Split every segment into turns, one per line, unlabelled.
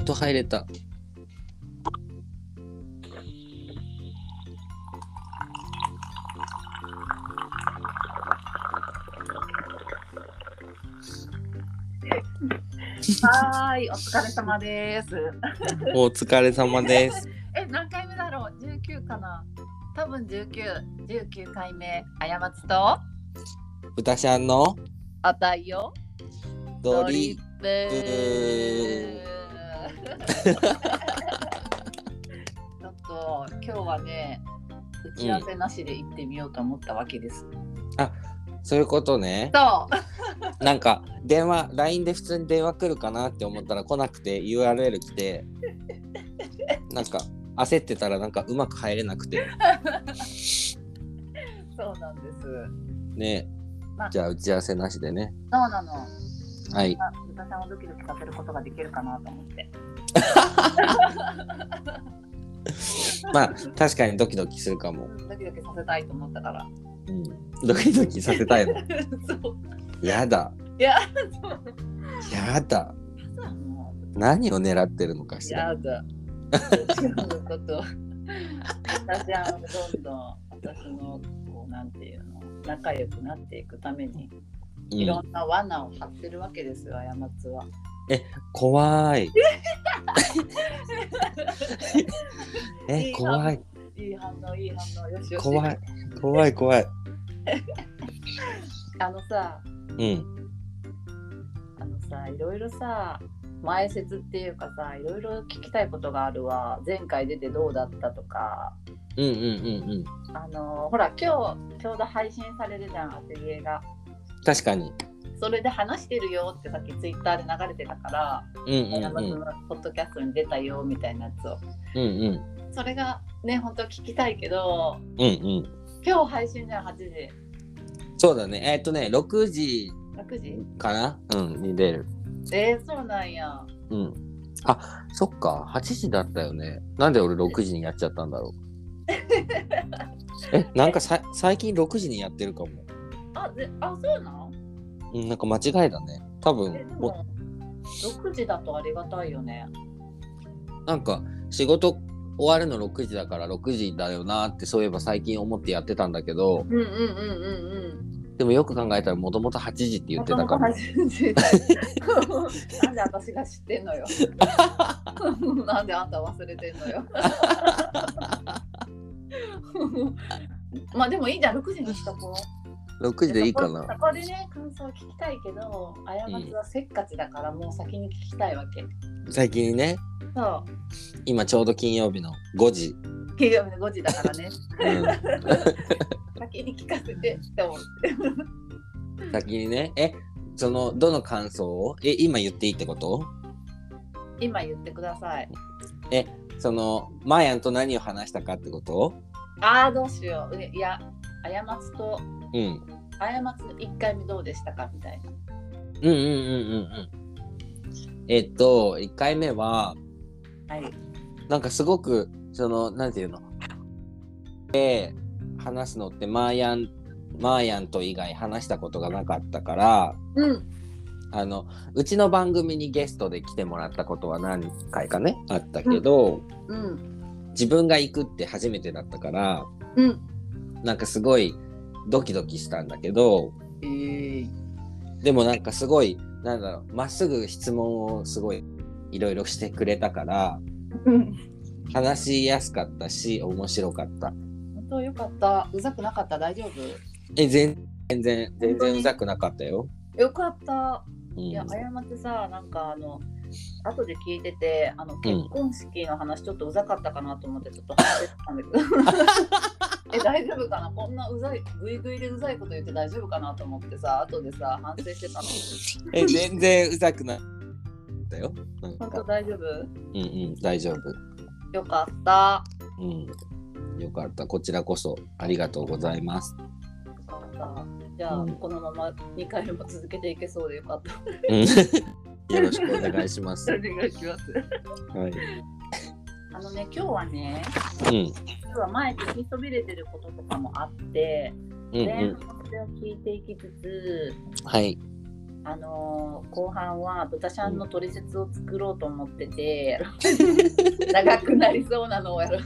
っと入れた。
はーい、お疲れ様 です。
お疲れ様です。
え、何回目だろう ?19 かな多分19、19回目。あやまつと、
豚ちゃんの
あたいよ。
ドリ
ドリップ。 ちょっと、今日はね、打ち合わせなしで行ってみようと思ったわけです。
そういうことね。
そ
なんか電話 LINE で普通に電話来るかなって思ったら来なくて URL 来てなんか焦ってたらなんかうまく入れなくて
う、 そうなんです。
ね
まあ
じゃあ打ち合わせなしでね。
そうなの。
はい。
あ豚さんをドキドキさせることができるかなと思って。
まあ確かにドキドキするかも。
ドキドキさせたいと思ったから。
うん、ドキドキさせたいの。
そう。
やだ。
いや、 そう。
やだ。
も
何を狙ってるのか
う
しら。
やだ。私のこと。私はどんどん私のこうなんていうの仲良くなっていくために
う
いろ
ん、
んな罠を張ってるわけですよ、あやまつは。
怖い。え
いい反応
怖い。
いい反応いい反応よしよし。
怖い。怖い怖い。
あのさ
うん。
あのさいろいろさ前説っていうかさいろいろ聞きたいことがあるわ前回出てどうだったとか
うんうんうんうん。
あのほら今日ちょうど配信されるじゃんアトリエが
確かに。
それで話してるよってさっきツイッターで流れてたから、
うんうん
山
う
田君
ん。
のポッドキャストに出たよみたいなやつを
うんうん。
それがね本当は聞きたいけど
うんうん。
今日配信じゃん8時
そうだね。えっとね、6時
6時
かなうん、に出る。
えー、そうなんや
うん。あ、そっか。8時だったよね。なんで俺6時にやっちゃったんだろう。 え、なんかさ最近6時にやってるかも。
あであそうなん
うん、なんか間違いだね。多
えで
分、も
も6時だとありがたいよね
なんか仕事終わるの6時だから6時だよなってそういえば最近思ってやってたんだけど、
うんうんうんうんうん
でもよく考えたらもともと8時って言ってたから。
8時 なんで私が知ってんのよ なんであんた忘れてんの よ まあでもいいじゃん6時にしとこう
6時でいいか
そ
な。
こそこでね感想を聞きたいけどあやまつはせっかちだからもう先に聞きたいわけ、
最近ね、
そ
今ちょうど金曜日の5時。
う金曜日の5時だからね
う
先に聞かせてって思って
ん、先にね、え、その、どの感想をえ、今言っていいってこと
今言ってください
その、マーヤンと何を話したかってこと
ああどうしよういやあやまつと
うん。
あやまつの1回目どうでしたかみたいな
うんうんうんうんうん。えっと、1回目は、
はい
なんかすごくそのなんていうので話すのってマーヤンマーヤンと以外話したことがなかったから
うん
あのうちの番組にゲストで来てもらったことは何回かねあったけど、
うん
自分が行くって初めてだったから
うん
なんかすごいドキドキしたんだけど
えー、
でもなんかすごいなんだろうまっすぐ質問をすごいいろいろしてくれたから
うん
話しやすかったし面白かった。
本当よかったうざくなかった大丈夫
え全全然全
本当
然
に
うざくなかったよ。
よかった
うん、
いや、あやまってさ、なんかあの、後で聞いてて、あの結婚式の話、ちょっとうざかったかなと思って、ちょっと話してたん だけど。え、大丈夫かなこんなうざい、ぐいぐいでうざいこと言って大丈夫かなと思ってさ、後でさ、反省してたの。
え全然うざくないだよ。なん
本当
か
大丈夫
うんうん大丈夫。
よかった。
うんよかったこちらこそありがとうござい ます。
よかった。じゃあ、
うん
このまま2回も続けていけそうでよかった。
うんよろしくお願いします。
お
は
願いします。
い。
あのね、今日はね、
うん
今日は前に聞きそびれてることとかもあって、
うん
前
う
半それを聞いていきつつ、
んはい。
あのー後半は豚ちゃんのトリセツを作ろうと思っ てて、長くなりそうなのをやる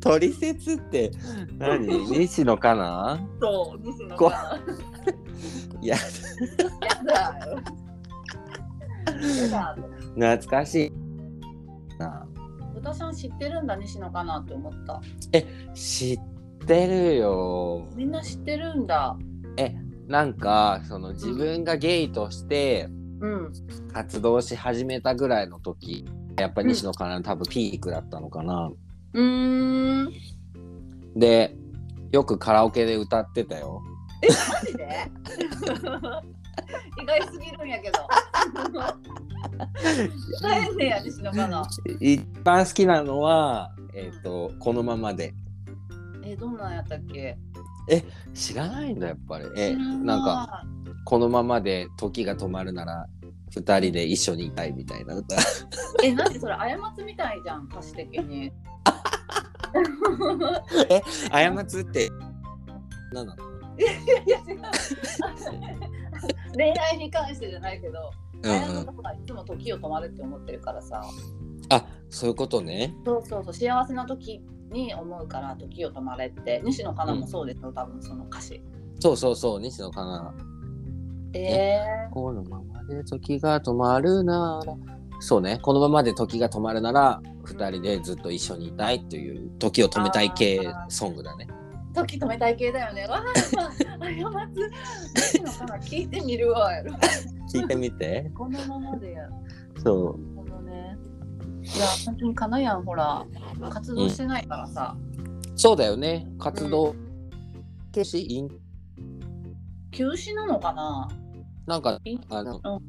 トリセツって 何西野かな
と西野
こ
が
いや
やだよやだ
懐かしいな
豚ちゃん知ってるんだ西野かなって思った
知ってるよ
みんな知ってるんだ
なんかその自分がゲイとして
うん
活動し始めたぐらいの時やっぱ西野かな多分ピークだったのかな、
うーん
でよくカラオケで歌ってたよ
マジで 意外すぎるんやけど 歌えんねや西野かな
一番好きなのはえっ、と、このままで
えどんなんやったっけ
知らないんだやっぱりえ
知ら
なんかこのままで時が止まるなら二人で一緒にいたいみたい な歌
え、なんでそれ、過ちみたいじゃん、歌詞的に。
過つって何なの
いやいや違う恋愛に関してじゃないけど、
う
綾
んう
乃
ん
とかいつも時を止まるって思ってるからさ、
あそういうことね
そうそうそう、幸せな時に思うから、時を止まれって、西野カナもそうですよ、多分その歌詞。
そうそうそう西野かな
え
このままで時が止まるならそうねこのままで時が止まるなら二人でずっと一緒にいたいという時を止めたい系ソングだね
ー、時止めたい系だよね。わあ、過ち、西野カナ聞いてみるわ、やろ。
聞いてみて
このままでやる。
そう
このね。いや、本当にカナやん、ほら、活動してないからさ。
そうだよね活動消し、イン
休止なのかな
なんか
い
あの
うん、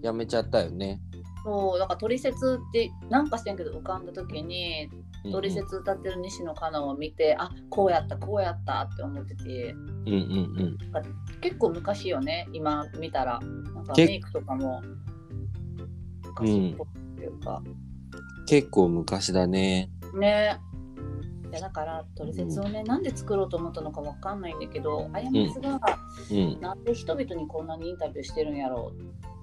やめちゃったよね
そうだから「トリセツ」ってなんかしてんけど浮かんだ時に
う
「
ん
トリセツ」歌ってる西野カナを見て、あこうやったこうやったって思ってて
うんうんうん
結構昔よね今見たらなんか
け
メイクとかも昔っぽいっていうか、
結構昔だね
ねいやだから「トリセツ」をね、なんで作ろうと思ったのかわかんないんだけどあやみつが、
うん
なんで人々にこんなにインタビューしてるんやろ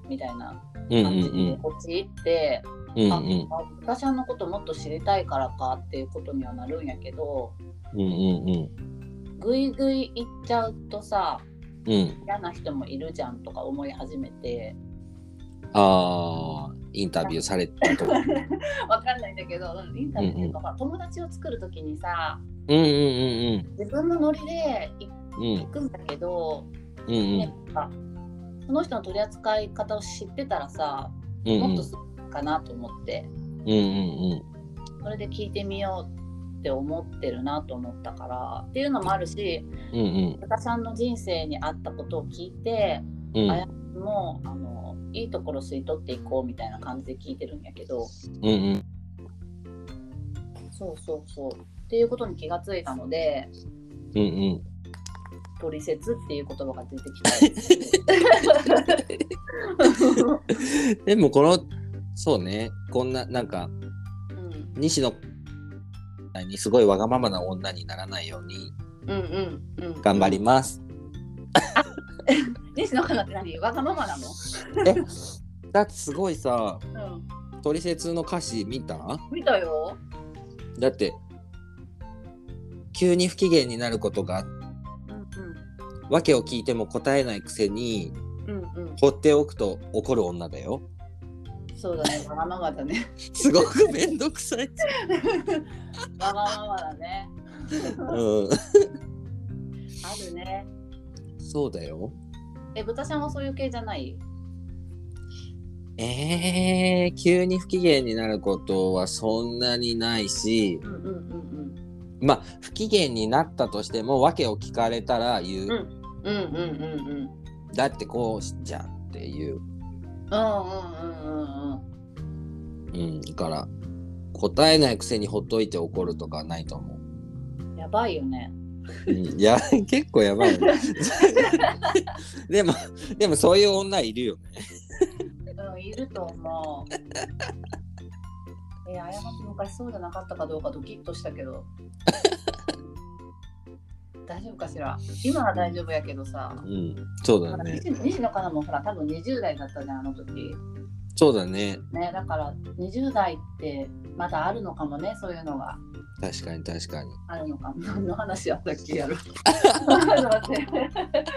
うみたいな
うんう
感
ん
じでこっち行って。
うんうん
あ
うん
あ私あのこともっと知りたいからかっていうことにはなるんやけど
うんうん
ぐいぐい行っちゃうとさ
うん
嫌な人もいるじゃんとか思い始めて
あーインタビューされた とか
わかんないんだけどインタビューっていうか、まあ友達を作る時にさ
うんうんうん
自分のノリで行
うんうん
くんだけど、
うんうん
ねなんかその人の取り扱い方を知ってたらさ
うんうん
もっとするかなと思って、
うんうんうん
それで聞いてみようって思ってるなと思ったからっていうのもあるし
うんうん
豚さんの人生に合ったことを聞いて
うん
あやもうあのいいところ吸い取っていこうみたいな感じで聞いてるんやけど
うんうん
そうそうそうっていうことに気がついたので
うんうん
「トリセツ」っていう言葉が出てきた。
でもこのそうねこんななんか
うん
西野にすごいわがままな女にならないように
うんうんうん、
頑張ります。
西野カナって何わがままなの、
えだってすごいさ
う
「
ん、
トリセツ」の歌詞見た
見たよ
だって急に不機嫌になることが
うん
訳を聞いても答えないくせに
うんうんうん
放っておくと怒る女だよ。
そうだねわがままだね
すごくめんどくさい。
わがままだね
うん、
あるね
そうだよ。
え豚ちゃんはそういう系じゃない
えー、急に不機嫌になることはそんなにないし
うんうんうん
まあ不機嫌になったとしても訳を聞かれたら言う、
うんうんうんうんうんうん
だってこうじゃんっていう、
うんうんうんうんうん
うん、だから答えないくせにほっといて怒るとかはないと思う、
やばいよね。
うん、いや 結構やばいね でもでもそういう女いるよね
うん、いると思 う。え、あやまって昔そうじゃなかったかどうかドキッとしたけど。 大丈夫かしら今は大丈夫やけどさ、
うん、そう
ほ
だ
ら
ね。
西西野カナもほら多分20代だったじゃんあの時
そうだね。
ねだから20代ってまだあるのかもねそういうのが
確かに確かに。
あるのかも何の話やったっ けやろちょっと 待ってちょっと待って、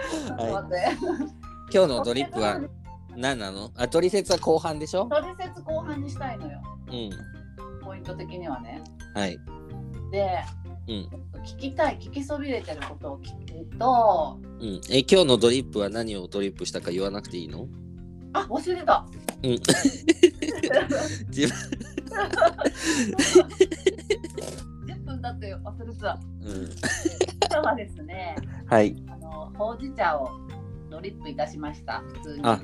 今日のドリップは何なのあ、トリセツは後半でしょ
トリセツ後半にしたいのよ
うん。
ポイント的にはね
はい。
で、
うん
聞きたい聞きそびれてることを聞くと
うん。え、今日のドリップは何をドリップしたか言わなくていいの
あ忘れてた
うん自
10分だって忘れてた
うん。
今日はですね
はい。
あのほうじ茶をドリップいたしました普通に
あ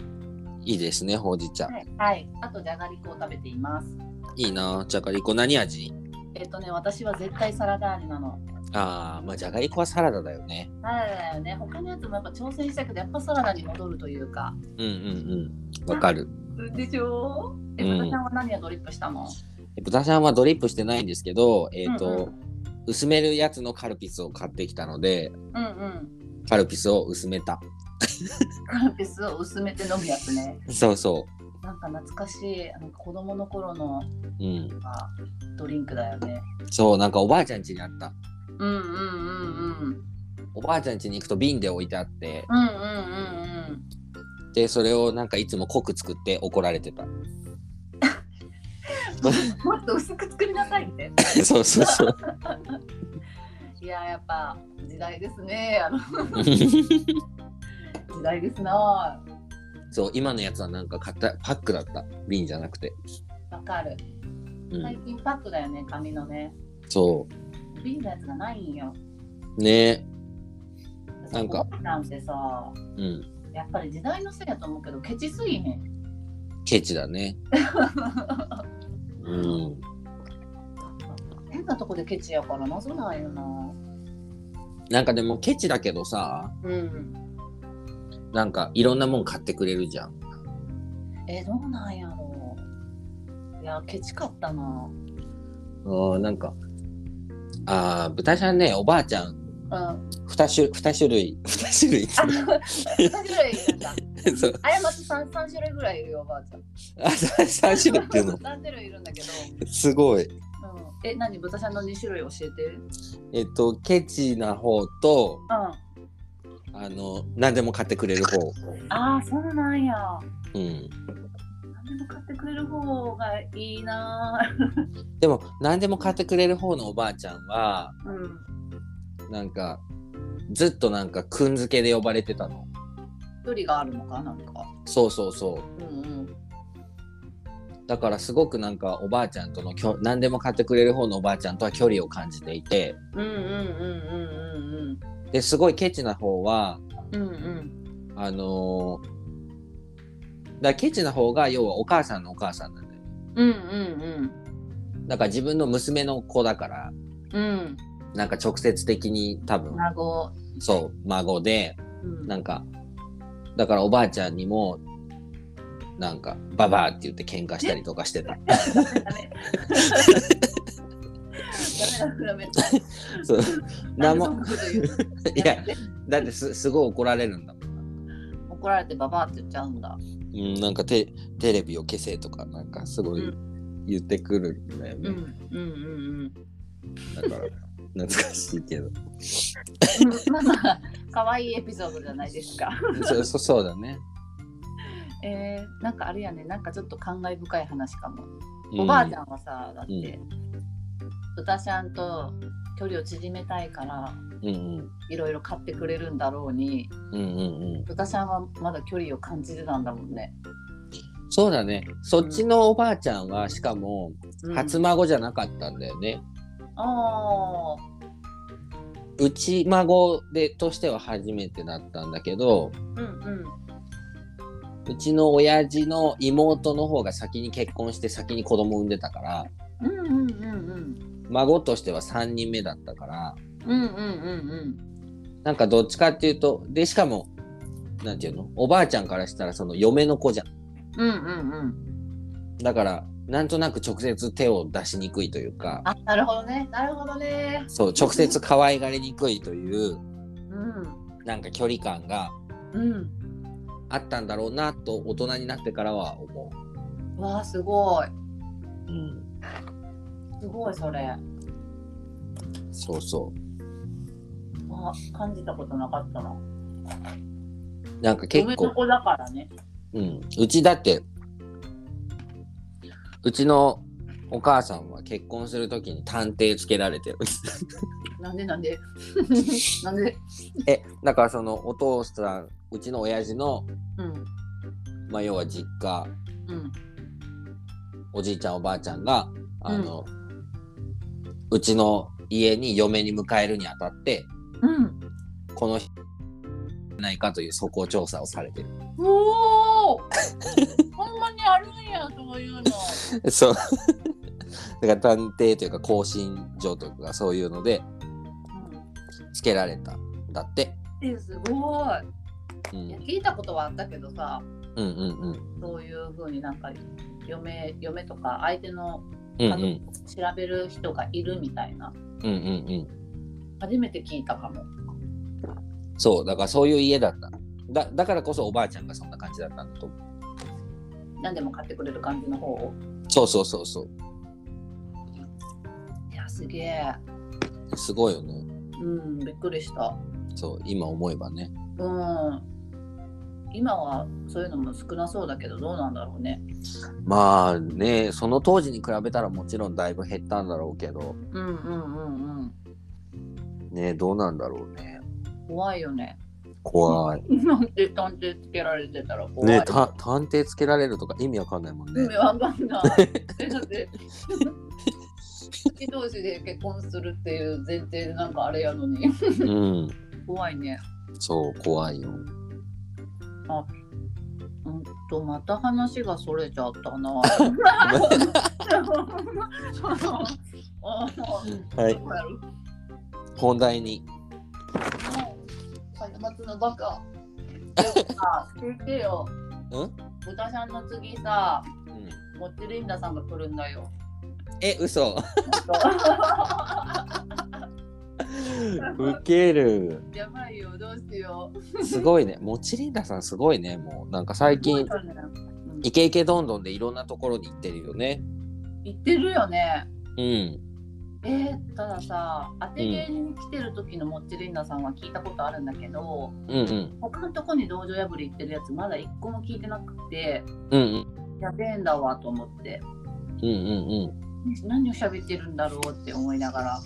いいですね、ほうじ茶。
はい、はい、あとじゃがりこを食べています
いいな。じゃがりこ何味
えっ、とね私は絶対サラダ味なの
ああ、まあじゃがりこはサラダだよね。
サラダだよね他のやつもやっぱ挑戦したけどやっぱサラダに戻るというか
うんうんうん。わかる。
でしょえ
うん
豚ちゃんは何をドリップしたの、
豚ちゃんはドリップしてないんですけど、えっ、と、
うんう
薄めるやつのカルピスを買ってきたので、
うんうん
カルピスを薄めた。
カルピスを薄めて飲むやつね
そうそ
なんか懐かしいなんか子供の頃の
う。うん。
あドリンクだよね
そう、なんかおばあちゃん家にあった。
うんうんうんうん
おばあちゃん家に行くと瓶で置いてあって、
うんうんうんうん
で、それをなんかいつも濃く作って怒られ てた。
もっと薄く作りなさいって。
そうそうそう。
いややっぱ時代ですね。あの時代ですな。
そう、今のやつはなんか買った、パックだった。瓶じゃなくて。
わかる。
うん。
最近パックだよね、紙のね。
そ
瓶のやつがないんよ。
う。ねなんか
そうなんてさ、
うん。
やっぱり時代のせいやと思うけど、ケチすぎね。
ケチだね。うん。
変なとこでケチやからなそうなんよな。
なんかでもケチだけどさ、
うん。
なんかいろんなもん買ってくれるじゃん。
え、どうなんやろう。いや、ケチかったな。
あーなんか、ああ、豚ちゃんね、おばあちゃん、
うん。
二種二種類、 二種類
あ、3種類いる んだ。
そう
あやまつ3種類ぐらいいるよ、おばあちゃん。
あ、さ三種類っていうの、
3種類いるんだけど。
すごい。
うん、え、何豚さんの2種類教えて。うん。
えっと、ケチな方と、
あ
あの、何でも買ってくれる方。
あー、そうなんや。
うん。
何でも買ってくれる方がいいな
でも、何でも買ってくれる方のおばあちゃんは、
ー。うん。
なんか、ずっとなんか、くんづけで呼ばれてたの。
距離があるのか、なんか。
そうそうそう。
うんうん。
だからすごくなんかおばあちゃんとのきょ何でも買ってくれる方のおばあちゃんとは距離を感じていて
うんうんうん
ですごいケチな方は
うんうんうん。うんうん。
あのーだからケチな方が要はお母さんのお母さんなんだよ
うんうん
だから自分の娘の子だから
うん。
なんか直接的に多
う
分
ん。孫。
そう孫で
うん。
なんかだからおばあちゃんにもなんかババアって言って喧嘩したりとかして た
ダメ。 ダメだ、ダメだ。
そう 何
な
も
んでそんなこと言うの
いやだってすすごい怒られるんだもん、
怒られてババアって言っちゃうんだ。
うん、なんかテテレビを消せとかなんかすごい言ってくるんだよ
う
ね、
んうんうんうん。
だから懐かしい けど
まあまあ、可愛いエピソードじゃないですか。
そそそうだね
えー、なんかあれやね、なんかちょっと感慨深い話かも。
うん
おばあちゃんはさ、だって、
う
豚ちゃんと距離を縮めたいから、
うんうん
いろいろ買ってくれるんだろうに、
うんうんうん、
豚ちゃんはまだ距離を感じてたんだもんね。
そうだねそっちのおばあちゃんはしかも
うん、
初孫じゃなかったんだよね、
あー
うち孫でとしては初めてだったんだけど
うんうん。
うちの親父の妹の方が先に結婚して先に子供産んでたから
うんうんうん
孫としては3人目だったから
うん。うんうんうん
なんかどっちかっていうとでしかもなんていうのおばあちゃんからしたらその嫁の子じゃん
うん。うんうんうん。
だからなんとなく直接手を出しにくいというか
あ、なるほどね。なるほどね。
そう直接可愛がりにくいというなんか距離感が
うん。
あったんだろうなと大人になってからは思
わあ、すごい。
う。うん、
すごい、それ。
そうそ
あ、感じたことなかったな。
う。なんか結
嫁の
構、
子だからね。
うん、うちだってうちのお母さんは結婚するときに探偵つけられてる。
なんでなんで。 なんで。
えだからそのお父さんうちの親父の、
うん。
まあ、要は実家
うん。
おじいちゃんおばあちゃんがあの、うちの家に嫁に迎えるにあたって
うん。
この人ないかという素行調査をされてる。
おお。ほんまにあるんや、そういうの。
そうだから探偵というか更新状とかそういうのでつけられたんだって。
うん。え、すごい。
う
いや
ん、
聞いたことはあったけどさ、
うんうんうん
そういう風になんか。嫁、嫁とか、相手の
うん
家
うん
族を調べる人がいるみたいな。
うんうん
初めて聞いたかも。
うんそうだからそういう家だっただだからこそおばあちゃんがそんな感じだったんだと思う
何でも買ってくれる感じの方を。
そうそうそうそう
いや、すげえ。
すごいよね
うん、びっくりした。
そう今思えばね
うん。今はそういうのも少なそうだけど、どうなんだろうね。
まあねその当時に比べたらもちろんだいぶ減ったんだろうけど
うんうんうんうん。
ねどうなんだろうね
怖いよね。
怖い
なんて探偵つけられてたら怖い。
ねた探偵つけられるとか意味わかんないもん
意
ね
味わかんない。だって、敵同士で結婚するっていう前提でなんかあれやのに。
うん
怖いね。
そう怖いよ
うんと、また話がそれちゃった な。
は
はい
本題に
開発のバカ。でもさ、聞いてよ。
うん
豚さんの次さ、
うん
モッチリンダさんが来るん だよ。
え嘘 ウケる
やばいよ、どうしよう。
すごいねもちりんださんすごいねもうなんか最近
うん
イケイケどんどんでいろんなところに行ってるよね
言ってるよね。
うん
えー、たださ、当て芸に来てる時のモッチリンダさんは聞いたことあるんだけど、
うんうん
他のとこに道場破り行ってるやつまだ一個も聞いてなくて、
うんうん
やべえんだわと思って、
うんうんうん
何を喋ってるんだろうって思いながら。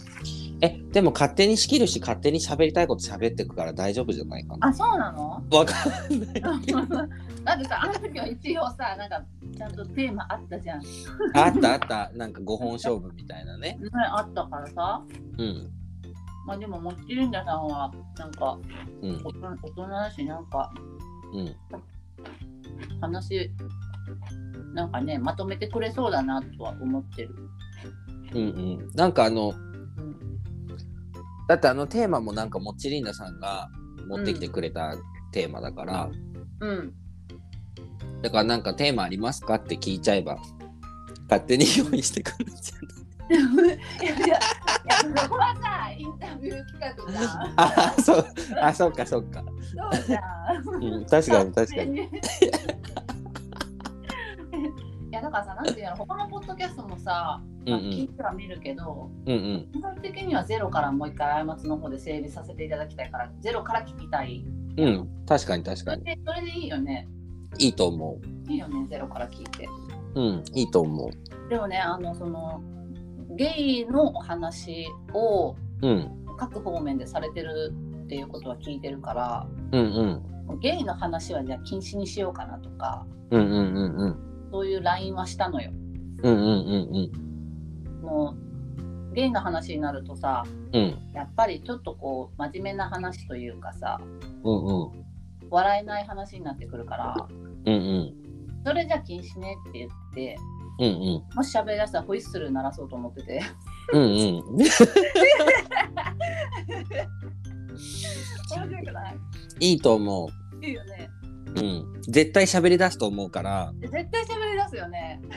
えでも勝手に仕切るし勝手に喋りたいこと喋ってくから大丈夫じゃないかな
あ、そうなの
わかんない
だってさ、あの時は一応さ、なんかちゃんとテーマあったじゃん。ね、
あったあったなんか5本勝負みたいなね
あったからさ、
うん
まあでも、モッチリンダさんは、なんか
うん
大人、大人だし、なんか
うん
話、なんかね、まとめてくれそうだなとは思ってる。
うんうんなんかあの
うん、
だってあのテーマもなんかもっちりんださんが持ってきてくれたテーマだから、
うん、
だからなんかテーマありますかって聞いちゃえば勝手に用意してくるんじゃ
いやいや、いやそこはさ、インタビュー企画じゃ
な
ん。
いあそうあそうかそうか、
そうじゃん。
うん、確かに確かに
に。いやだからさ、なんていうの、他のポッドキャストもさ、
うん
ま
う
あ、聞い
ん
ては見るけど、
うんうん
基本的にはゼロからもう一回過ちの方で整理させていただきたいから、ゼロから聞きたい。
うん確かに確
そ
か
れ
に
でそれでいいよね。
いいと思
いいよね、ゼロから聞いて。
ううんいいと思
でもね、あのそのゲイのお話を
う、うん、
各方面でされてるっていうことは聞いてるから、
うんうん
もうゲイの話はじゃあ禁止にしようかなとか、
うんうんうんうん
そういうラインはしたのよ。
うんうんうん
もうゲイの話になるとさ
うんうん
やっぱりちょっとこう真面目な話というかさ
うんうん
笑えない話になってくるから
うんうん
それじゃ禁止ねって言って
うんうん
もし喋りだしたらホイッスル鳴らそうと思ってて
うんうん
面白くない
いいと思
いいよね
う、うん、絶対喋り出すと思うから、
で絶対喋り出すよね
うん、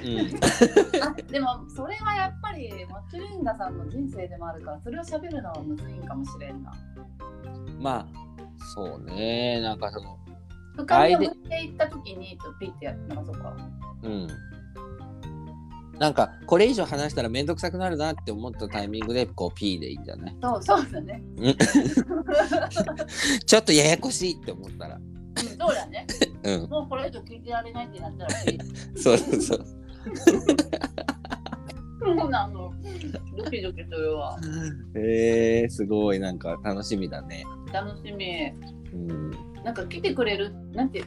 あでもそれはやっぱりマッチュリンダさんの人生でもあるからそれを喋るのはむずいんかもしれんな
まあそうねなんかその
深みを向いていった時にちょっとピッてやってますとか。
うんなんかこれ以上話したら面倒くさくなるなって思ったタイミングでこう P でいいんじゃない
そうそうだね。
うんちょっとややこしいって思ったら
うんそうだね。
うん
もうこれ以上聞いてられないってなったらいい。
そうそうそう
そうなの。ドキドキするわ。
えー、すごいなんか楽しみだね
楽しみ。
うん
なんか来てくれるなんて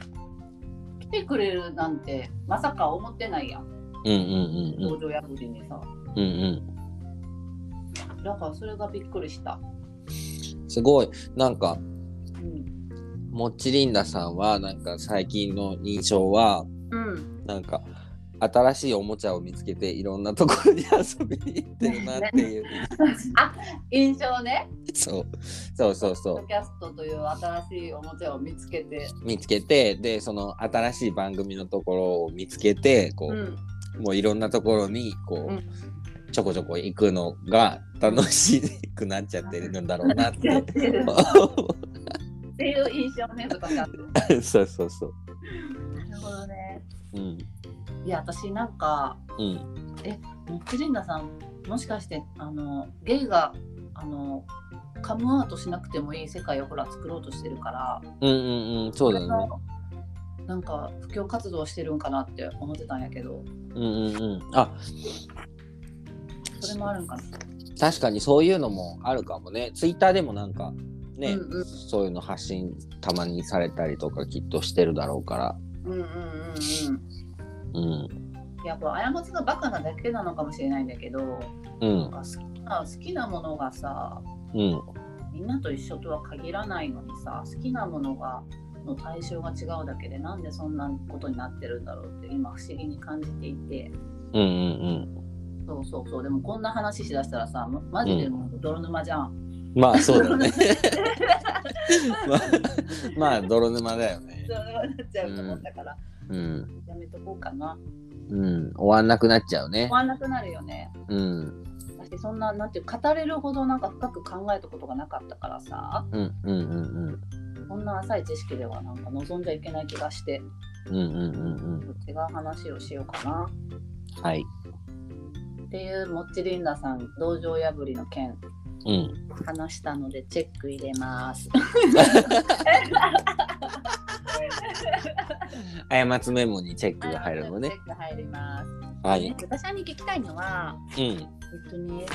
来てくれるなんてまさか思ってないやん。
うんうんうん
道場破りにさ。
うんうん
だからそれがびっくりした。
すごいなんか
うん。
もっちりんださんはなんか最近の印象は
うん。
なんか新しいおもちゃを見つけていろんなところに遊びに行ってるなって いう
印象ね。
そうそうそうそ
ポッ
う
ドキャストという新しいおもちゃを見つけて。
見つけてでその新しい番組のところを見つけてこ
う
う、
ん。
もういろんなところにこう、
う
ちょこちょこ行くのが楽しくなっちゃってるんだろうなっ。
やっててるっていう印象ね、とかさん。な
そうそうそう。
るほどね。
うん
いや、私なんか、
うん
モックリンダさん、もしかして、あの、ゲイが、あの、カムアウトしなくてもいい世界をほら作ろうとしてるから、
うんうんうんそうだよね。
あのなんか布教活動してるんかなって思ってたんやけど、
うんうんうん。あ
それもあるんかな。
確かにそういうのもあるかもね。ツイッターでもなんかね、
うんうん
そういうの発信たまにされたりとかきっとしてるだろうから。
うんうんうんうん。
うん
いや、これ、過ちがバカなだけなのかもしれないんだけど、
う
なん
ん
か好きな好きなものがさ、
うん
みんなと一緒とは限らないのにさ、好きなものが、の対象が違うだけで、なんでそんなことになってるんだろうって今不思議に感じていて、
うんうん
そうそうそう、でもこんな話しだしたらさ、まマジでもう泥沼じゃん。
うん。まあそうだ ね。まあ、まあ泥沼だよね。
泥沼になっちゃうと思ったから、
うん
やめとこうかな。
うん終わんなくなっちゃうね
終。わんなくなるよね。
うん
私そんななんていう語れるほどなんか深く考えたことがなかったからさ
うんうんうん
こんな浅い知識ではなんか望んじゃいけない気がして
うんうんうんうん
違う話をしようかな
うんはい。
っていうもっちりんださん道場破りの件
うん。
話したのでチェック入れます。
過ちメモにチェックが入るのね
チ。ェック入ります。
はい
ね。私に聞きたいのは
うん
本当に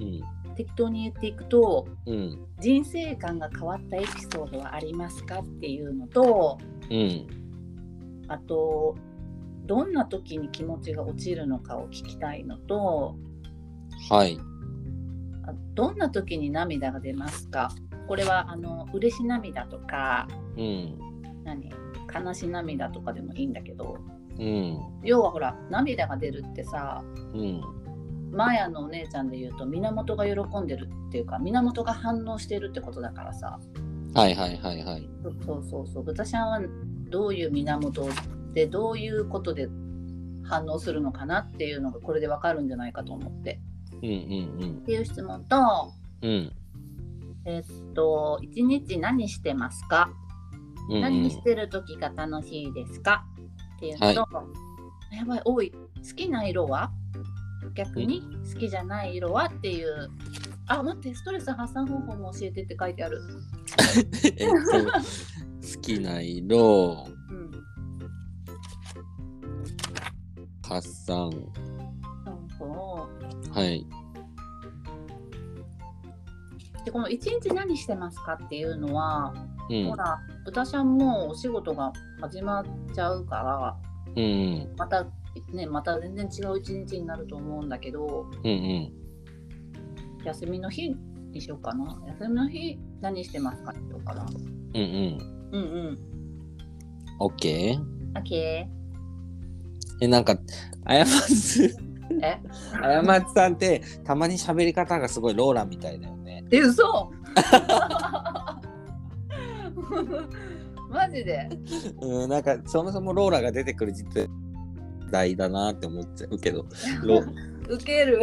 うん
適当に言っていくと
うん
人生観が変わったエピソードはありますかっていうのと
うん。
あとどんな時に気持ちが落ちるのかを聞きたいのと
はい。
あどんな時に涙が出ますかこれはあの嬉し涙とか
うん
何悲し涙とかでもいいんだけど
うん
要はほら涙が出るってさ
うん
マヤのお姉ちゃんで言うと源が喜んでるっていうか源が反応してるってことだからさ
はいはいはいはい。
そうそうそうそう豚ちゃんはどういう源でどういうことで反応するのかなっていうのがこれでわかるんじゃないかと思って。
うんうん
っていう質問と、
うんうん
えっと、一日何してますか、
うんうん。
何してる時が楽しいですかっていうのと、やばい、多い、好きな色は逆に好きじゃない色はっていう、あ、待って、ストレス発散方法も教えてって書いてある。
えっと、好きな色、
うん。
発散、
そ
はい。
うで、この一日何してますかっていうのは、
うん
ほら、豚ちゃんもお仕事が始まっちゃうから、
うん
また、ね、また全然違う一日になると思うんだけど、
うんうん
休みの日にしようかな。休みの日何してますかとかな。
うんうん。
うんうん。
オッケー。
オッケ
え、なんか、あやまつ、
ー。え
あやまつさんって、たまに喋り方がすごいローラみたいだよね。
え、嘘 マジで
うん、なんか、そもそもローラが出てくる時代だなって思っちゃうけど。ロ
ウケる。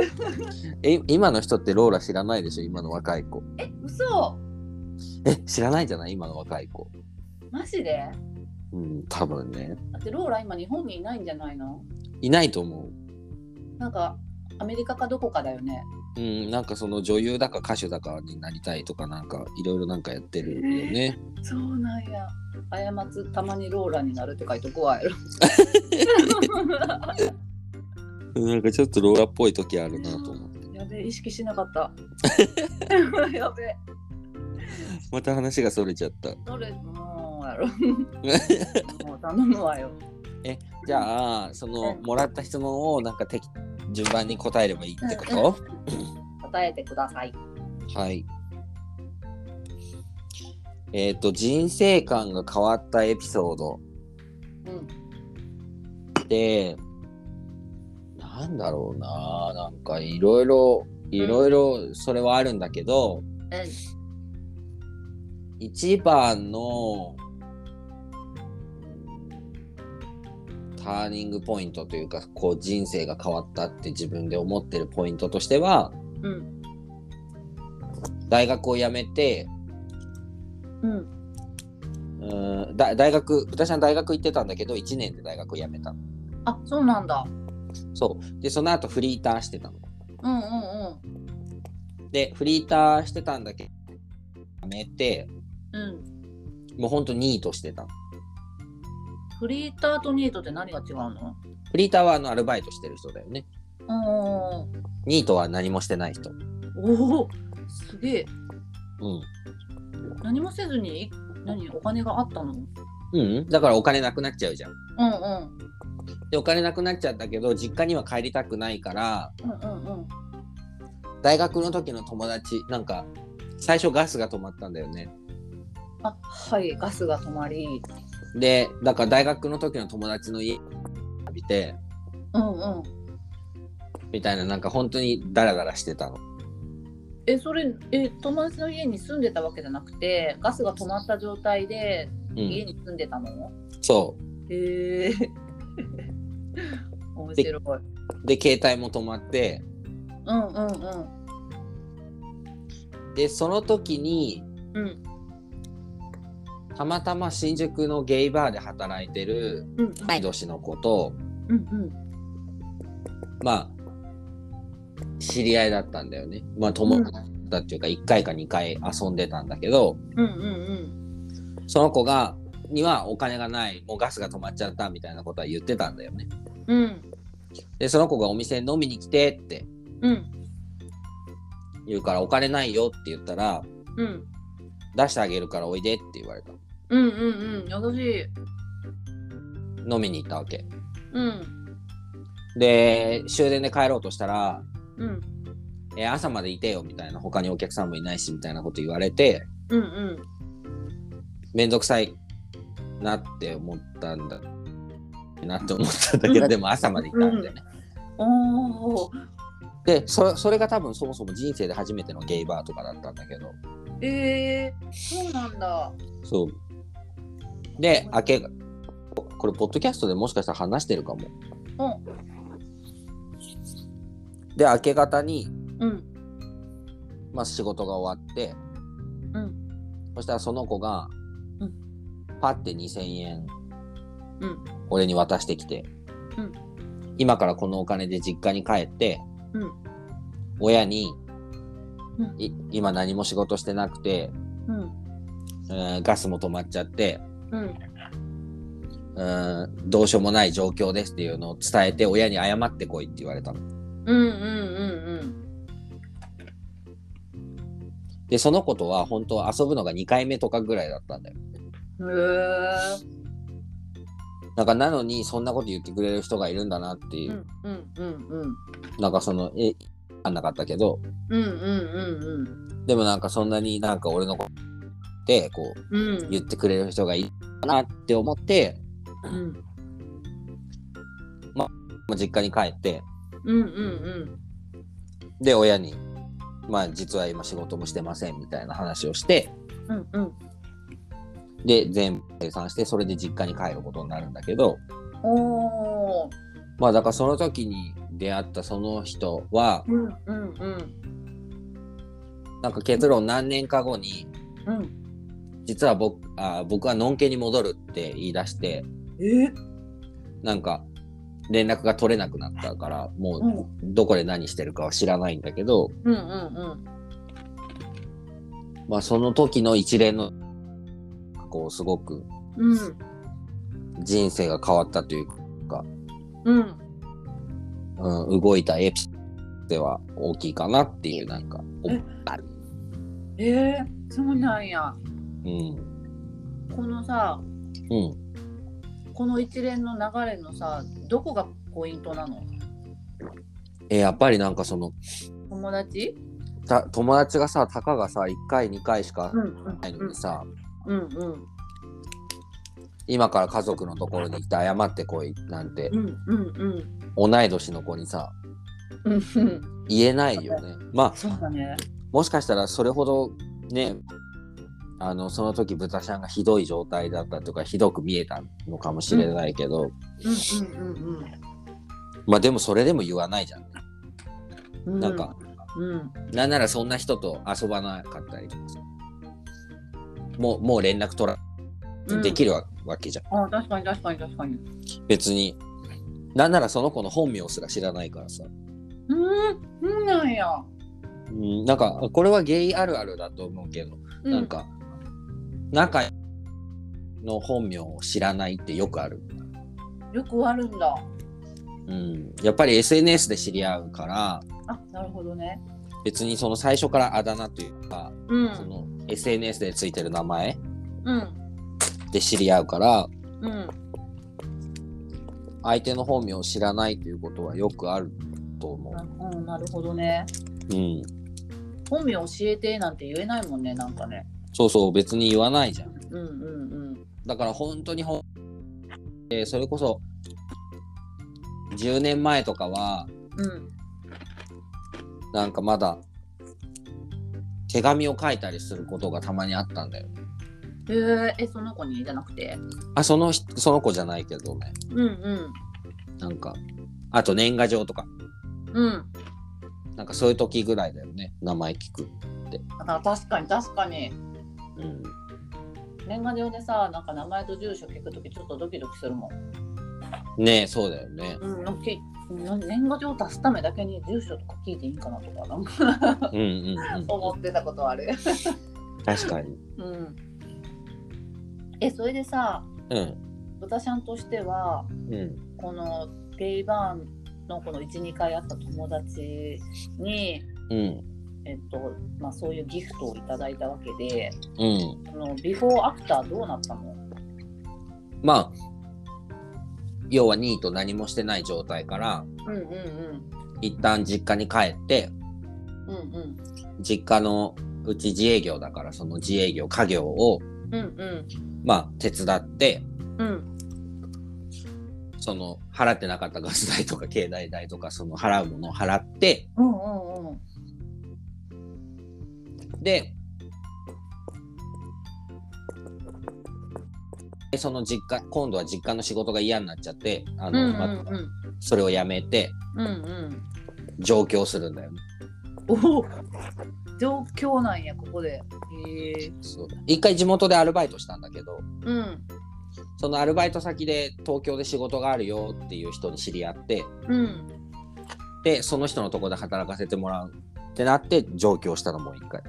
え、今の人ってローラ知らないでしょ今の若い子。
え、嘘
え知らないんじゃない今の若い子
マジで
うん多分ね
だってローラ今日本にいないんじゃないの
いないと思
なんかアメリカかどこかだよね。
ううんなんかその女優だか歌手だかになりたいとかなんかいろいろなんかやってるよね
そうなんや。過つたまにローラになるって書いとこわやろ。
うんなんかちょっとローラっぽい時あるなと思って
やべえ意識しなかった。やべえ。
また話がそれちゃった
どれもうやろ。もう頼むわよ。
じゃあその
うん
もらった質問をなんか適順番に答えればいいってこと、
答えてください。
はいえっ、と人生観が変わったエピソード
うん。
でなんだろうななんかいろいろいろいろそれはあるんだけど、一番のターニングポイントというかこう人生が変わったって自分で思ってるポイントとしては
うん。
大学を辞めて
うん。
うーんだ大学私は大学行ってたんだけど1年で大学を辞めたの
あ、そうなんだ。
そうでその後フリーターしてたの
うんうんうん。
でフリーターしてたんだけど辞めて
うん。
もうほんとニートしてたの
フリーターとニートって何が違うの
フリーターはあのアルバイトしてる人だよね
うん
ニートは何もしてない人
うんうん。おお。すげえ。
うん
何もせずに、何、お金があったのうん
うん、だからお金なくなっちゃうじゃん
うん。
でお金なくなっちゃったけど実家には帰りたくないから
うんうんうん。
大学の時の友達なんか最初ガスが止まったんだよね
あ、はい、ガスが止まり。
でだから大学の時の友達の家見て
うんうん。
みたいななんか本当にダラダラしてたの
え、それ、え、友達の家に住んでたわけじゃなくて、ガスが止まった状態で
う
家
ん
に住んでたの。
そ
へえ。面白い。
うで携帯も止まって
うんうんうん。
でその時に
うん
たまたま新宿のゲイバーで働いてる
うん。
同い年の子と、
うんうん。
まあ知り合いだったんだよねまあ友達だっていうか1回か2回遊んでたんだけど、
うんうん
その子がにはお金がないもうガスが止まっちゃったみたいなことは言ってたんだよね
うん。うん
でその子がお店に飲みに来てって
うん
言うからお金ないよって言ったら
うん。
出してあげるからおいでって言われた
うんうんうん。優しい。
飲みに行ったわけ
うん
で終電で帰ろうとしたら、
うん
えー朝までいてよみたいな他にお客さんもいないしみたいなこと言われて
うんうん。
めんどくさいなって思ったんだなって思ったんだけどでも朝まで行ったんだよね
おお。
でそそれが多分そもそも人生で初めてのゲイバーとかだったんだけど
ええー。そうなんだ。
そう。で、明け、これ、ポッドキャストでもしかしたら話してるかも。で、明け方に、
うん
まあ、仕事が終わって、
うん
そしたらその子が、
うん
パッて2000円、
うん
俺に渡してきて、
うん
今からこのお金で実家に帰って、
うん
親に、
うん
い今何も仕事してなくて、
うん
えーガスも止まっちゃって、
うん。
うーんどうしようもない状況ですっていうのを伝えて親に謝ってこいって言われたの。
うんうんうん
でその子とは本当は遊ぶのが2回目とかぐらいだったんだよ。
うん。へえ。
なんかなのにそんなこと言ってくれる人がいるんだなっていうう、
んうんうんうん
なんかそのえあんなかったけど
うんうん
でもなんかそんなになんか俺のことでこう
うんうん
言ってくれる人がいるなって思って、
うん
まあ、実家に帰って
うんうん
で親に「まあ実は今仕事もしてません」みたいな話をして
うんうん
で全部計算してそれで実家に帰ることになるんだけど。
おー
まあだからその時に出会ったその人は
うんうんうん
なんか結論何年か後に
うん。
実は僕あ僕はのんけに戻るって言い出して
え
なんか連絡が取れなくなったからも
う。
うんどこで何してるかは知らないんだけど、
うんうん
まあ、その時の一連のこうすごく
うん。うん。
人生が変わったというか、
うん。
うん、動いたエピソードでは大きいかなっていうなんか、お
ええー、そうなんや。
うん
このさ、
うん、
この一連の流れのさ、どこがポイントなの
えやっぱりなんかその
友達
た友達がさたかがさ1回2回しか
ん
ないのにさ、
うんうん
今から家族のところに行って謝ってこいなんて
うんうん
同い年の子にさ
うんうん。
言えないよね。まあ
そうだね。
もしかしたらそれほどねあのその時豚ちゃんがひどい状態だったとかひどく見えたのかもしれないけど、
うんうんうん
まあでもそれでも言わないじゃん、
うん。
なんか
うん。
なんならそんな人と遊ばなかったりとかさもうもう連絡取ら
うん。
でき
る。
るわ,、けじゃん
あ、確かに確かに確かに。
別になんならその子の本名すら知らないからさ、
うん。そうなんや。
うん、なんかこれはゲイあるあるだと思うけど、
う
なん。か仲の本名を知らないってよくある
よくあるんだ。
うん、やっぱり SNS で知り合うから
あ、なるほどね。
別にその最初からあだ名というか、
うん。
その SNS でついてる名前
うん。
で知り合うから
うん。
相手の本名を知らないということはよくあると思
うん、なるほどね。
う、うん、
本名教えてなんて言えないもんね、なんかね。
そうそう別に言わないじゃん
うんうん
だから本当にほん、えーそれこそ10年前とかは
うん。うん。
なんかまだ手紙を書いたりすることがたまにあったんだよ
えー、え、その子にじゃなくて。
あその人その子じゃないけどね
うんうん。
なんかあと年賀状とか
うん。
なんかそういう時ぐらいだよね、名前聞く。
あ、確かに確かに。
うん、
年賀状でさ、なんか名前と住所聞くときちょっとドキドキするもん。
ねえ、そうだよね。
うん、のきな年賀状を出すためだけに住所とか聞いていいんかなとか、なんか
うんうんう
思ってたことある。
ん。確かに。
うん。え、それでさ、
うん。
豚ちゃんとしては、
うん。
このゲイバーのこの12回会った友達に、
うん。
えっとまあ、そういうギフトをいただいたわけで
うん。
そのビフォーアフターどうなったの
まあ、要はニート何もしてない状態から、
うんうん
一旦実家に帰って、
うんうん
実家のうち自営業だから、その自営業、家業を、
うんうん
まあ、手伝って、
うん
その、払ってなかったガス代とか携帯代とか、その払うものを払って、
うんうんうん
で、でその実家、今度は実家の仕事が嫌になっちゃって、あ
うんう
の、
ん
まそれをやめて、
うんうん
上京するんだよね。
おお状況なんやここでへえ
そう一回地元でアルバイトしたんだけど、
うん
そのアルバイト先で東京で仕事があるよっていう人に知り合って、
うん
で、その人のとこで働かせてもらうってなって、上京したのもう一回。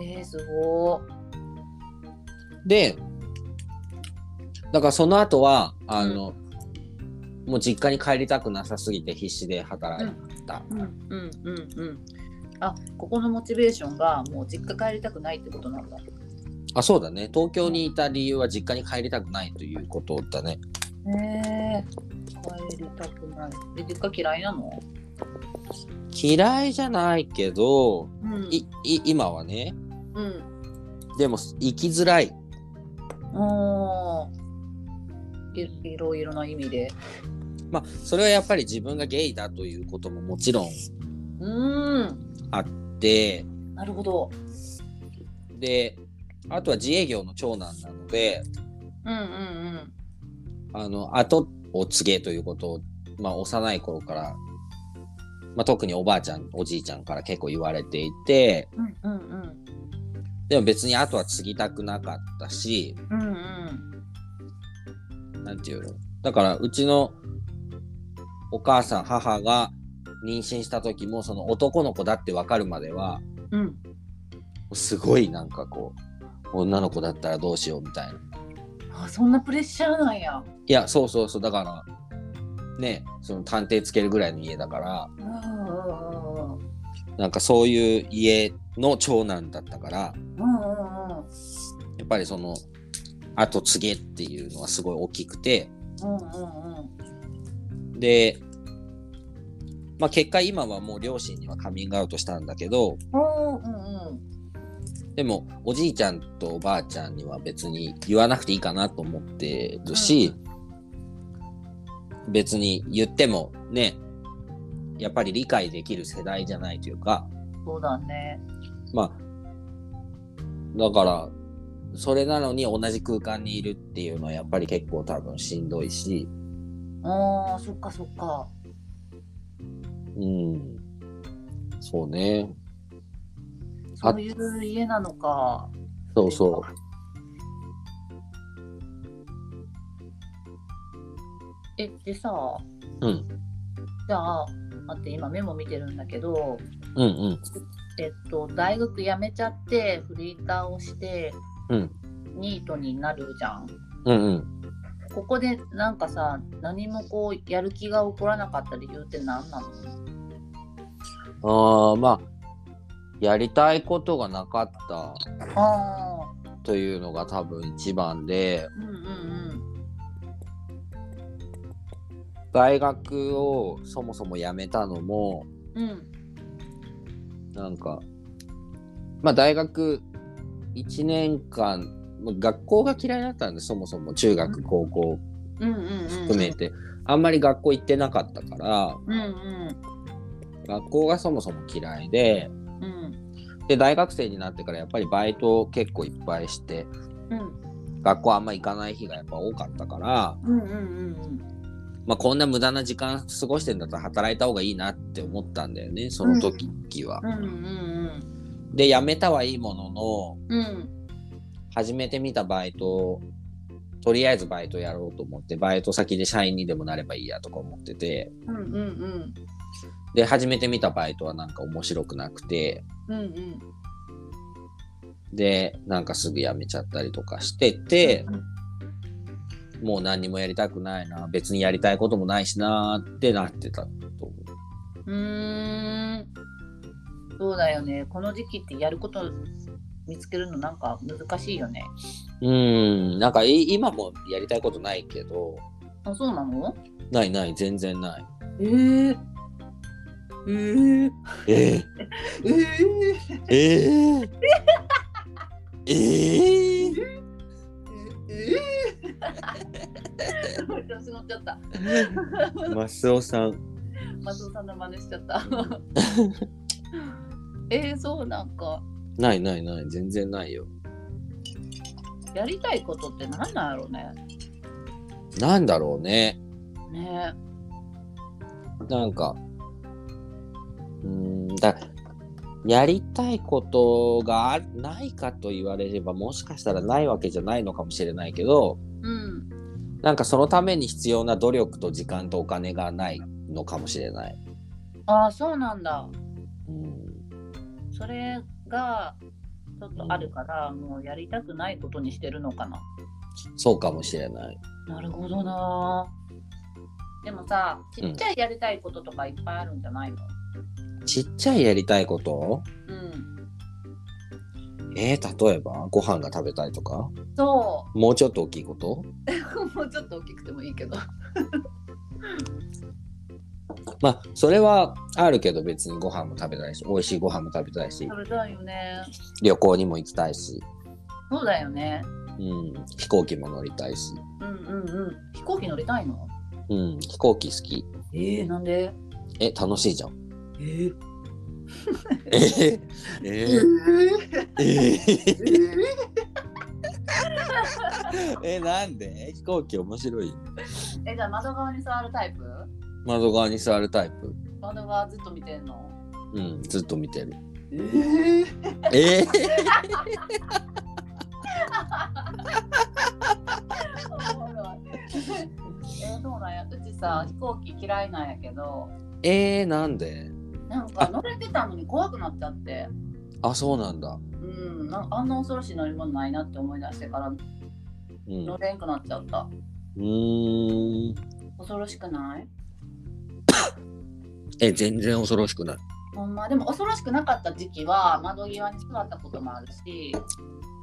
えー、すごー
で、だからその後は、あの、もう実家に帰りたくなさすぎて必死で働いた。
うんうんうんうんあここのモチベーションがもう実家帰りたくないってことなんだ
あそうだね東京にいた理由は実家に帰りたくないということだね
ねえ帰りたくない。え、実家嫌いなの
嫌いじゃないけど
うん
いい今はね
うん。
でも生きづらい
おーいいろいろな意味で。
まあそれはやっぱり自分がゲイだということももちろん
うーん。
で
なるほど。
であとは自営業の長男なので
うんうん
あの後を継げということを、まあ、幼い頃から、まあ、特におばあちゃんおじいちゃんから結構言われていて
うん。うんうんうん。
でも別に後は継ぎたくなかったし、
うんうん
なんていうのだからうちのお母さん母が妊娠した時もその男の子だって分かるまでは
うん
すごいなんかこう女の子だったらどうしようみたいな。
あそんなプレッシャーなんや
いやそうそうそうだからねその探偵つけるぐらいの家だから
うんうんうん
なんかそういう家の長男だったから
うんうんうん
やっぱりその後継げっていうのはすごい大きくて
うんうんうん
で、まあ、結果今はもう両親にはカミングアウトしたんだけど
おーうんうん
でもおじいちゃんとおばあちゃんには別に言わなくていいかなと思ってるし、別に言ってもねやっぱり理解できる世代じゃないというか
そうだね
まあだからそれなのに同じ空間にいるっていうのはやっぱり結構多分しんどいし、
あーそっかそっか
うん、そうねあ
そういう家なのか
そうそう
えでさ
うん
じゃあ待って今メモ見てるんだけど
うんうん
えっと大学辞めちゃってフリーターをして
うん
ニートになるじゃん
うんうん
ここでなんかさ何もこうやる気が起こらなかった理由って何なの
ああまあやりたいことがなかった
あ
というのが多分一番で
ーうんうん
大学をそもそも辞めたのも
うんうん
なんかまあ大学1年間まあ学校が嫌いだったんでそもそも中学高校
うんうんうん
含めてあんまり学校行ってなかったから
うんうん
学校がそもそも嫌いで
うん
で大学生になってからやっぱりバイトを結構いっぱいして
うん
学校あんま行かない日がやっぱ多かったから、
うんうんうん
まあ、こんな無駄な時間過ごしてんだったら働いた方がいいなって思ったんだよねその時は。
うんうん
で辞めたはいいものの
うんうん
始めてみたバイトをとりあえずバイトやろうと思ってバイト先で社員にでもなればいいやとか思ってて
うんうんうん
で始めてみたバイトはなんか面白くなくて
うんうん
でなんかすぐ辞めちゃったりとかしててもう何にもやりたくないな別にやりたいこともないしなーってなってたと思
うーんそうだよねこの時期ってやること見つけるのなんか難しいよね
ううーんなんかい今もやりたいことないけど
あそうなの
ないない全然ない
えー、えー、
え
えー、
ええー、えー、
えー、私乗っちゃった
マスオさん
松尾さんの真似しちゃったえー、そうなんか
ないないない全然ないよ
やりたいことって何なんやろうね
なんだろうね
ね
なんかうーんだやりたいことがあないかと言われればもしかしたらないわけじゃないのかもしれないけど
うん
なんかそのために必要な努力と時間とお金がないのかもしれない。
ああそうなんだ
うん
それがちょっとあるから、もうやりたくないことにしてるのかな
そうかもしれない。
なるほどなでもさちっちゃいやりたいこととかいっぱいあるんじゃないの
ちっちゃいやりたいこと
うん、
えー、例えばご飯が食べたいとか
そ
もうちょっと大きいこと
う もうちょっと大きくてもいいけど
まあそれはあるけど別にご飯も食べたいし美味しいご飯も食べたいし
食べたいよね
旅行にも行きたいし、
そうだよね
うん、飛行機も乗りたいし、
うんうんうん飛行機乗りたいの
うん、飛行機好き
えー、なんで
え楽しいじゃん
えー、
えー、え
え
ー、え ー、えなんで飛行機面白い
えじゃあ窓側に座るタイプ
窓側に座るタイプ
窓側ずっと見てんの
うんずっと見てる
ええー、
ええ
おもろい えー、そうなんやうちさ飛行機嫌いなんやけど
えー、なんで
なんか乗れてたのに怖くなっちゃって
あそうなんだ。
うんなんあんな恐ろしい乗り物ないなって思い出してから
うん、
乗
う
れんくなっちゃった
ーん
恐ろしくない
え全然恐ろしくない。
ほんまでも恐ろしくなかった時期は窓際に座ったこともあるし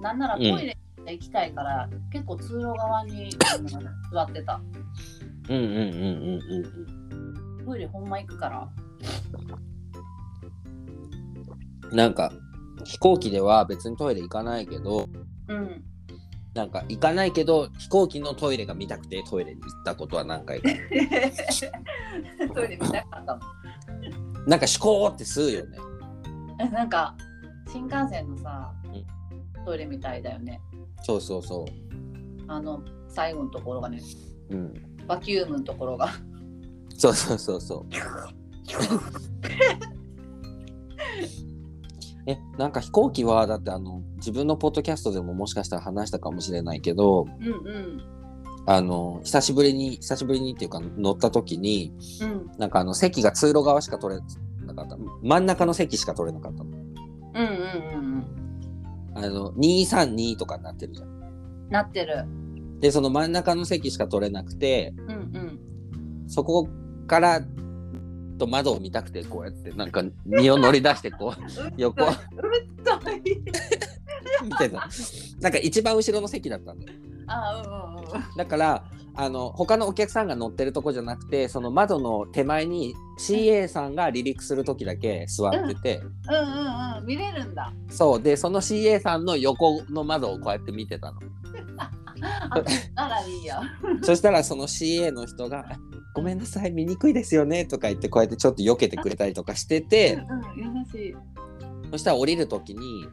なんならトイレ行きたいから、結構通路側にあの座ってた
うんうんうんうんうん
トイレほんま行くから
うん。なんか飛行機では別にトイレ行かないけど
うん
なんか行かないけど飛行機のトイレが見たくてトイレに行ったことは何回かある。
トイレ見たかったもん
なんかシコーって吸うよね。
えなんか新幹線のさ
うん
トイレみたいだよね
そうそうそ
あの最後のところがね
う。うん。
バキュームのところが
そうそうそう そう。えなんか飛行機はだってあの自分のポッドキャストでももしかしたら話したかもしれないけど
うんうん
あの久しぶりに久しぶりにっていうか乗った時に
うん
なんかあの席が通路側しか取れなかった真ん中の席しか取れなかったの
うんうん
あの232とかになってるじゃん
うんなってる
でその真ん中の席しか取れなくて
うんうん
そこからと窓を見たくてこうやってなんか身を乗り出してこう横
うっとい
みたいな。なんか一番後ろの席だったんだよ。
あうんうんうん
だから、あの、他のお客さんが乗ってるとこじゃなくて、その窓の手前に CA さんが離陸する時だけ座ってて、
うんうんうん見れるんだ
そう。で、その CA さんの横の窓をこうやって見てたの。
ならいいや
そしたら、その CA の人が、あごめんなさい、見にくいですよね、とか言って、こうやってちょっと避けてくれたりとかして
う
て、
ん優しい
そしたら降りる時に、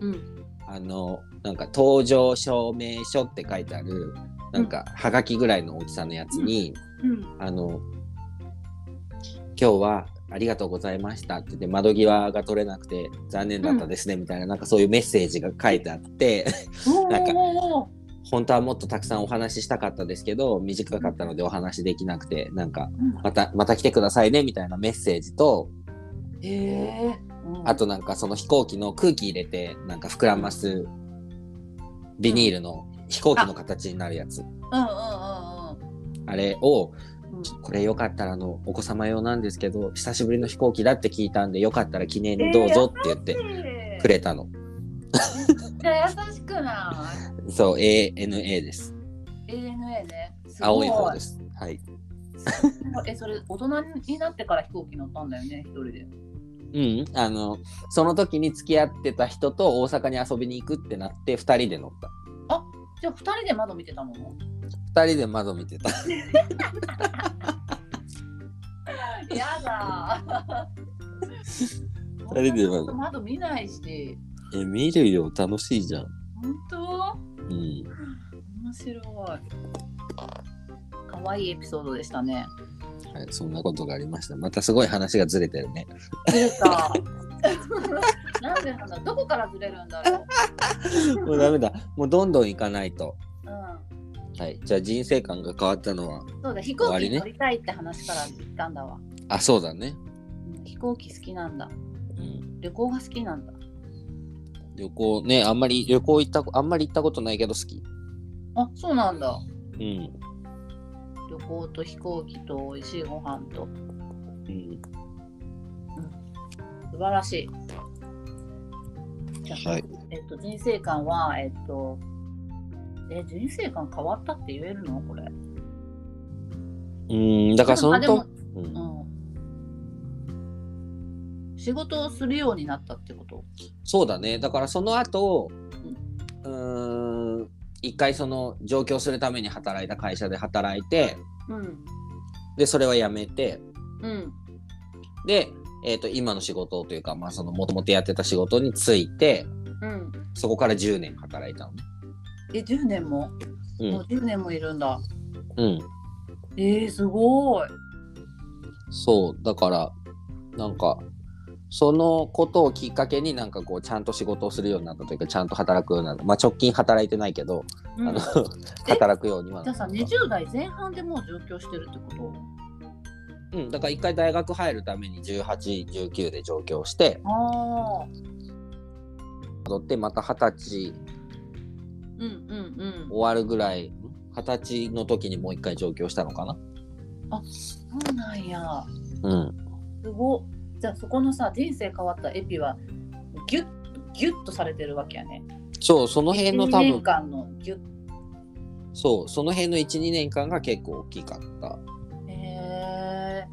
うん
あの、なんか、搭乗証明書って書いてある、なんか、はがきぐらいの大きさのやつに、
うん
あの今日はありがとうございましたって言って窓際が取れなくて残念だったですねみたいな、なんかそういうメッセージが書いてあって
お
なんか
お
本当はもっとたくさんお話ししたかったですけど短かったのでお話できなくてなんかまたまた来てくださいねみたいなメッセージと
へえうん
あとなんかその飛行機の空気入れてなんか膨らますビニールの飛行機の形になるやつ
うんうん
あれを
うんうんうん
これよかったらあのお子様用なんですけど久しぶりの飛行機だって聞いたんでよかったら記念にどうぞって言って
えー
くれたの、
めっちゃ優しくない
そう ANA です
ANA ね。すご
青い方ですはい
え、それ、大人になってから飛行機乗ったんだよね、一人で。
うんあのその時に付き合ってた人と大阪に遊びに行くってなって2人で乗っ
じゃあ、二人で窓見てたもの
た2人で窓見てた
やだー。
二人で窓
窓窓見ないし、
え見るよ楽しいじゃん
本当
うん
面白い。可愛いエピソードでしたね。
はいそんなことがありましたまたすごい話がずれてるね
ずれた。なんでなんだ、どこからずれるんだろう。
もうダメだもうどんどん行かないと
う
はいじゃあ人生観が変わったのは
ん、そうだ、飛
終
行
わ
機
りね
乗りたいって話から行ったんだわ。
あそうだね
うん飛行機好きなんだ。
うん
旅行が好きなんだ。
旅行ねあんまり旅行行ったあんまり行ったことないけど好き
あ、そうなんだ。
うん、
旅行と飛行機と美味しいご飯と
うん、
素晴らしい。じゃあ、
はい
えっと人生観はえっとえ人生観変わったって言えるのこれ。
うんだからその
あでも
と、うん
うん。仕事をするようになったってこと。
そうだねだからその後うーん一回その上京するために働いた会社で働いて
うん
でそれは辞めて
うん
で、えー、と今の仕事というかまあそのもともとやってた仕事に就いて
うん。
そこから10年働いたのね
え10年も、もう10年もいるんだ。
うん、うん、
えー、すごい。
そうだからなんかそのことをきっかけになんかこうちゃんと仕事をするようになったというかちゃんと働くようになった、まあ、直近働いてないけど、
うん
あの
え
働くようには
じ
な
ゃ
っ
あさ
た、
20代前半でもう上京してるってこと
うん、だから一回大学入るために1819で上京して
ああ
戻ってまた二十歳
うんうんう
終わるぐらいん二十歳の時にもう一回上京したのかな。
んそうなんや
うん、
すごっじゃあそこのさ人生変わったエピはギュッギュッとされてるわけやね
そうその辺の多
1 2年
分
間のギュッ
そうその辺の12年間が結構大きかった。
へえ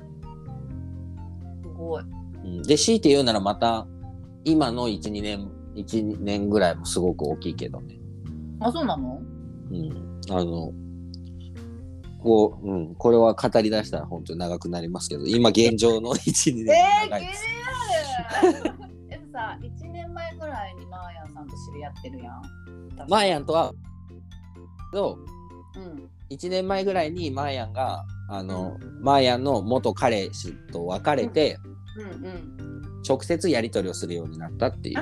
すごい
うん、で強いて言うならまた今の12年1年ぐらいもすごく大きいけどね。
あそうなの
うん、あのこう、うん、これは語り出したら本当に長くなりますけど今現状の12年
えー、
長
ゲ
いです。
リアル えさ1年前ぐらいにマーヤンさんと知り合ってるやん
マーヤンとはそう
うん
1年前ぐらいにマーヤンがあの、マーヤンの元彼氏と別れて、
うんうん
直接やり取りをするようになったっていう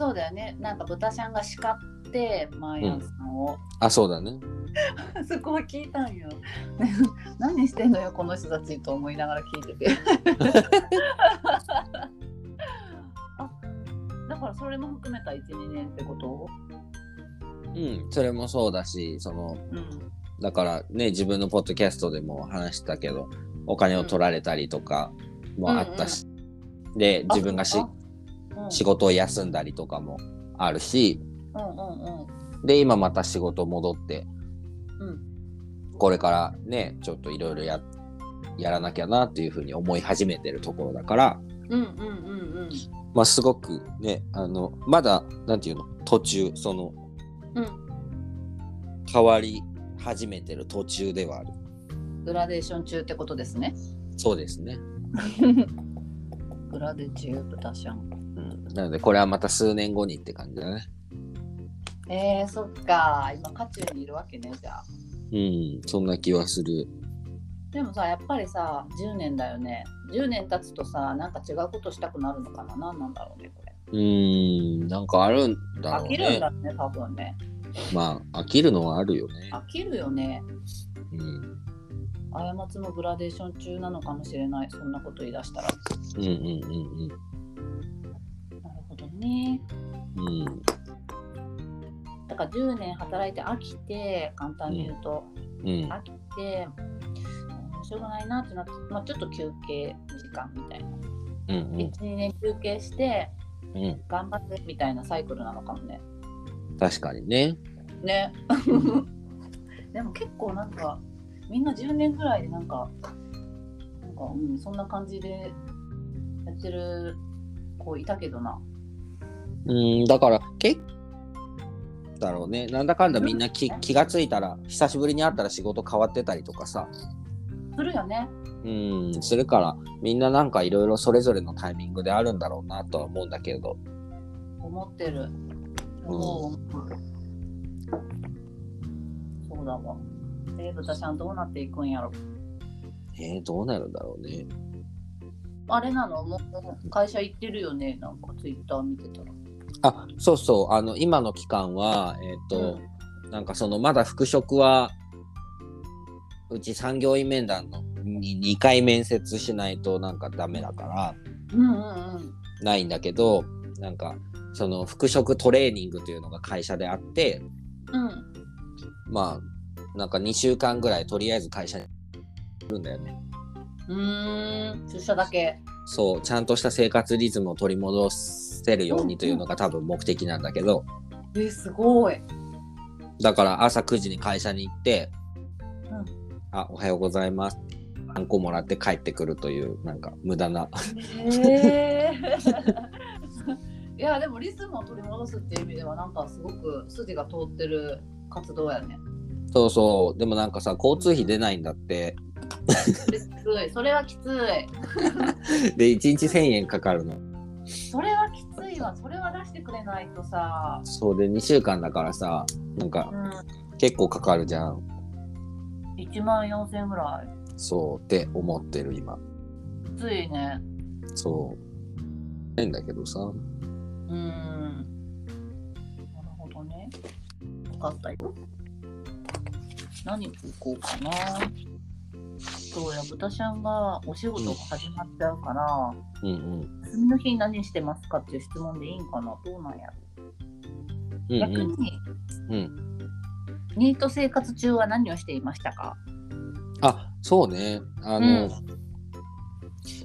そうだよねなんか豚ちゃんが叱ってマーヤンさんを、
あそうだね
そこは聞いたんよ 何してんのよこの人たちと思いながら聞い ててあだからそれも含めた12年ってこと
うんそれもそうだしその
うん
だからね自分のポッドキャストでも話したけどお金を取られたりとかもあったし、で自分がし
あうん
仕事を休んだりとかもあるし
うんうん
で今また仕事戻って
うんうん
これからねちょっといろいろややらなきゃなっていうふうに思い始めてるところだから
うんうんうん
まあすごくねあのまだなんていうの途中その
うんうん
変わり始めてる途中ではある
グラデーション中ってことですね
そうですね、
グラデー中豚ちゃん
うん、なのでこれはまた数年後にって感じだね
えー、そっか今渦中にいるわけねじゃあ
うんそんな気はする
でもさやっぱりさ10年だよね10年経つとさなんか違うことしたくなるのかな何なんだろうねこれ
うーんなんかあるんだろう
飽きるん
ね
だね多分ね
まあ飽きるのはあるよね、
飽きるよね
うん、
過ちもグラデーション中なのかもしれないそんなこと言い出したらなる
うんうんうん
ほどね
うんうん
だから10年働いて飽きて簡単に言うと、
うん
飽きてうんしょうがないなってなって、まあ、ちょっと休憩時間みたいな、
うん
12年休憩して
うんうん
頑張ってみたいなサイクルなのかもね
確かにね
ね でも結構なんかみんな10年ぐらいでなんかなんか、うん、そんな感じでやってる子いたけどな
うんだから結構だろうねなんだかんだみんな気気がついたら久しぶりに会ったら仕事変わってたりとかさ
するよね
うんするからみんななんかいろいろそれぞれのタイミングであるんだろうなとは思うんだけど
思ってる思う思うそうだわえー、豚ちゃんどうなっていくんやろ
えー、どうなるんだろうね
あれなのもう会社行ってるよねなんかツイッター見てたら
あそうそうあの今の期間はえっ、と、なんかそのまだ復職はうち産業医面談のに2回面接しないとなんかダメだから
うんうんうん
ないんだけどなんかその復職トレーニングというのが会社であって
うんうん
まあなんか2週間ぐらいとりあえず会社にいるんだよね
うーん注射だけ
そうちゃんとした生活リズムを取り戻せるようにというのが多分目的なんだけど
えー、すごい
だから朝9時に会社に行って「
うん
あおはようございます」あんこもらって帰ってくるというなんか無駄な
へえ いやでもリズムを取り戻すっていう意味ではなんかすごく筋が通ってる活動やね。
そうそうでもなんかさ交通費出ないんだって
それきついそれはきつい
で1日1,000円かかるの
それはきついわそれは出してくれないとさ。
そうで2週間だからさなんか
う
結構かかるじゃん
ん、1万4000円ぐらい
そうって思ってる今
きついね
そないんだけどさ。
うーん。なるほどね。分かったよ。何行こうかな。そうや、豚ちゃんがお仕事が始まっちゃうから、
うんうん。
休みの日に何してますかっていう質問でいいんかな。どうなんやろ。
うん
逆
うん。
に、
うん、
ニート生活中は何をしていましたか
あそうね。あの、
うん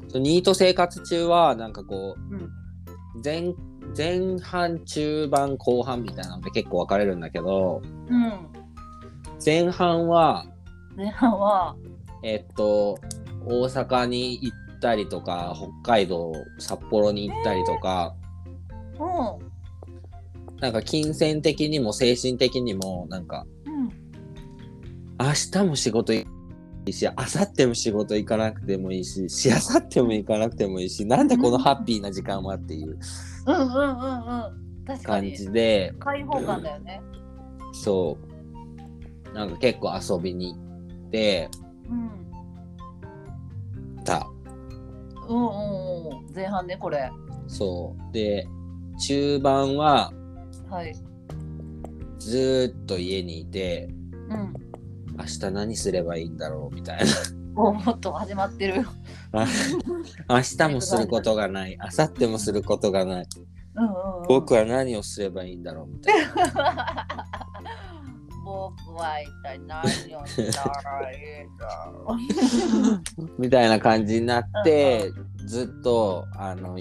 そのニート生活中はなんかこ
うん。
う前前半中盤後半みたいなので結構分かれるんだけど
うん。
前半は
前半は、
えっと大阪に行ったりとか北海道札幌に行ったりとか、
も
なんか金銭的にも精神的にもなんか
う、うん。
明日も仕事行いいし明後日も仕事行かなくてもいいしし明後日も行かなくてもいいしなんでこのハッピーな時間はっていう
うんうんうんうん。確か
感
に。
じで
開放感だよね。
そうなんか結構遊びに行って
うん。
た
うんうんうん。前半ね、これ。
そうで中盤は
はい。
ずーっと家にいて
うん。
明日何すればいいんだろうみたい
おもっと始まってる。
な明日もすることがない明後日もすることがない
うんうん、うん。
僕
は。
は何をすればいいんだろうみたいな
僕は一体何をしたらいいんだろう。
みたいな感じになってずっとあの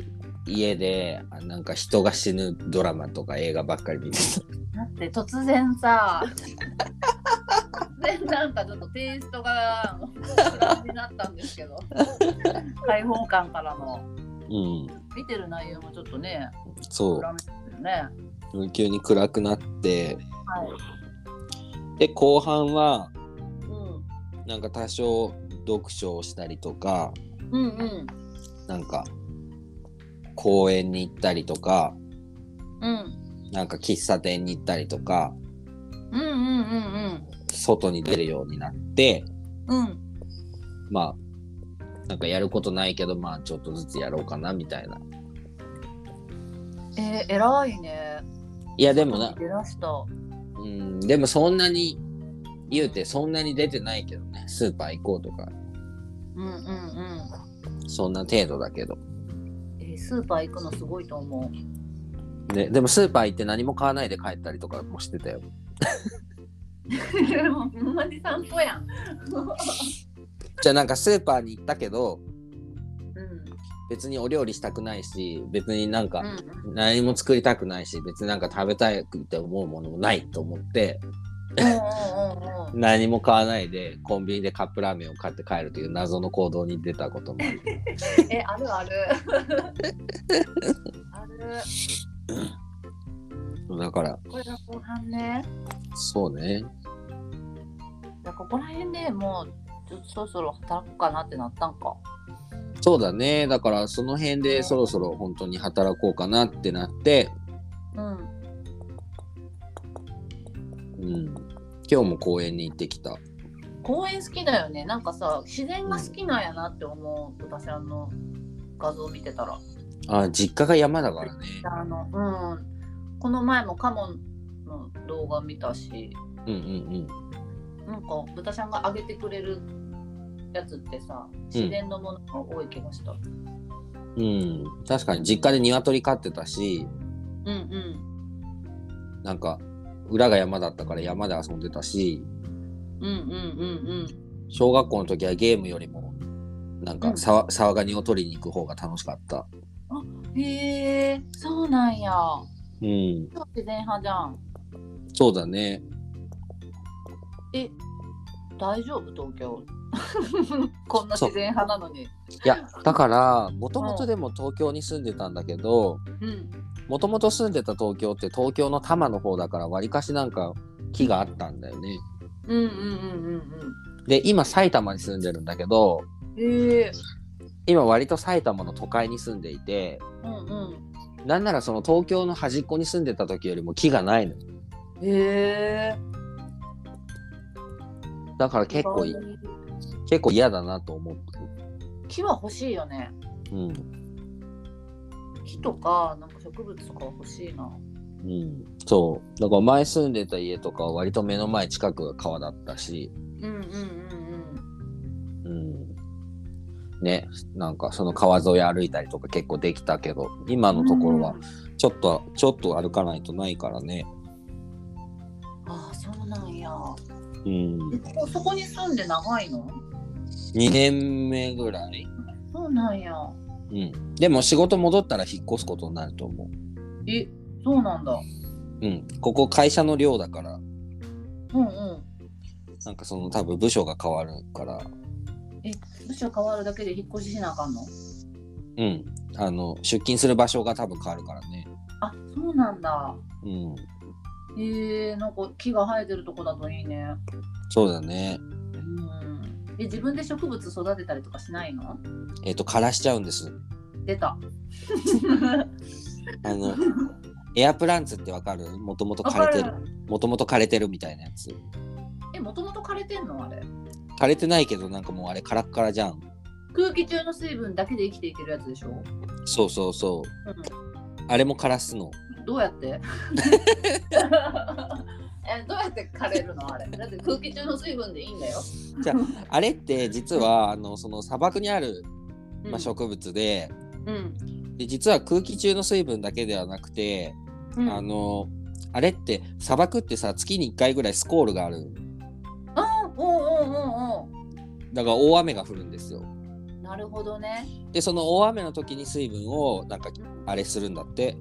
家であなんか人が死ぬドラマとか映画ばっかり見てた
だって突然さ、突然なんかちょっとテイストがもう膨らんになったんですけど、開放感からの
うん
見てる内容もちょっとね、
そ
膨らんでるよね。
う急に暗くなって
はい。
で後半は
うん。
なんか多少読書をしたりとか
うんうん。
なんか公園に行ったりとか
うん。
なんか喫茶店に行ったりとか
うんうんうん
外に出るようになって
うん。うん。
まあなんかやることないけどまあちょっとずつやろうかなみたいな
えー、偉いね。
いやでもな
出だした。
うんでもそんなに言うてそんなに出てないけどねスーパー行こうとか
うんうんうん。
そんな程度だけど、
えースーパー行くのすごいと思う。
ね、でもスーパー行って何も買わないで帰ったりとかもしてたよ
ほんまに散歩やん。
じゃあなんかスーパーに行ったけど
うん。
別にお料理したくないし別になんか
う
何も作りたくないし別になんか食べたいって思うものもないと思って
んうんうんうん。
何も買わないでコンビニでカップラーメンを買って帰るという謎の行動に出たこともある
え、あるある。ある。
だから
これが後半ね。
そうね
じゃここら辺でもうちょっとそろそろ働くかなってなったんか。
そうだねだからその辺でそろそろ本当に働こうかなってなって
うん。
うん今日も公園に行ってきた
公園好きだよね。なんかさ、自然が好きなんやなって思う。私あの画像見てたら。
あ実家が山だからね
あのうん。この前もカモンの動画見たし。
うんうん
なんか豚さんがあげてくれるやつってさ自然のものが多い気がした、うん、
うんうん確かに実家で鶏飼ってたし
うん
なんか裏が山だったから山で遊んでたし
うんうんうん
小学校の時はゲームよりもなん
う
か
ん
さわ沢ガニを取りに行く方が楽しかった
うんへえそうなんや
うん
超自然派じゃん
そうだね
え大丈夫東京 こんな自然派なのに
いやだからもともとでも東京に住んでたんだけど
うん
もともと住んでた東京って東京の多摩の方だからわりかしなんか木があったんだよね
うんうんうんうん
で今埼玉に住んでるんだけど
うんへえ
今割と埼玉の都会に住んでいて
うんうん
なんならその東京の端っこに住んでた時よりも木がないの
へえ
だから結構い結構嫌だなと思って
木は欲しいよね
うん
木とかなんか植物とかは欲しいな。
うん、そうだから前住んでた家とかは割と目の前近くが川だったし、
うんうんうん
うん、ねなんかその川沿い歩いたりとか結構できたけど今
うん。
のところは。ちょっと、ちょっと歩かないとないからね。
ああそうなんや。
うん、
そそこに住んで長いの？
2年目ぐらい、
そうなんや。
うん、でも仕事戻ったら引っ越すことになると思う、
えそうなんだ。
うん、ここ会社の寮だから
うんうん。
なんかその多分部署が変わるから
え部署変わるだけで引っ越ししなあかんの？
うん、あの出勤する場所が多分変わるからね。
あそうなんだ。
うん、
へえなんか木が生えてるとこだといいね。
そうだね。
うん。え自分で植物育てたりとかしないの？
えっ、と枯らしちゃうんです。
出た。
あ のエアプランツってわかる？もともと
わ
枯
か
れて
る
る。。もともと枯れてるみたいなやつ。
えもともと枯れてんのあれ？
枯れてないけどなんかもうあれカラッカラじゃん。
空気中の水分だけで生きていけるやつでしょ？
そうそうそう。あれも枯らすの。
どうやって えどうやって枯れるのあれだって空気中の水分でいいんだよ、
あれって実はあのその砂漠にある、
うん、
まあ、植物で,、
うん
で実は空気中の水分だけではなくて、
うん
あのあれって砂漠ってさ月に1回ぐらいスコールがある
あおうおうおうお
だから大雨が降るんですよ。
うなるほどね
でその大雨の時に水分をなんかあれするんだって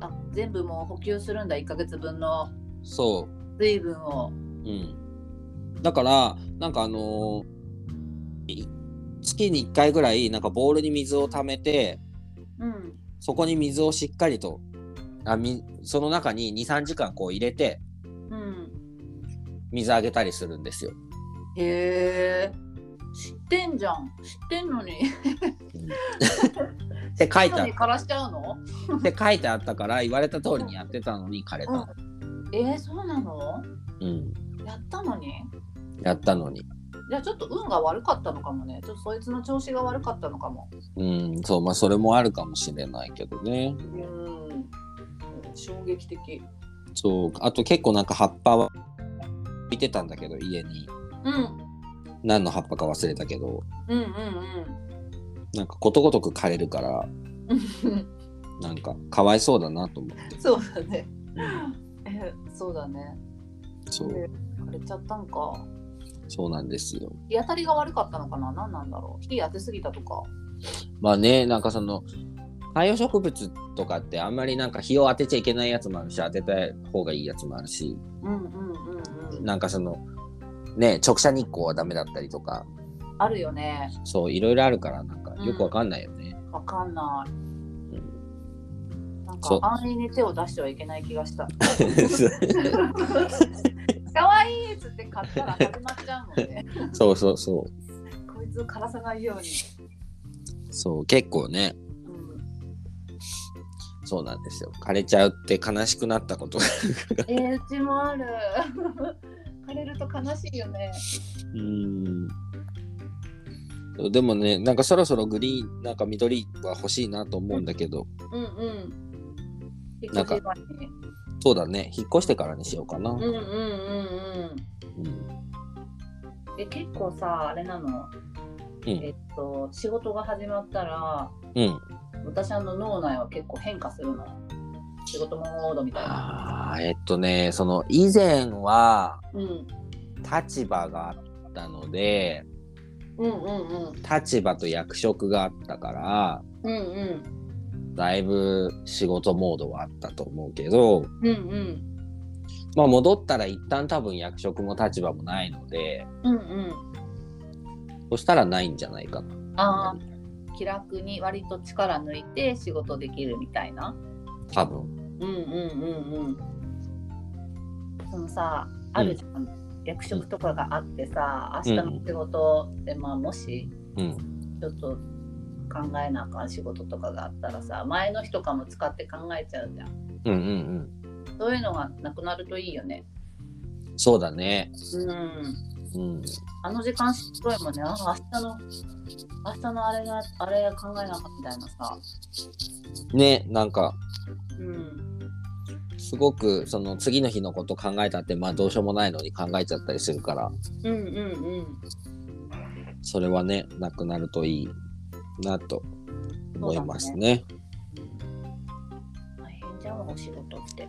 あ全部もう補給するんだ1ヶ月分の
そ
水分を
ううんだからなんかあのーい月に1回ぐらいなんかボールに水を溜めて
うん
そこに水をしっかりとあみその中に23時間こう入れて
うん
水あげたりするんですよ、
へえ知ってんじゃん知ってんのに
って書いて
な
あ
の
っ
に枯らしちゃうの
て書いてあったから言われた通りにやってたのに枯れた、
えー、そうなの
うん、
やったのに
やったのに
じゃあちょっと運が悪かったのかもねちょっとそいつの調子が悪かったのかも
うんそうまあそれもあるかもしれないけどね
うん衝撃的
そうあと結構なんか葉っぱは見てたんだけど家に
うん
何の葉っぱか忘れたけど
うんうん
なんかことごとく枯れるから
うん
なんかかわいそうだなと思って、
そうだ ね
うん
えそうだね
そう
枯れちゃったんか
そうなんですよ
日当たりが悪かったのかな何なんだろう日当てすぎたとか
まあねなんかその観葉植物とかってあんまりなんか日を当てちゃいけないやつもあるし当てた方がいいやつもあるし
うんうんうんうん
なんかそのね直射日光はダメだったりとか
あるよね
そういろいろあるからなんかよくわかんないよね、
わかんない
うん
なん
そ
か
う
安易に手を出してはいけない気がした 可愛いっつって買ったら始まっちゃうもんね
そうそうそう
こいつを枯らさないように
そう結構ね
うん
そうなんですよ。枯れちゃうって悲しくなったことが。
えー、うちもある 枯れると悲しいよね
うん。でもね、なんかそろそろグリーン、なんか緑は欲しいなと思うんだけど、
うんうん。引
なんか
っ越し場に
そうだね、引っ越してからにしようかな。
うんうんうんうん。
うん
え、結構さ、あれなの、
うん
えっと、仕事が始まったら、
うん。
私あの脳内は結構変化するの。仕事モードみたいな。
ああ、えっとね、その以前は
うん。
立場があったので、
うんうんうん。
立場と役職があったから、
うんうん。
だいぶ仕事モードはあったと思うけど、
うんうん。
まあ戻ったら一旦多分役職も立場もないので、
うんうん。
そしたらないんじゃないかな。
ああ。気楽に割と力抜いて仕事できるみたいな。
多分。
うんうんうんうん。そのさ、あるじゃん。役職とかがあってさ、明日の仕事で、まあもし
うん。
ちょっと考えなあかん仕事とかがあったらさ、前の日とかも使って考えちゃうじゃん。
うんうん
そういうのがなくなるといいよね。
うん。そうだね。
うん。
うん。
あの時間しっどいもんね、ああ明日の、明日のあれが、あれ考えなかったみたいなさ。
ね、なんか、
うん。
すごくその次の日のこと考えたってまあどうしようもないのに考えちゃったりするから
うんうん
それはねなくなるといいなと思いますね。
うん。大変じゃん、お仕事って。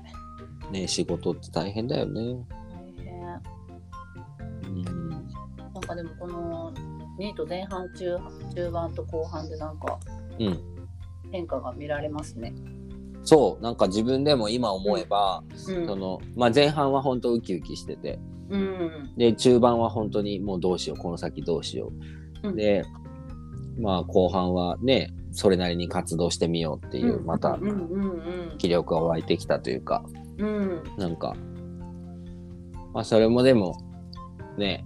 ね仕事って大変だよね。
大変。
うん
なんかでもこのニート前半中中盤と後半でなんか
うん、
変化が見られますね。
そうなんか自分でも今思えば、
うん
そのまあ、前半は本当ウキウキしてて
うん
で中盤は本当にもうどうしようこの先どうしよ
う
うんでまあ後半はねそれなりに活動してみようっていうまた
うんうん
気力が湧いてきたというか
うんうん
なんか、まあ、それもでも、ね、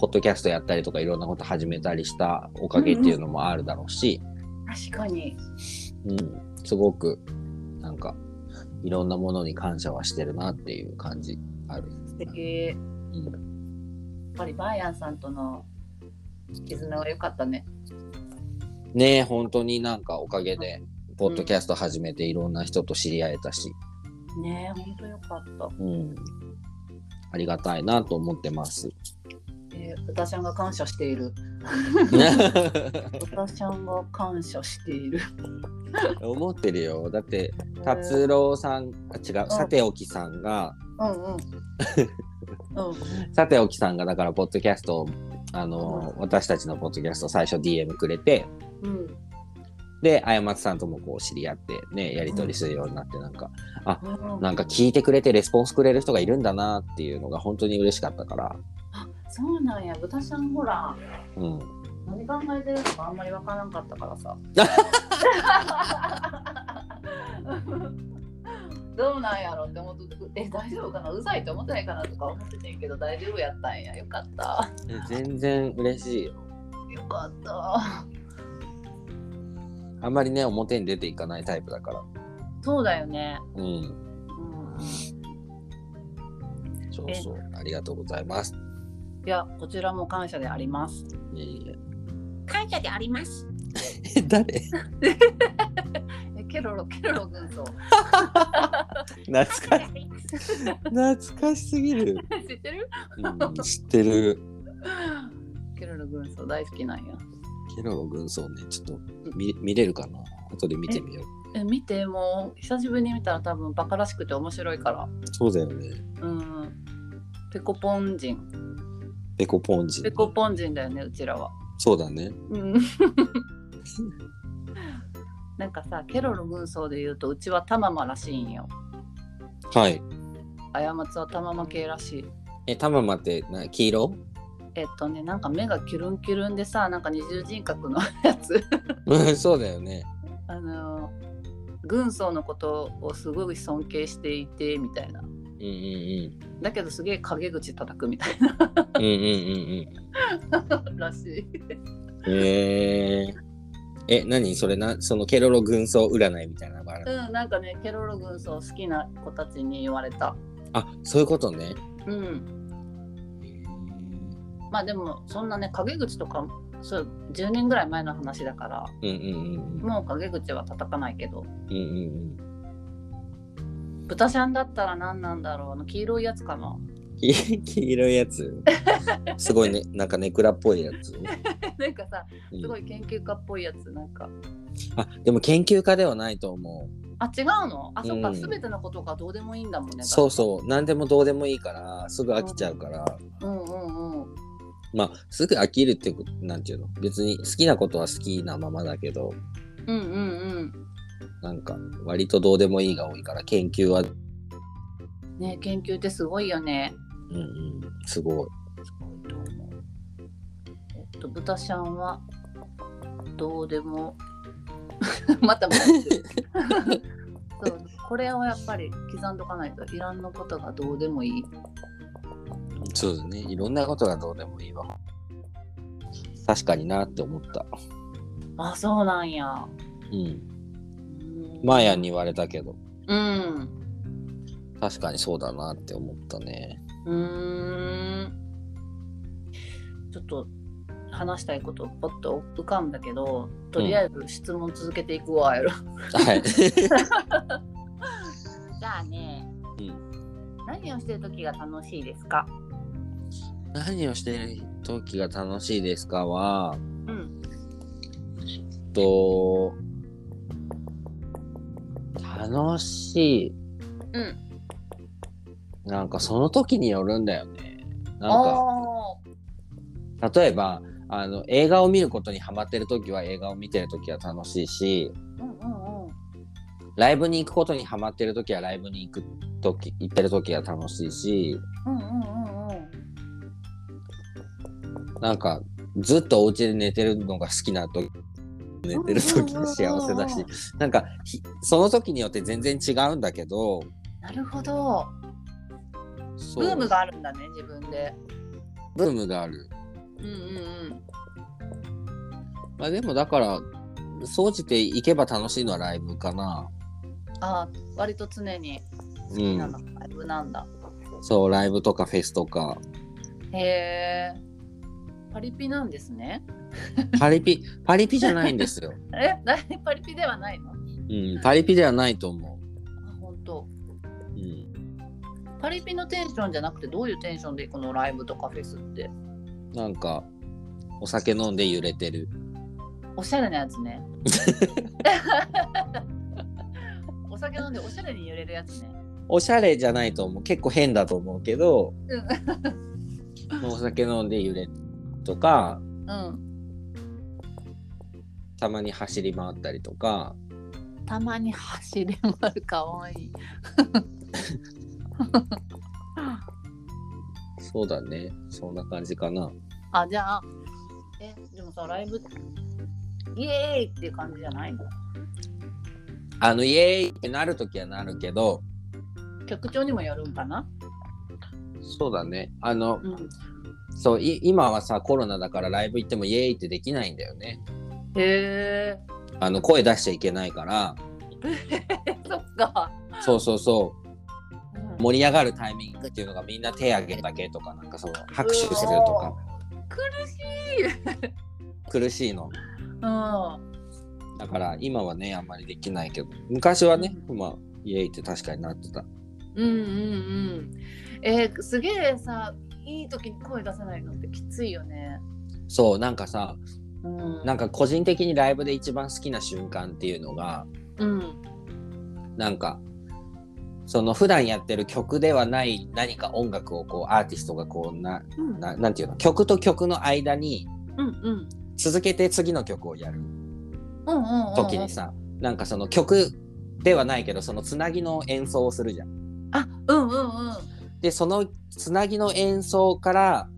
ポッドキャストやったりとかいろんなこと始めたりしたおかげっていうのもあるだろうし、
確かに
うん、すごく、なんか、いろんなものに感謝はしてるなっていう感じある。
素敵やっ
うん、
ぱりバーヤンさんとの絆は良かったね。
ねえ本当になんかおかげで、ポッドキャスト始めていろんな人と知り合えたし、
ねえ本当良かった。
うん、ありがたいなと思って ます。
えー、豚ちゃんが感謝している。豚ちゃんが感謝している。
思ってるよ。だって、達郎さん、あ違う、さておきさんが、
うんうん。うん
さておきさんがだからポッドキャストをあの、私たちのポッドキャスト最初 DM くれて
うん
であやまつさんともこう知り合ってねやり取りするようになってなんか、
うん。
なんか聞いてくれてレスポンスくれる人がいるんだなっていうのが本当に嬉しかったから、
あそうなんや豚ちゃんほら。
うん、
何考えてるのかあんまりわからんかったからさ。 どうなんやろって思ってえ大丈夫かなうざいと思ってないかなとか思っててんけど大丈夫やったんやよかった
全然嬉しいよ
よかった
あんまりね表に出ていかないタイプだから
そうだよね、
うん
うん、
そうそうありがとうございます
いやこちらも感謝であります
いえい
感謝であります
え 誰
えケロロケロロ 軍曹
懐かし懐かしすぎる、
知ってる
うん、知ってる
ケロロ軍曹大好きなんや
ケロロ軍曹ね、ちょっと見見れるかな後で見てみよう。
え見てもう久しぶりに見たら多分バカらしくて面白いから
そうだよね。
うんペコポン人
ペコポンジ。
ペコポン人だよねうちらは
そうだね。
うんなんかさケロロ軍曹で言うとうちはタママらしいんよ
はい。
あやまつはタママ系らしい
え、タママってな黄色
えっとねなんか目がキュルンキュルンでさなんか二重人格のやつ
うん そうだよね。
あの軍曹のことをすごい尊敬していてみたいな
うんうんうん。
だけどすげえ陰口叩くみたい
うんうん
な らしい
うんうん。えー。え、何それな、そのケロロ軍曹占いみたいなのがある。
うんなんかねケロロ軍曹好きな子たちに言われた
あ、そういうことね。
うんまあでもそんなね陰口とかそう10年ぐらい前の話だから
うんうんうん
もう陰口は叩かないけど
うん。うんうん
豚ちゃんだったら何なんだろうあの黄色いやつかな
うん。き黄色いやつ。すごいね、なんかネクラっぽいやつ。
なんかさ
うん
すごい研究家っぽいやつなんか
あ、でも研究家ではないと思う。
あ違うのあそっか、
うん
全てのことがどうでもいいんだもんね
そうそう何でもどうでもいいからすぐ飽きちゃうから、
うんうんうん
まあすぐ飽きるってことなんていうの別に好きなことは好きなままだけど
うんうん
なんか割とどうでもいいが多いから研究は、うん
うんね研究ってすごいよね
うん、すごい
すごいと思うえっと豚ちゃんはどうでも またまた そうこれをやっぱり刻んどかないといらんのことがどうでもいい
そうだねいろんなことがどうでもいいわ確かになって思った
あそうなんや
うん
うん
マーヤンに言われたけど
うん
確かにそうだなって思ったね
うーんちょっと話したいことポッと浮かんだけどとりあえず質問続けていくわやろ、
はい。
じゃあね
うん、
何をしてる時が楽しいですか
何をしてる時が楽しいですかは、
うん
と、楽しい。
うん
なんかその時によるんだよね。なんか、
あ
例えば、あの映画を見ることにハマってる時は映画を見てる時は楽しいし
ーうんうんうん
ライブに行くことにハマってる時はライブに行く時行ってる時は楽しいし
うんうんうんうん
なんかずっとお家で寝てるのが好きな時寝てる時が幸せだ
うんうんうん
しなんかひその時によって全然違うんだけど
なるほどブ
そう
ームがあるんだね自分で
ブームがある、
うんうん
まあ、でもだから総じて行けば楽しいのはライブかな
うんあー割と常に好きなのがライブなんだ、
そうライブとかフェスとか
へえパリピなんですね
パリピパリピじゃないんです よ、
えなパリピではないの
うん、パリピではないと思
あ本当
う、うん、
パリピのテンションじゃなくてどういうテンションでこのライブとかフェスって
なんかお酒飲んで揺れてる
おしゃれなやつねお酒飲んでおしゃれに揺れるやつね
おしゃれじゃないと思う結構変だと思うけど
う ん
お酒飲んで揺れとか
うん
たまに走り回ったりとか
たまに走り回るかわいい
そうだねそんな感じかな
あじゃあえでもさライブイエーイって感じじゃないの
あのイエーイってなるときはなるけど
曲調にもよるんかな
そうだねあの
うん
そうい今はさコロナだからライブ行ってもイエーイってできないんだよね
へえ
あの声出しちゃいけないから
そっか、
そうそうそう
うん
盛り上がるタイミングっていうのがみんな手挙げるだけとかなんかそう拍手するとか
苦しい
苦しいの
うん
だから今はねあんまりできないけど昔はね、まあイエーイって確かになってた
うんうんうんえーすげえさいい時に声出せないのってきついよね
そうなんかさ
うん
なんか個人的にライブで一番好きな瞬間っていうのが
うん
なんかその普段やってる曲ではない何か音楽をこうアーティストがこうな
うん
ななんていうの曲と曲の間に
うんうん
続けて次の曲をやる
うんうんうん
時にさなんかその曲ではないけどそのつなぎの演奏をするじゃん。
あうんうんうん
でそのつなぎの演奏から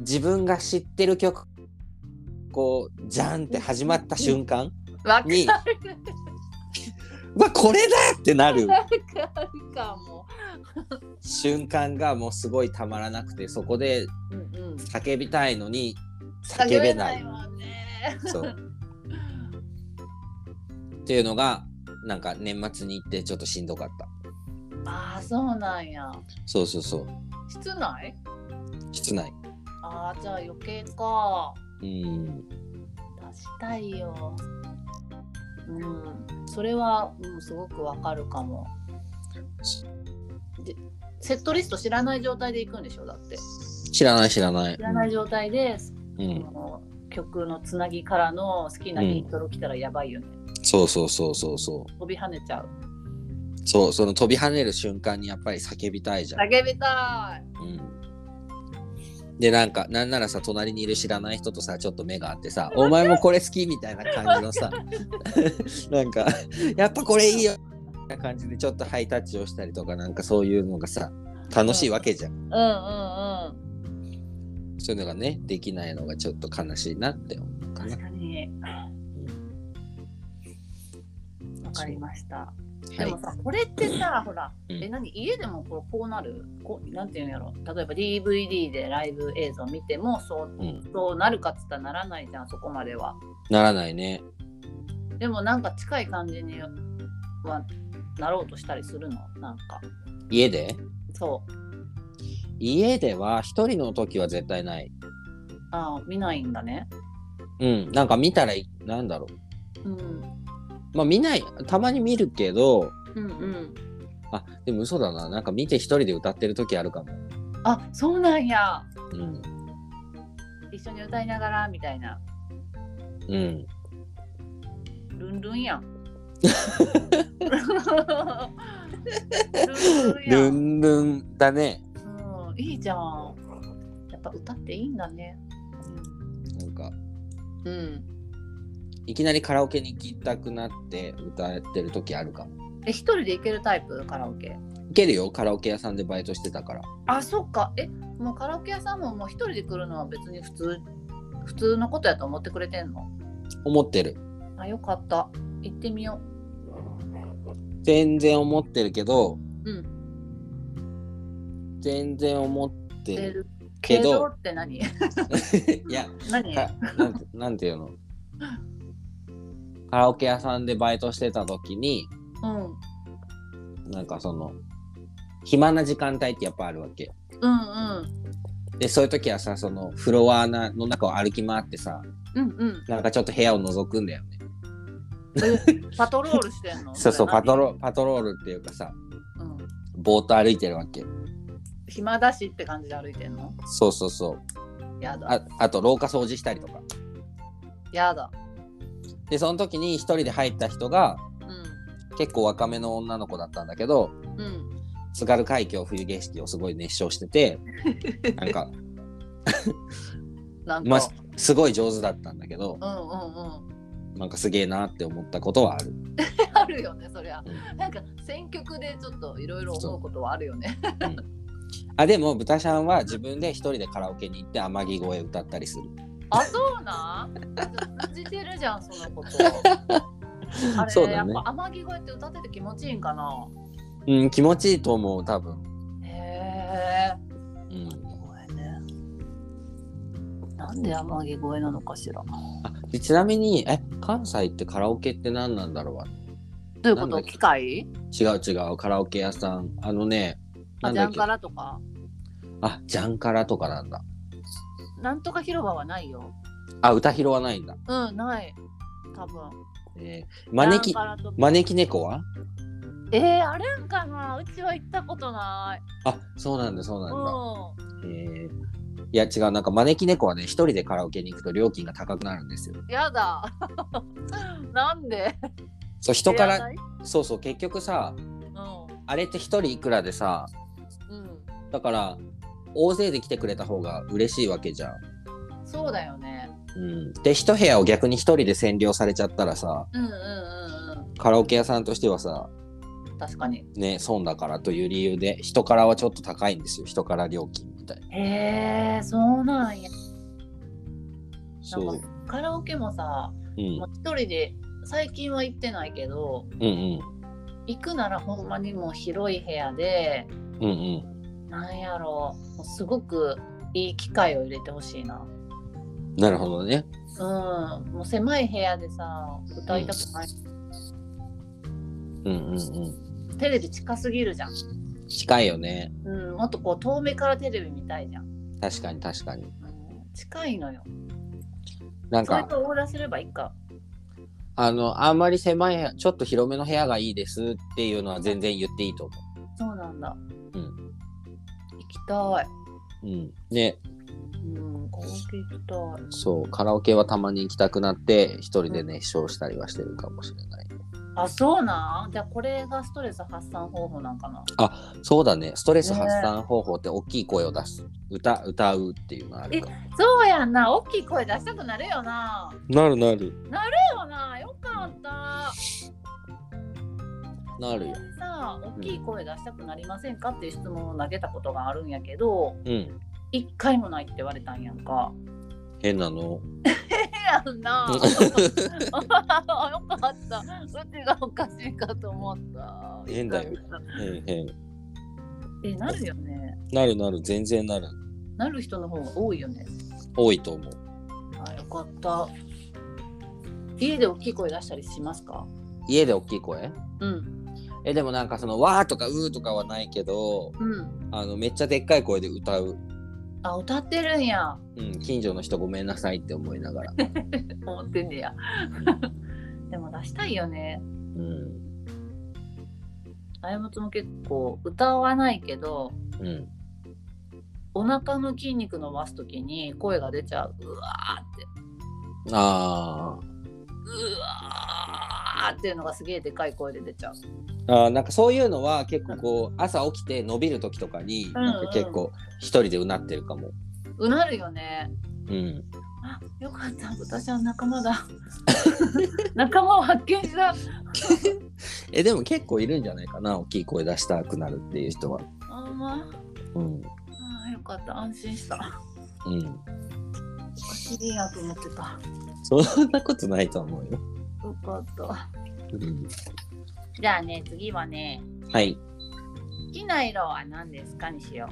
自分が知ってる曲こうジャンって始まった瞬間
わかる
にうわこれだってなる。
わかるかも
瞬間がもうすごいたまらなくてそこで
うんうん
叫びたいのに叫べない
もんね
そうっていうのがなんか年末に行ってちょっとしんどかった
ああそうなんや
そうそうそう
室内
室内
ああじゃあ余計か
うん
出したいようんそれは、うん、すごくわかるかもでセットリスト知らない状態で行くんでしょだって
知らない知らない
知らない状態で、
う
そ
ん、
の曲のつなぎからの好きなイントロ来たらやばいよね、
そうそうそうそうそう
飛び跳ねちゃう
そうその飛び跳ねる瞬間にやっぱり叫びたいじゃん、
叫びた
う
い
ん、でなんかなんならさ隣にいる知らない人とさちょっと目があって さ「お前もこれ好き?」みたいな感じのさ なんか「やっぱこれいいよ」みたいな感じでちょっとハイタッチをしたりとかなんかそういうのがさ楽しいわけじゃん
うんうんうん
そういうのがねできないのがちょっと悲しいなって思うかな
確かにわかりましたで
はい
もさこれってさほら
うん
え何家でもこうこうなるこうなんていうんやろ例えば DVD でライブ映像見てもそう
うん
そうなるかっつったらならないじゃんそこまでは
ならないね
でもなんか近い感じにはなろうとしたりするのなんか
家で
そ
家では一人の時は絶対ないう
ああ、見ないんだね。
うん、なんか見たらいなんだろ
うん。
うまあ見ないたまに見るけど
うんうん。
あでも嘘だななんか見て一人で歌ってる時あるかも、
あ、そうなんや。
うん
一緒に歌いながらみたいな。
うん、
ルンルンや ん。
ル
ルンルンやん。
ンルンだね
うん、いいじゃん。やっぱ歌っていいんだね。
なんか
うん。うん
いきなりカラオケに行きたくなって歌ってる時あるかも
え、一人で行けるタイプカラオケ。
いけるよカラオケ屋さんでバイトしてたから
あ、そっか。え、もうカラオケ屋さんももう一人で来るのは別に普通、普通のことやと思ってくれてんの
思ってる
あ、よかった。行ってみよ
全然思ってるけど、
うん
全然思っ
う。
てる
け
け
ど
ど
って何
いや
何
かなんてなんていうのカラオケ屋さんでバイトしてた時に
うん。
なんかその暇な時間帯ってやっぱあるわけよ
うんうん。
でそういう時はさそのフロアなの中を歩き回ってさ
うん うん。
なんかちょっと部屋を覗くんだよね
パトロールしてんの
そうそうパト
ロ
ロパトロールっていうかさ
ール、うん。
ぼーっと歩いてるわけ
暇だしって感じで歩いてんの
そうそうそう
やだ。
ああと廊下掃除したりとか
やだ。
でその時に一人で入った人が
う
結構若めの女の子だったんだけど
ん。うん。
津軽海峡冬景色をすごい熱唱して てなんか
なんか。
まあすごい上手だったんだけど
うんうん うん。
なんかすげえなって思ったことはある
あるよね、そりゃ
う。
なんか選曲でちょっといろいろ思うことはあるよね。
あでも豚ちゃんは自分で一人でカラオケに行って天城越え歌ったりする
あ、そうなん。感じてるじゃん、その こと。あれ、
そう
や
だ
っ
ね
ぱ天城越えって歌ってて気持ちいいんかな。
うん気持ちいいと思う多分
へえ。
うん
これね。なんで天城越えなのかしら。ど
あでちなみにえ関西ってカラオケって何なんだろうわ
ういうこ
なんだ
と
っけ
機械
違う違うカラオケ屋さんあのね
あ
なんだっ
ジャン
け
ガラとか。
あジャンカラとかなんだ
なんとか広場はないよ。
あ歌拾わないんだ、
うん、ない。多分。
えー、招
ジ
き
ャンガラとか
招き猫は
えー、あるんかなうちは行ったことない。
あそうなんだそう
う
なんんだ、えーいや違うなんか招き猫はね一人でカラオケに行くと料金が高くなるんですよ。
やだ。 なんで
そう人か
部
ら
屋代
そうそう結局さ
う
あれって一人いくらでさ
ん。
だから大勢で来てくれた方が嬉しいわけじゃん。
うん。そうだよね。
うん、で一部屋を逆に一人で占領されちゃったらさ
うんうんうんう
カラオケ屋さんとしてはさ
ん。確かに。
ね損だからという理由で人からはちょっと高いんですよ人から料金みたいな。
へえー、そうなんや。な
そ
ん
う
かカラオケもさ、
うん
もう一人で最近は行ってないけど、
うん
行くならほんまにもう広い部屋で、
うんうんうん
なんやろう、もうすごくいい機会を入れてほしいな。
なるほどね。
うん、もう狭い部屋でさ、歌いたくない。
うんうんうん
テレビ近すぎるじゃん。
近いよね
うん、もっとこう遠目からテレビ見たいじゃん。
確かに確かに。
うん、近いのよ。
なん
それ
か
とオーダーすればいいか。
あの、あんまり狭い部屋、ちょっと広めの部屋がいいですっていうのは全然言っていいと思
そうなんだ。
うん
行きたい。
う。うん。ね、
うん、カラオケ行きたい。
そう、カラオケはたまに行きたくなって、一人で熱唱したりはしてるかもしれない。
あ、そうなんじゃあこれがストレス発散方法なんかな。
そうだね、ストレス発散方法って大きい声を出す。歌、歌うっていうのあるか。
そうやんな。大きい声出したくなるよな。
なるなる。
だよな。よかった。
なるよ。
さ大きい声出したくなりませんかっていう質問を投げたことがあるんやけど
うん。
一回もないって言われたんやんか。
変なの。
やんな。 よかった。うちがおかしいかと思った。
変だよ変変。
え、なるよね。
なるなる、全然なる。
なる人の方が多いよね。
多いと思う。
あ、よかった。家で大きい声出したりしますか。
家で大きい声
うん。
え、でもなんかその、わーとかうーとかはないけど、
うん。
あの、めっちゃでっかい声で歌う。
あ歌ってるんや
うん、近所の人ごめんなさいって思いなが ら。
思ってんねや でも出したいよね
うん、
あやむつも結構歌わないけど
うん、
お腹の筋肉伸ばす時に声が出ちゃううわーって
あー
うわーっていうのがすげえでかい声で出ちゃう
あーなんかそういうのは結構こう朝起きて伸びる時とかになんか結構一人でうなってるかも。
うなるよね
うん、
あよかった私は仲間だ 仲間を発見した
えでも結構いるんじゃないかな大きい声出したくなるっていう人は。
あんま
うん
あよかった安心した
うん、
おかしいやと思ってた
そんなことないと思うよ。
よかった
うん、
じゃあね次はね
はい
好きな色は何ですかにしよ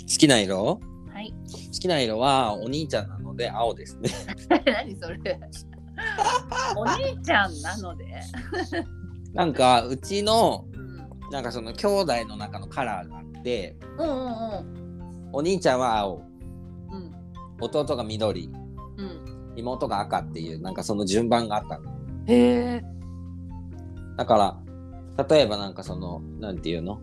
好きな色
うはい
好きな色はお兄ちゃんなので青ですね。
何そ れお兄ちゃんなので、
なんかうちの
うん、うん
なんかその兄弟の中のカラーがあって
うんうん
お兄ちゃんは青
うん
弟が緑
うん
妹が赤っていうなんかその順番があったの
へえ
だから例えばなんかそのなんていうの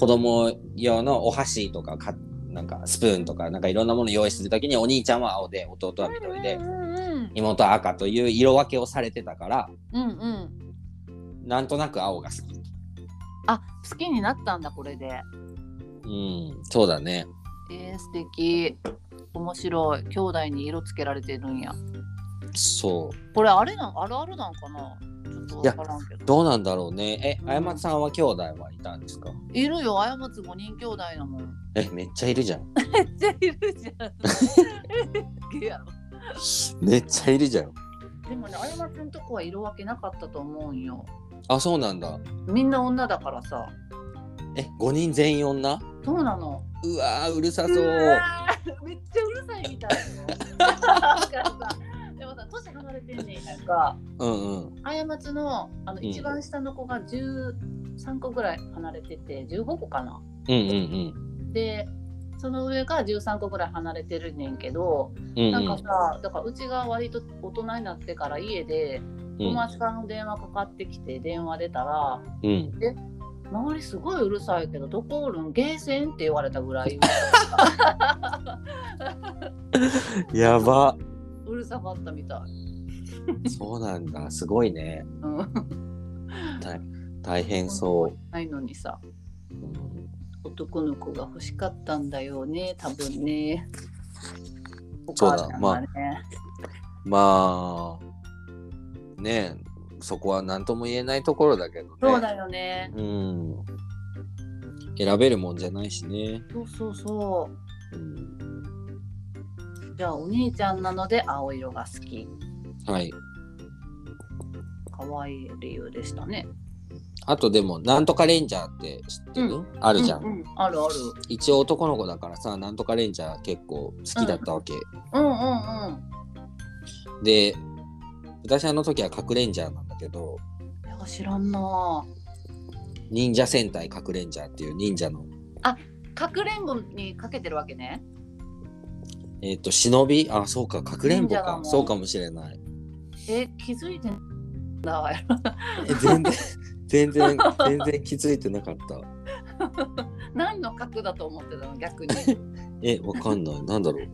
子供用のお箸とかかなんかスプーンとかなんかいろんなもの用意するときにお兄ちゃんは青で弟は緑で
うんうん
妹は赤という色分けをされてたから
うんうん
なんとなく青が好き。
あ好きになったんだこれで
うん、そうだね。
えー、素敵面白い兄弟に色つけられてるんや
そ
これあれなんあるあるなんかなちょっとわからんけ
う。
ど
どうなんだろうね。
うん
え、あやまつさんは兄弟はいたんですか
いるよあやまつ5人兄弟だもん
え、めっちゃいるじゃん。
めっちゃいるじゃん すげえやろ
めっちゃいるじゃん。
でもねあやまつんとこは色分けなかったと思うんよ
あ、そうなんだ。
みんな女だからさ
え、5人全員女
そうなの
うわー、うるさそうう。
わーめっちゃうるさいみたいよ なんかさでもさ年離れてんねんなんか
うんうん。
過ちのあの
うん
一番下の子が13個ぐらい離れてて15個かな
うんうん
でその上が13個ぐらい離れてるねんけど、
うん。うん
なん
う
か
ん
さだからうちが割と大人になってから家で
うん
友達からの電話かかってきて電話出たら、
うん。
周りすごいうるさいけどどこおるんゲーセンって言われたぐらい
やば。
うるさかったみたい、
そうなんだ。すごいね。
うん、
大変そ
ないのにさ
う。うん
男の子が欲しかったんだよね多分ね
そうだ
お母さんがね
まあ、ねえ、そこは何とも言えないところだけどね。
そうだよね
うん。選べるもんじゃないしね。
そうそうそ
うん、
うじゃあお兄ちゃんなので青色が好き
はい。
可愛い理由でしたね
あとでも、なんとかレンジャーって知ってる、
う
あ
あ
るじゃん,、
ううあるある
一応男の子だからさ、なんとかレンジャー結構好きだったわけ。
うんうんうん
で、私あの時は核レンジャーなんだけど、
いや知らんな
忍者戦隊核レンジャーっていう忍者の、
かくれんぼにかけてるわけね
えっ、と、忍びあ、そうか、核れんぼ
忍者だも
か
ん。
そうかもしれない。
え気づいてんだ
え全然、 全然、全然気づいてなかった。
何の角だと思ってたの 逆に
え、わかんない。なんだろう。隠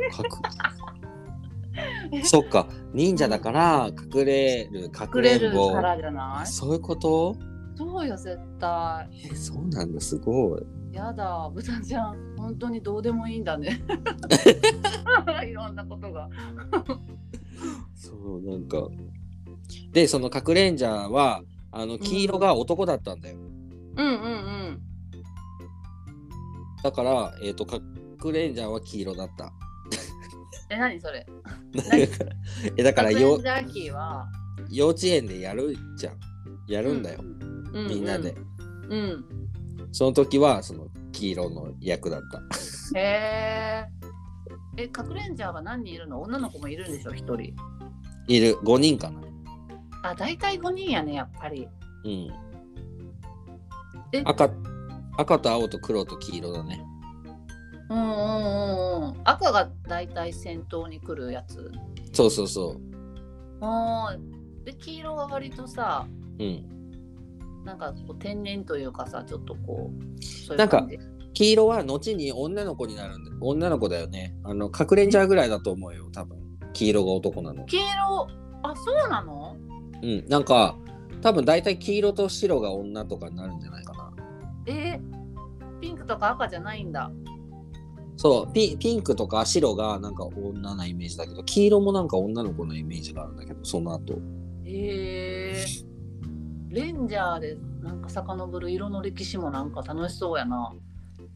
そっか。忍者だから隠れる、
く
隠れ
れ
ん
る
ぼ
か。らじゃない
そういうこと
そうよ絶対
え、そうなんだ。すごい。
やだ、ブタちゃん、本当にどうでもいいんだね。 いろんなことが。
そう、なんか。で、その隠れんじゃーは、あの、黄色が男だったんだよ。
うんうんうん。
だから、えっ、と、隠れんじゃーは黄色だった。
え、何それ。
え、だ
だ
から
ジャ
よ、
ーキーは。
幼稚園でやるじゃん。やるんだよ。
うう
みんなで。。
うん。
その時は、その、黄色の役だった。
へえ。え、カクレンジャーは何人いるの？女の子もいるんでしょ、一人。
いる。5人かな。
あ、だいたい五人やね、やっぱり。
うん。
え、
赤赤と青と黒と黄色だね。
うんうんうんうん赤が大体先頭に来るやつ
そうそうそ
あーで黄色は割とさ
う。うん。
なんかこう天然というかさちょっとこうそうい
な
うん
か
感じ
黄色は後に女の子になるんで、女の子だよね。あの、かくれんジャーぐらいだと思うよ、多分。黄色が男なの。
黄色あそうなの
うん。なんか、多分大体黄色と白が女とかになるんじゃないかな。
えーピンクとか赤じゃないんだ
そうピ、ピンクとか白がなんか女なイメージだけど、黄色もなんか女の子のイメージがあるんだけど、その後。
えーレンジャーでなんか遡る色の歴史もなんか楽しそうやな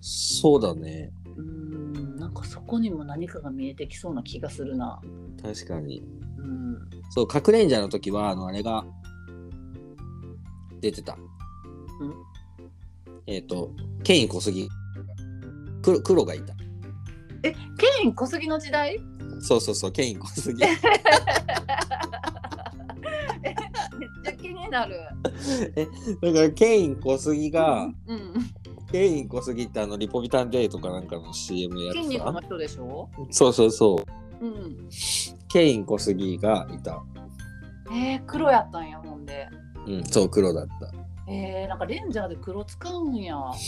そうだね。
うーんなんかそこにも何かが見えてきそうな気がするな
確かに。
うん
そう、かくれんジャーの時は、あの、あれが、出てた。えっ、と、ケイン小杉。黒黒がいた。
えケイン小杉の時代
そうそうそう、ケイン小杉。
めっちゃ気になる
だから、ケイン小杉が、
うん
ケイン小杉ってあの、リポビタン J とかなんかの CM や
筋
つ
肉
さ
の。人でしょ
そうそうそう。
うん
ケイン小杉がいた。
えー、黒やったんやほんで
うん、そう、黒だった。
えー、なんかレンジャーで黒使うんや面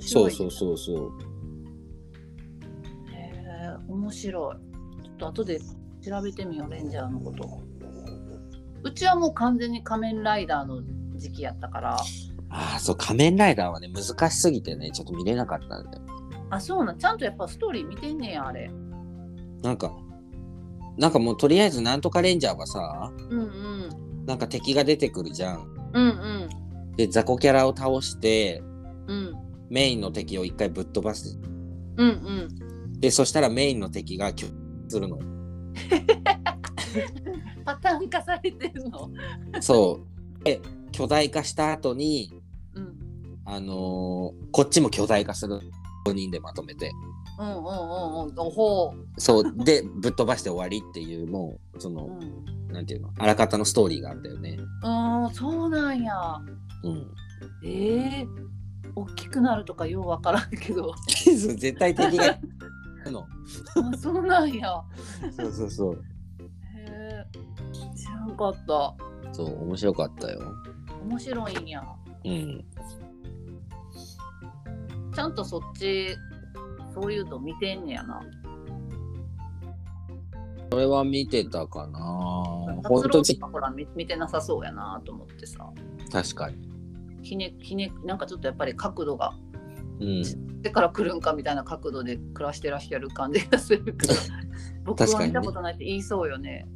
そ
白
う
い
そうそうそう。
えー、面白いちょっと後で調べてみようレンジャーのことうちはもう完全に仮面ライダーの時期やったから
ああ、そう、仮面ライダーはね、難しすぎてね、ちょっと見れなかったんだよ。
あそうなんちゃんとやっぱストーリー見てんねやあれ
なんか、なんかもうとりあえずなんとかレンジャーはさ、
うんうん
なんか敵が出てくるじゃん。
うんうん
で、雑魚キャラを倒して、
うん
メインの敵を一回ぶっ飛ばす。
うんうん
で、そしたらメインの敵が拒否するの。
パターン化されてるの
そう。 で、巨大化した後に、
うん
あのーこっちも巨大化する。5人でまとめて。
うんうんうんうんおほ、
そう。で、ぶっ飛ばして終わりっていう、もう、そう
う
の、
ん、
なんていうの、あらかたのストーリーがあったよね。
うんそうなんや
うん。
ええー、大きくなるとかようわからんけど
そう絶対敵がの。
あそうなんや
そうそうそう。
へえ知らんかった
そう、面白かったよ。
面白いんや
うん。
ちゃんとそっちそういうの見てんねやな
それは見てたかな。本
達
当
郎と
に。
かほら見見てなさそうやなと思ってさ
確かに。
ひねひねなんかちょっとやっぱり角度が
うん。
でから来るんかみたいな角度で暮らしてらっしゃる感じがす るから僕
確か
は
にね
見たことないって言いそうよね。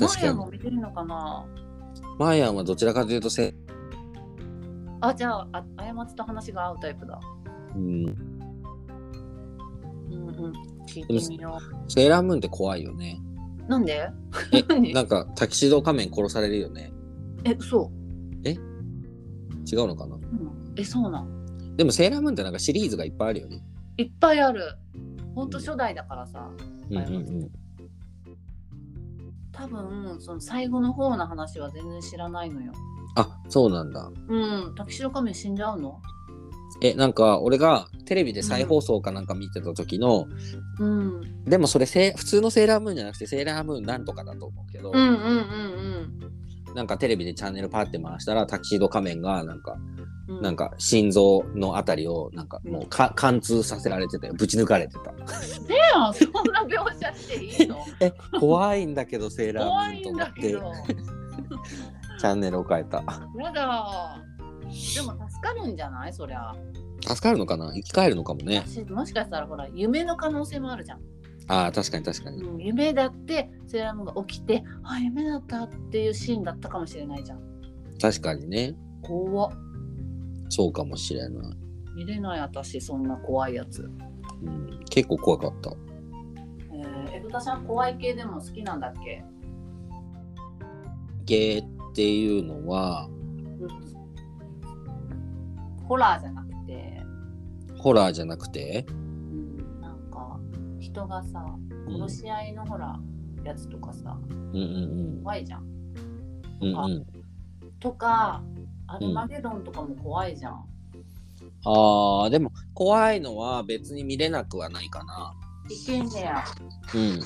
マ
確
リ
か
ア
に
も。見てるのかな
マイアンはどちらかというとせ、
あじゃああ過ちと話が合うタイプだ。
うん、
うんうん聞いてみよ
セーラームーンって怖いよね。
う。なんで
え
何
なんか、タキシード仮面殺されるよね。
えそ
違うのかな
う、うん、えそうなん
でもセーラームーンってなんかシリーズがいっぱいあるよね。
いっぱいある。ほんと初代だからさ
うんうんうん。
多分その最後の方の話は全然知らないのよ。
あ、そうなんだ。
うんタキシロ仮面死んじゃうの
え、なんか、俺がテレビで再放送かなんか見てた時の、
うんうん
でもそれせ、普通のセーラームーンじゃなくて、セーラームーンなんとかだと思うけど、
うんうん
なんかテレビでチャンネルパって回したらタキシード仮面がなんか、
うん。
なんか心臓のあたりをなんかもうか貫通させられてたよぶち抜かれてた
やんそんな描写していいの
え 怖いんだけどセーラー
怖
ムーン
い
と
ん
思
だ
っ
け
て
ど。
チャンネルを変えた
やだーでも助かるんじゃないそりゃ、
助かるのかな生き返るのかもね
私もしかしたらほら夢の可能性もあるじゃん、
あー確かに確かに
うん、夢だってセーラームーンが起きてあ夢だったっていうシーンだったかもしれないじゃん
確かにね
怖っ
そうかもしれない、
見れない私そんな怖いやつ
うん、結構怖かった
えー、えぐたさん怖い系でも好きなんだっけ、
ゲーっていうのは
ホラーじゃなくて、
ホラーじゃなくて、
うん、なんか人がさ
うん、うん
殺し合いのほらやつとかさ
うん
怖いじゃん
うんうんうん
とかアルマゲドンとかも怖いじゃん、
ああ、でも怖いのは別に見れなくはないかな。
いけんねや。す
うん。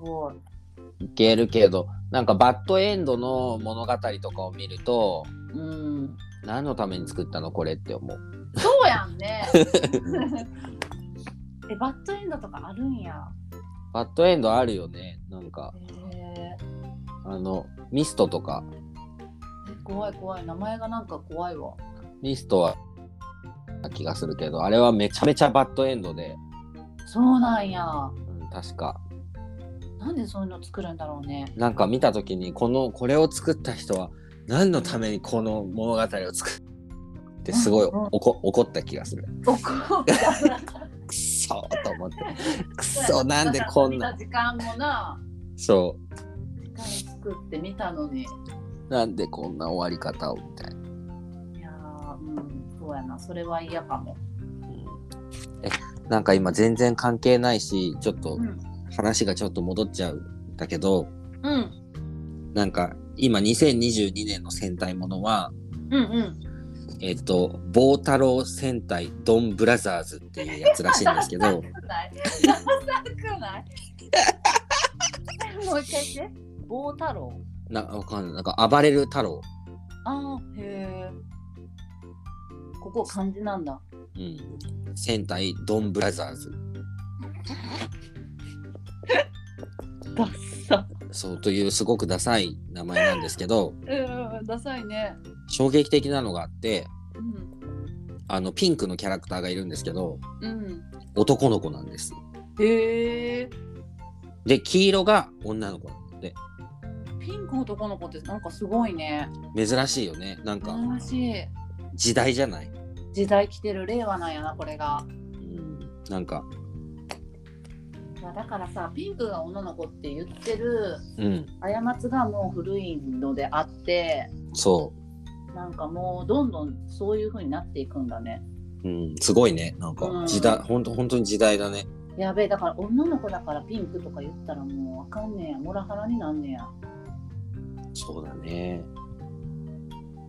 ごい。
いけるけど、なんかバッドエンドの物語とかを見ると、
うん。
何のために作ったのこれって思う。
そうやんね。 え、バッドエンドとかあるんや。
バッドエンドあるよね。なんか、
へ
あの、ミストとか。
え。怖い怖い。名前がなんか怖いわ。
ミストは、気がするけど、あれはめちゃめちゃバッドエンドで、
そうなんや。
うん、確か。
なんでそういうの作るんだろうね。
なんか見た時にこのこれを作った人は何のためにこの物語を作ってすごい
うんうん
おこ怒った気がする。
おこう
くっそーと思ってくっそーなんでこんな
時間もな、
そ
時間作ってみたのに。
うなんでこんな終わり方をみたいな。
いやーうん、そうやな。それは嫌かも。
うんえなんか今全然関係ないしちょっと
うん。
話がちょっと戻っちゃうんだけど
うん。
なんか今2022年の戦隊ものは
うんうん。
えっと「棒太郎戦隊ドンブラザーズ」っていうやつらしいんですけ ど。
ダサくないダサくないもう一回言って。棒太郎。
な、わかんない。なんか、暴れる太郎。
ああ、へえ。ここ漢字なんだ。
うん。戦隊ドンブラザーズ。
ダッサ。
そうというすごくダサい名前なんですけど、
うん、ダサいね。
衝撃的なのがあって、
うん。
あの、ピンクのキャラクターがいるんですけど、
うん。
男の子なんです。
へえ。
で、黄色が女の子なんで、
ピンク男の子ってなんかすごいね。
珍しいよね。なんか、
珍しい。
時代じゃない。
時代来てる令和なんやな、これが。
うん。なんか、
いやだからさ、ピンクが女の子って言ってる
うん。
過ちがもう古いのであって、
そ
なんかもうどんどんそういう風になっていくんだね。
う。うん。すごいね。なんか
う、ん
時代、ほんと、本当に時代だね。
やべえだから女の子だからピンクとか言ったらもうわかんねえやモラハラになんねえや
そうだね。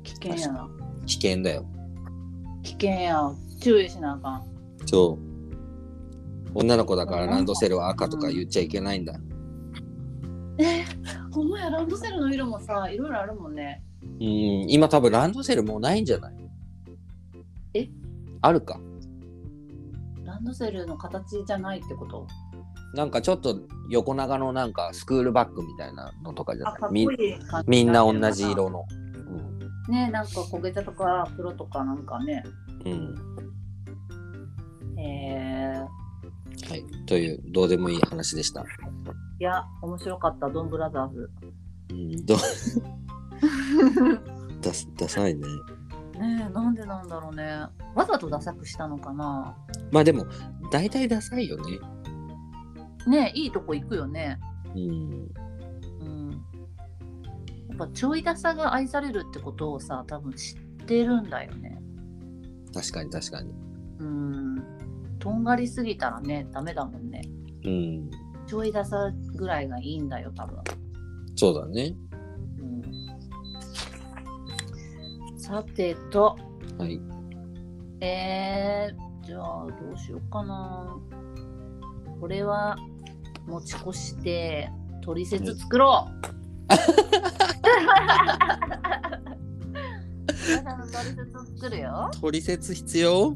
危険やな
危険だよ。
危険や注意しなあかん
そう。女の子だからランドセルは赤とか言っちゃいけないんだ。
ほんまやランドセルの色もさいろいろあるもんね
うん、今多分ランドセルもうないんじゃない
え
あるか。
ランドセルの形じゃないってこと
なんかちょっと横長のなんかスクールバッグみたいなのとかじゃ
あ
ない
かっこい
み
い感じ
みんな同じ色の。うん
ねなんか焦げ茶とか黒とかなんかね
うん
へえ
はい、というどうでもいい話でした。
いや面白かったドンブラザー ズ
うん、ど ダサダサいね。
ねえなんでなんだろうねわざとダサくしたのかな
まあでも大体ダサいよね。
ねえいいとこ行くよね
うん、
うんやっぱちょいダサが愛されるってことをさ多分知ってるんだよね
確かに確かに。
うんとんがりすぎたらねダメだもんね
うん、
ちょいダサぐらいがいいんだよ多分、
そうだね。
うん、さてと
はい。
えー、じゃあどうしようかなこれは持ち越して取説作ろう皆さんの取説を作るよ
取説必要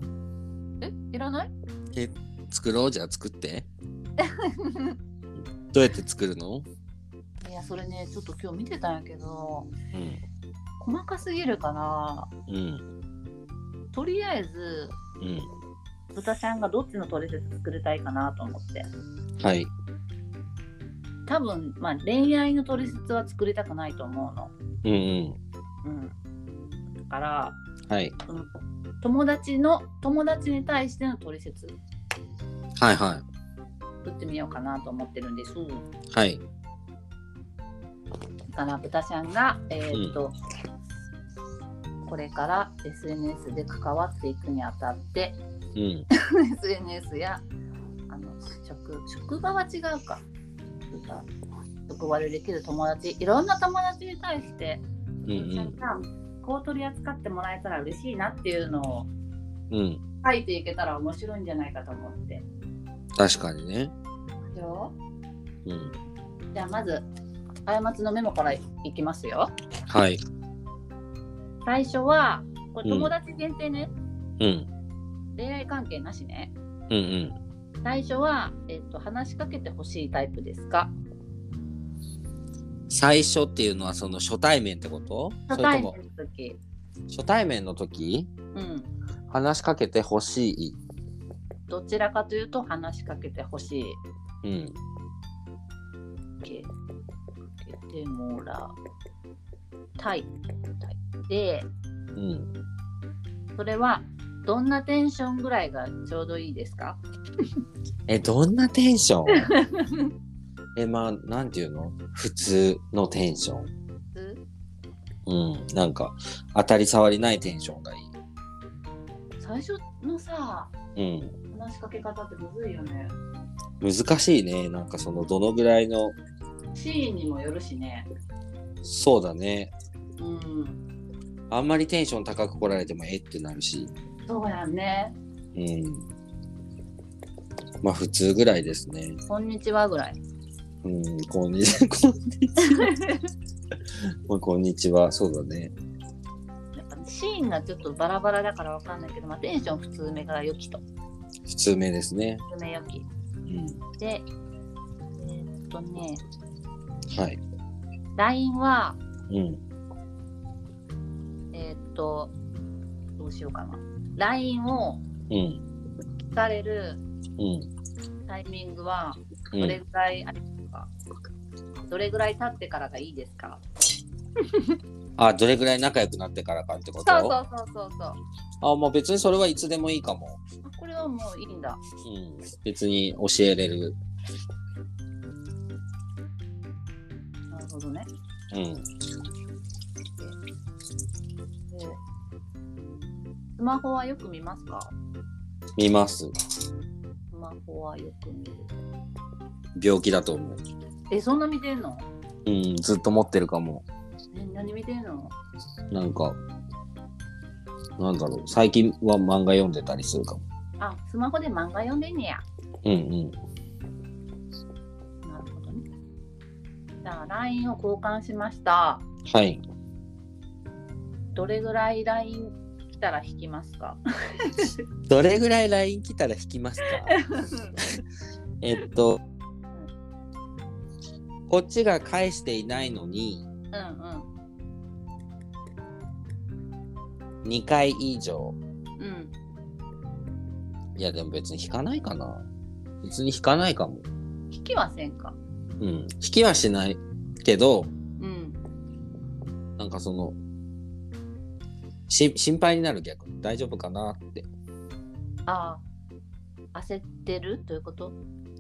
えいらない
作ろうじゃあ作 って。どうやって作るの、
いやそれねちょっと今日見てたんやけど
うん
細かすぎるから
うん
とりあえず
うん
豚ちゃんがどっちのトリセツ作りたいかなと思って
はい。
多分、まあ、恋愛のトリセツは作りたくないと思うの、
うんうん。
うん、だから
はい。
その友達の友達に対してのトリセツ
はいは
作ってみようかなと思ってるんです
い。はい。
だから豚ちゃんがえーっと、これから SNS で関わっていくにあたって
うん。
SNS やあの職職場は違うか歌職場でできる友達いろんな友達に対して、
うんうん
ここう取り扱ってもらえたら嬉しいなっていうのを
うん。
書いていけたら面白いんじゃないかと思って。
確かにね。
でしょ
うん。
じゃあまず過ちのメモからいきますよ。
はい。
最初はこれ
うん
友達限定ね、
うん。
恋愛関係なしね。
うんうん。
最初は、えっと話しかけてほしいタイプですか
最初っていうのはその初対面ってこと
初対面
そ
の
れとも
時。
初対面の時
うん、
話しかけてほしい。
どちらかというと話しかけてほしい。
うん。
けかけてもらたい。たいで、
うん。
それはどんなテンションぐらいがちょうどいいですか
え、どんなテンション え、まあ、なんていうの普通のテンション。
普通
うん。なんか、当たり障りないテンションがい
最初のさ、
い。うん。
話しかけ方ってむずいよね。
難しいね。なんかそのどのぐらいの
シーンにもよるしね。
そうだね。
うん。
あんまりテンション高く来られてもえってなるし。
そうやんね。
うん。まあ普通ぐらいですね。
こんにちはぐらい。
うん。こんにちは。 こんにちは。まあこんにちは。そうだね。
やっぱねシーンがちょっとバラバラだからわかんないけど、まあ、テンション普通目から良きと。
普通目ですね。
普通目良き。
うん。
で、えーっとね、
はい。
LINE は、
うん。
えーっと、どうしようかな。LINE を
うん。
聞かれる
うん。
タイミングは、
う
どれ
ん、
ぐらいありますか、どれぐらい経ってからがいいですか
あどれぐらい仲良くなってからかってこと
そうそうそうそうそう。
あまあ別にそれはいつでもいいかも、
あこれはもういいんだ。
うん、別に教えれる、
なるほどね。
うん、
でスマホはよく見ますか
見ます
スマホはよく見る。
病気だと思う、
え、そんな見てんの
うん、ずっと持ってるかも
え、何見てんの
なんか、なんだろう、最近は漫画読んでたりするかも。
あ、スマホで漫画読んでんねや。
うんうん。
なるほどね。じゃあ、LINE を交換しました。
はい。
どれぐらい LINE 来たら引きます か
どれぐらい LINE 来たら引きますか えっと、こっちが返していないのに、
うんうん。
2回以上。
うん。
いや、でも別に引かないかな。別に引かないかも。
引きはせんか。
うん。引きはしないけど、
うん。
なんかその、し心配になる逆に大丈夫かなって。
ああ。焦ってるということ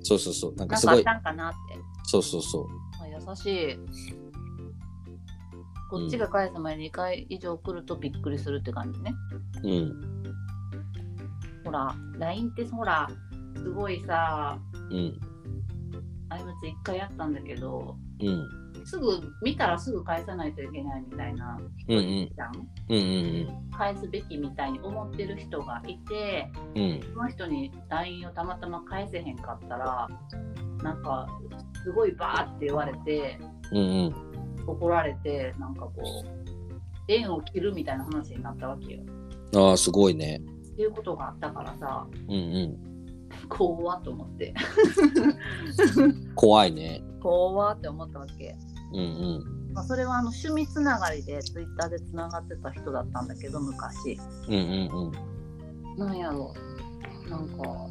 そうそうそう。なんか
なん
す
かあ
ご
っ
い。
たんかなって。
そうそうそう。
あ優しい。こっちが返す前に2回以上来るとびっくりするって感じね。
うん。
ほら、LINE ってほら、すごいさ、
うん。
あいむつ1回やったんだけど、
うん。
すぐ見たらすぐ返さないといけないみたいな
うんう
人
ん
いたん
うんうん
返すべきみたいに思ってる人がいて、
うんうん
その人に LINE をたまたま返せへんかったら、なんか、すごいバーって言われて、
うんうん
怒られて、なんかこう、縁を切るみたいな話になったわけよ。
ああすごいね
っていうことがあったからさ、
うん
怖っと思 って。
うん怖いね
怖って思ったわけ。
うん
まあ、それはあの趣味つながりで、ツイッターでつながってた人だったんだけど、昔。
うんうんうん
なんやろう。なんか、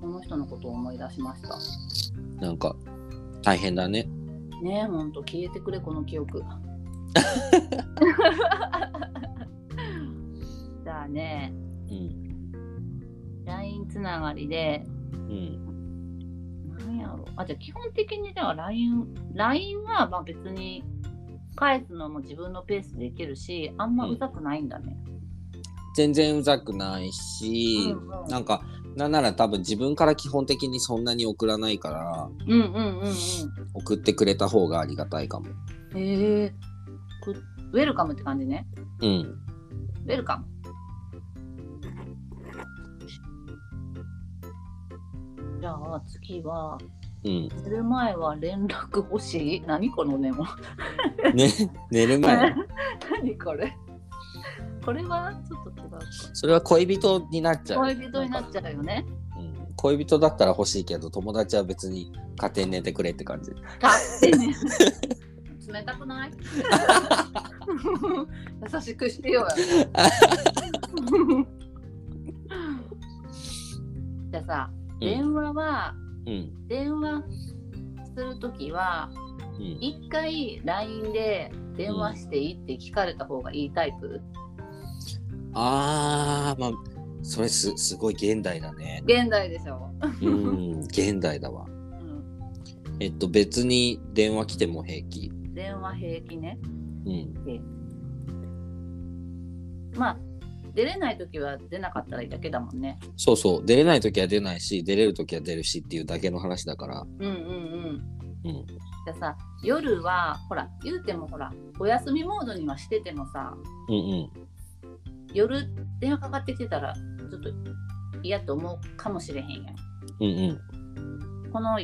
その人のことを思い出しました。
うんなんか大変だね
ねえ、ほんと、消えてくれ、この記 憶。じゃあね、
うん
LINE つながりで、
うん
なんやろあ、じゃあ基本的にでは LINE、LINE はまあ別に返すのも自分のペースでいけるし、あんまうざくないんだね。
全然うざくないうし、
んうん
なんかなんなら多分自分から基本的にそんなに送らないから
うんうんうんうん。
送ってくれた方がありがたいかも
へえー、送っウェルカムって感じね。
うん。
ウェルカム。じゃあ次は、
うん。
寝る前は連絡欲しい何このメモ。
ね、寝る前。
何これこれはちょっと違うか。
それは恋人になっちゃう。
恋人になっちゃうよね。
うん恋人だったら欲しいけど、友達は別に家庭に寝てくれって感じ。
勝手に冷たくない優しくしてよ。じゃあさ、
うん
電話は、
うん。
電話するときは、
うん、
一回 LINE で電話していいって聞かれた方がいいタイプ。
あー、まあ、それすすごい現代だね。
現代でしょ。
うん、現代だわ。
うん、
えっと、別に電話来ても平気。
電話平気ね。
うん。
まあ、出れないときは出なかったらいいだけだもんね。
そうそう。出れない時は出ないし、出れる時は出るしっていうだけの話だから。
うんうんうん。
うん
じゃあさ夜はほら言うてもほらお休みモードにはしててもさ
うんうん。
夜電話かかってきてたらちょっと嫌と思うかもしれへんやん。
うんうん。
この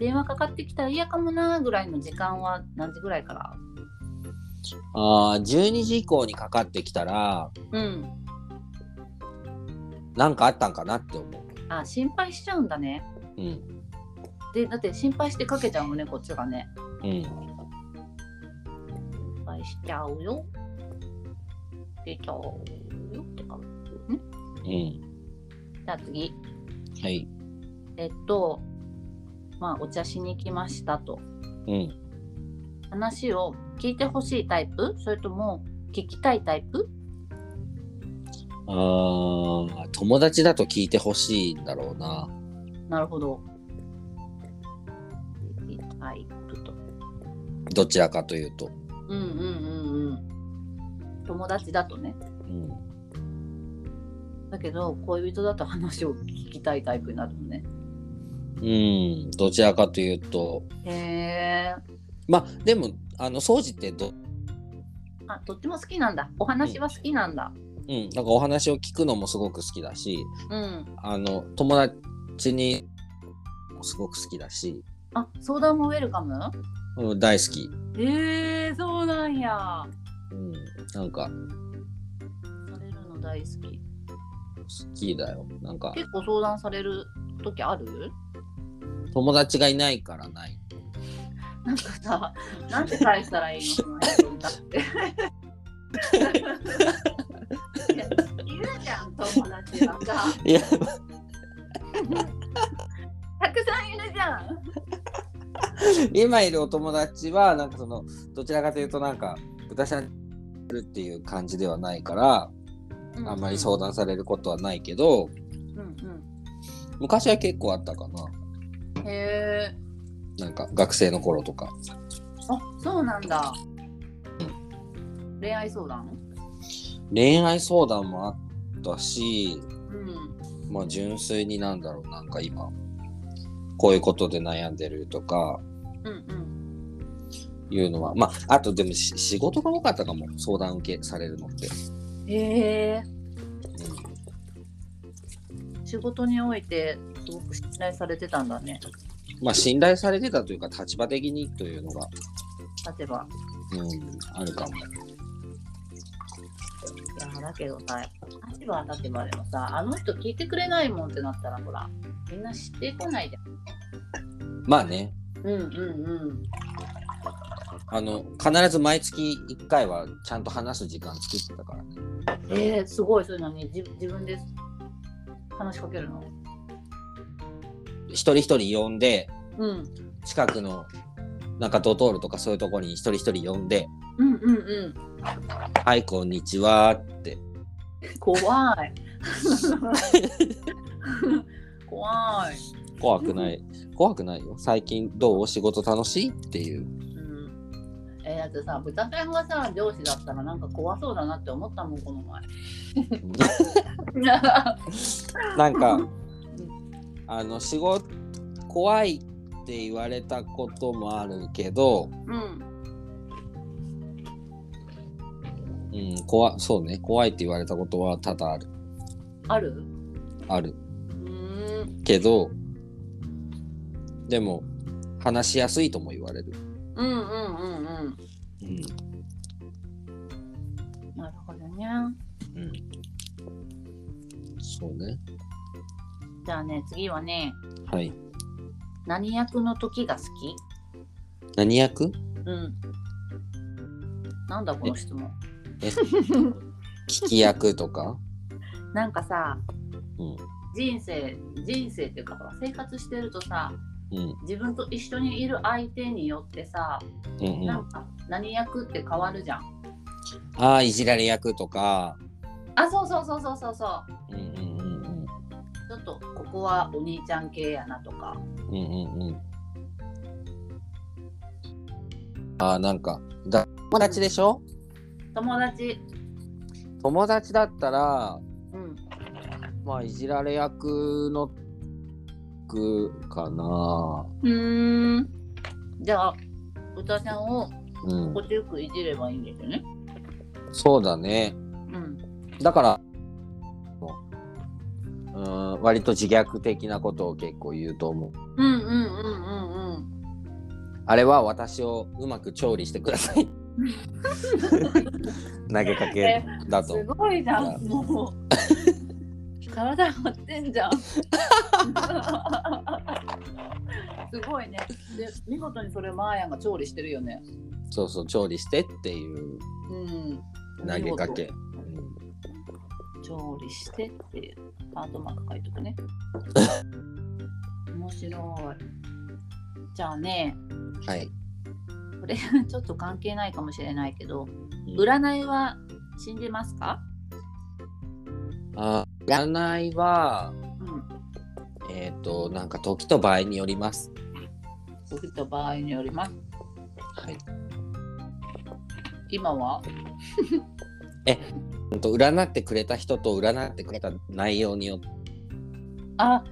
電話かかってきたら嫌かもなぐらいの時間は何時ぐらいから
あー、12時以降にかかってきたら、
うん。
なんかあったんかなって思う。
あ心配しちゃうんだね。
うん。
でだって心配してかけちゃうもんねこっちがね。
うん。
心配しちゃうよ。出ちゃうよってか。
うん。
じゃあ次。
はい。
えっと、まあ、お茶しに来ましたと。
うん。
話を聞いてほしいタイプそれとも聞きたいタイプ
あー、友達だと聞いてほしいんだろうな。
なるほど。聞きたいタイプと。
どちらかというと。
うんうんうんうん。友達だとね。
うん。
だけど、恋人だと話を聞きたいタイプになるのね。
うん。どちらかというと。
へえ。
まあ、でも、あの、掃除ってど、
あ、とっても好きなんだ。お話は好きなんだ。
うん。なんかお話を聞くのもすごく好きだし、
うん。
あの、友達に、すごく好きだし、
あ、相談もウェルカム
うん、大好き。
へえ、そうなんや。
うん。なんか、
されるの大好き。
好きだよ。なんか、
結構相談される時ある
友達がいないからない。
なんかさ、 なんて返したらいいのその人に対して。いやいるじゃん、友達がさ。
いや、
たくさんいるじゃん。
今いるお友達は、なんかその、どちらかというと、なんか、私は、るっていう感じではないから、あんまり相
う。
談されることはないけど、
うん
昔は結構あったかな。
うん、へえ。
なんか、学生の頃とか。
あ、そうなんだ。恋愛相談
恋愛相談もあったし、
うん。
まあ純粋になんだろう、なんか今、こういうことで悩んでるとか、
うんうん。
いうのは、まあ、あとでもし仕事が多かったかも、相談受けされるのって。
へえ。仕事において、すごく信頼されてたんだね。
まあ、信頼されてたというか、立場的にというのが、
例えば。
うん、あるかも。
いやだけどさ、立場は立場でもさ、あの人聞いてくれないもんってなったら、ほら、みんな知ってこないじゃん。
まあね、
うんうん
あの、必ず毎月1回はちゃんと話す時間作ってたからね。
うん。えー、すごい、そういうのに自自分で話しかけるの
一人一人呼んで、
うん。
近くの、なんかドトールとかそういうところに一人一人呼んで、
うんうんうん。
はい、こんにちはって。
怖い。怖い。
怖くない。怖くないよ。最近どう仕事楽しいっていう。
うん。えー、だってさ、豚さんがさ、上司だったらなんか怖そうだなって思ったもん、この前。
なんか、あの、仕事、怖いって言われたこともあるけど、
うん。
うん、怖そうね怖いって言われたことは多々ある
ある
ある
うーん
けどでも話しやすいとも言われる、
うんうんうん
う
うん
ん
なるほどね
うん、そうね
じゃあね次はね
はい
何役の時が好き
何役
うんなんだこの質問
え聞き役とか
なんかさ、
うん
人生人生っていうかほら生活してるとさ
うん
自分と一緒にいる相手によってさ、
うんうん
な
あ
んか何役って変わるじゃん
あーいじられ役とか
あそうそうそうそうそうそう
うんうんうん
ちょっとここはお兄ちゃん系やなとか
うんうんうんうんああなんかだ友達でしょ
友達
友達だったら
うん
まあいじられ役の役かな
うんじゃあ歌ちゃんを
うん
心地よくいじればいいんですよね
そうだね
うん
だからうん割と自虐的なことを結構言うと思う
うんうんうんうんうん
あれは私をうまく調理してくださ い投げかけだと
すごいじゃんもう体張ってんじゃんすごいねで見事にそれをマーヤンが調理してるよね
そうそう調理してっていう
うん
投げか
見
け
事調理してっていうハートマーク書いとくね面白いじゃあね
うんはい
これちょっと関係ないかもしれないけど占いは信じますか、
あ占いは
うん、
えっ、となんか時と場合によります
起きた場合によります
はい
今は
ほんと占ってくれた人と占ってくれた内容によって
あ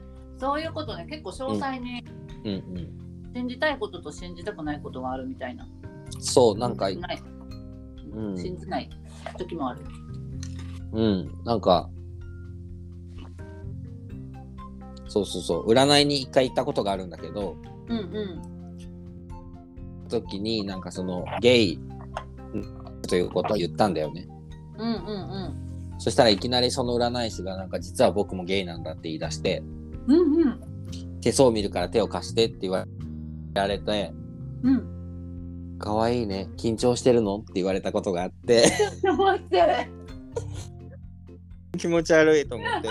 そういうことね結構詳細に
うんうん
信じたいことと信じたくないことがあるみたいな。
そうなんか
ない、
うん
信じない時もある。
うんなんかそうそうそう占いに一回行ったことがあるんだけど、
うんうん
時になんかそのゲイということを言ったんだよね
うんうん
そしたらいきなりその占い師がなんか実は僕もゲイなんだって言い出して
うんうん
手相見るから手を貸してって言われて
うんう
「
ん。
かわいいね緊張してるの?」って言われたことがあって
待って。
気持ち悪いと思って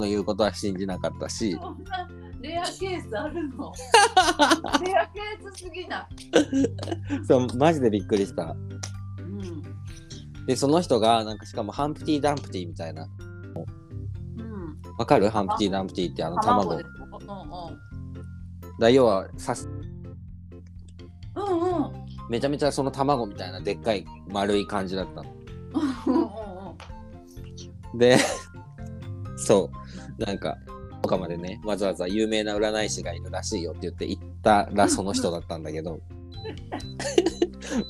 の言うことは信じなかったし
そんなレアケースあるの。レアケースすぎない。
そうマジでびっくりした
うん
でその人がなんかしかもハンプティ・ダンプティみたいな
うん。
わかるハンプティ・ダンプティってあの
卵
卵
で。う
だ要はさす
んうん。うんうん。
めちゃめちゃその卵みたいなでっかい丸い感じだったの
うんうんうん。
で そうなんかとかまでねわざわざ有名な占い師がいるらしいよって言って行ったらその人だったんだけ ど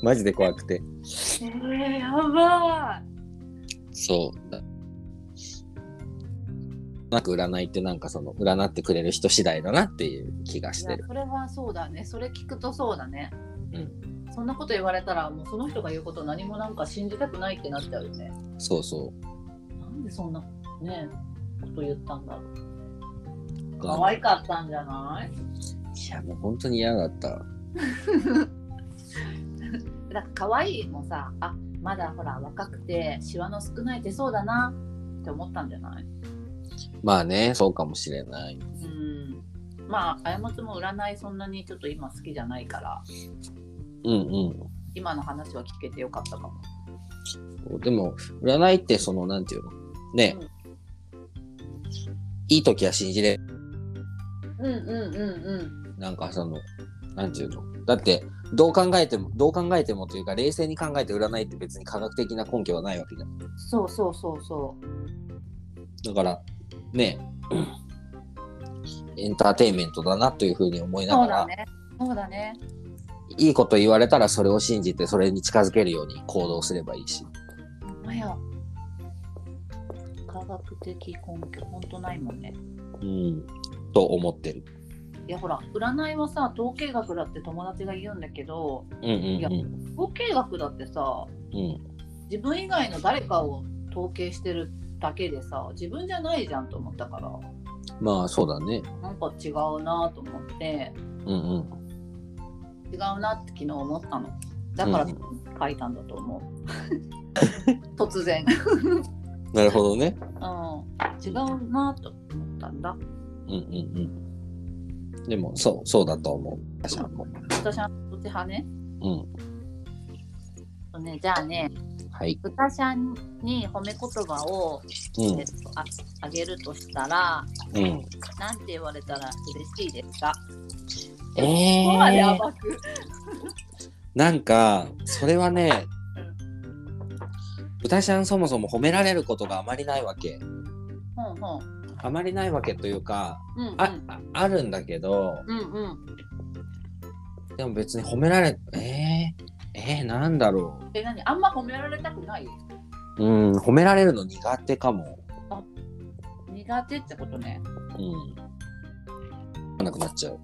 マジで怖くて
えー、やば
そうだなく占いってなんかその占ってくれる人次第だなっていう気が
い。い
して
や
る
それはそうだね。それ聞くとそうだね。
う
そんなこと言われたらもうその人が言うこと何もなんか信じたくないってなっちゃうよね。
そうそ
なんでそんなねこと言ったんだろう。
う
可愛かったんじゃない？
いやもう本当に嫌だった
だから可愛いもさ、あまだほら若くてシワの少ない手そうだなって思ったんじゃない？
まあねそうかもしれない
うん。まああやもつも占いそんなにちょっと今好きじゃないから
うんうん
今の話は聞けてよかったかも。
でも占いってそのなんていうのね、
うん
いい時は信じれ
うんうんうん
なんかそのなんていうのだってどう考えてもどう考えてもというか冷静に考えて占いって別に科学的な根拠はないわけじゃん
うん。そうそうそうそう。
だからねエンターテインメントだなというふうに思いな
そ
が
うだ
ら
ね。そうだね。
いいこと言われたらそれを信じてそれに近づけるように行動すればいいし。
まや科学的根拠ほんとないもんね
うん。と思ってる。
いやほら占いはさ統計学だって友達が言うんだけど
うんうん
いや統計学だってさ
うん。うん。
自分以外の誰かを統計してるだけでさ自分じゃないじゃんと思ったから
まあそうだね。
なんか違うなと思って
うんうん。
違うなって昨日思ったのだから
うん
書いたんだと思う 突然
なるほどね。
うん違うなと思ったんだ
うんうんうん。でもそうそうだと思う。私はも
私はどっち派ね
う。うん。
そうねじゃあね
はい。
豚ちゃんに褒め言葉を、えっと、ああげるとしたら
うん。うん。
なんて言われたら嬉しいですか
え
ここまで暴く、
なんかそれはね豚ちゃんそもそも褒められることがあまりないわけ
ほんほん
あまりないわけというか
うんうん
あああるんだけど
うんうん
でも別に褒められえー、えー、なんだろ
え、何あんま褒められたくないう
うん褒められるの苦手かも
苦手ってことね。
うんなくなっちゃう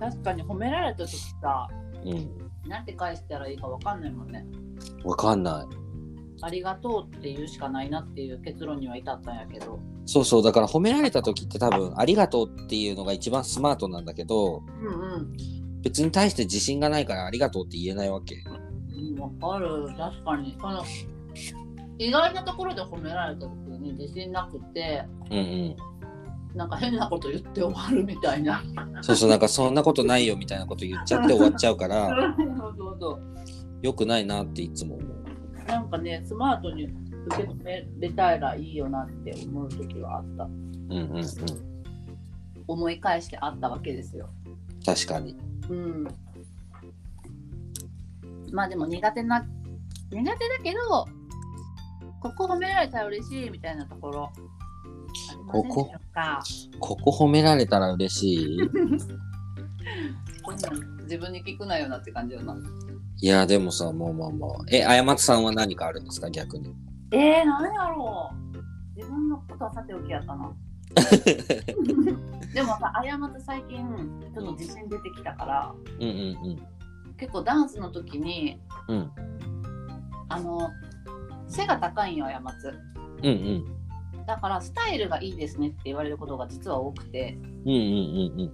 確かに褒められた時さ、
うん
なんて返したらいいかわかんないもんね。
わかんない
ありがとうって言うしかないなっていう結論には至ったんやけど。
そうそうだから褒められた時って多分ありがとうっていうのが一番スマートなんだけど
うんうん。
別に対して自信がないからありがとうって言えないわけ
うん、わかる。確かに。その意外なところで褒められた時に自信なくて、
うんうん
なんか変なこと言って終わるみたいな。
そうそうなんかそんなことないよみたいなこと言っちゃって終わっちゃうから
そうそうそう。
良くないなっていつも思う。
なんかね、スマートに受け止めれたらいいよなって思う時はあった。
うんうんうん。
思い返してあったわけですよ。
確かに。
うん、まあでも苦手な苦手だけどここ褒められたら嬉しいみたいなところありませんでしょうか
ここ褒められたら嬉しい。
そんなん自分に聞くなよなって感じよない
やでもさもうまあまあ。え、あやまつさんは何かあるんですか逆に。
えー、何やろう自分のことはさておきやったな でもさ過って最近ちょっと自信出てきたから
うんうん
結構ダンスの時に
うん。うん
あの背が高いんよ過つ
うんうん。
だからスタイルがいいですねって言われることが実は多くて
うんうんうん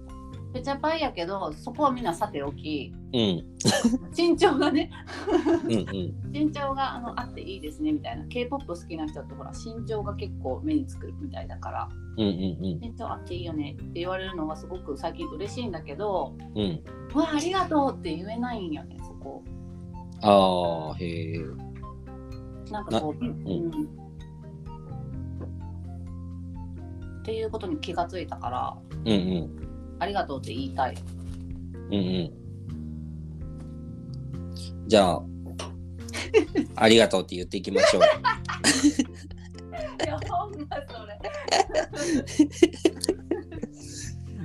ペチャパイやけどそこはみんなさておき
うん。うん
身長がね
うんうん。
身長があのあっていいですねみたいな k p o p 好きな人ってほら身長が結構目につくみたいだから
うんうん
身長あっていいよねって言われるのがすごく最近嬉しいんだけど
うん。うん。
うわありがとうって言えないんよねそこ
ああ、へえ。
なんかこう、うんっていうことに気がついたから
うんうん。
ありがとうって言いたい
うんうん。じゃあ、ありがとうって言っていきましょう。
いやほんまそれ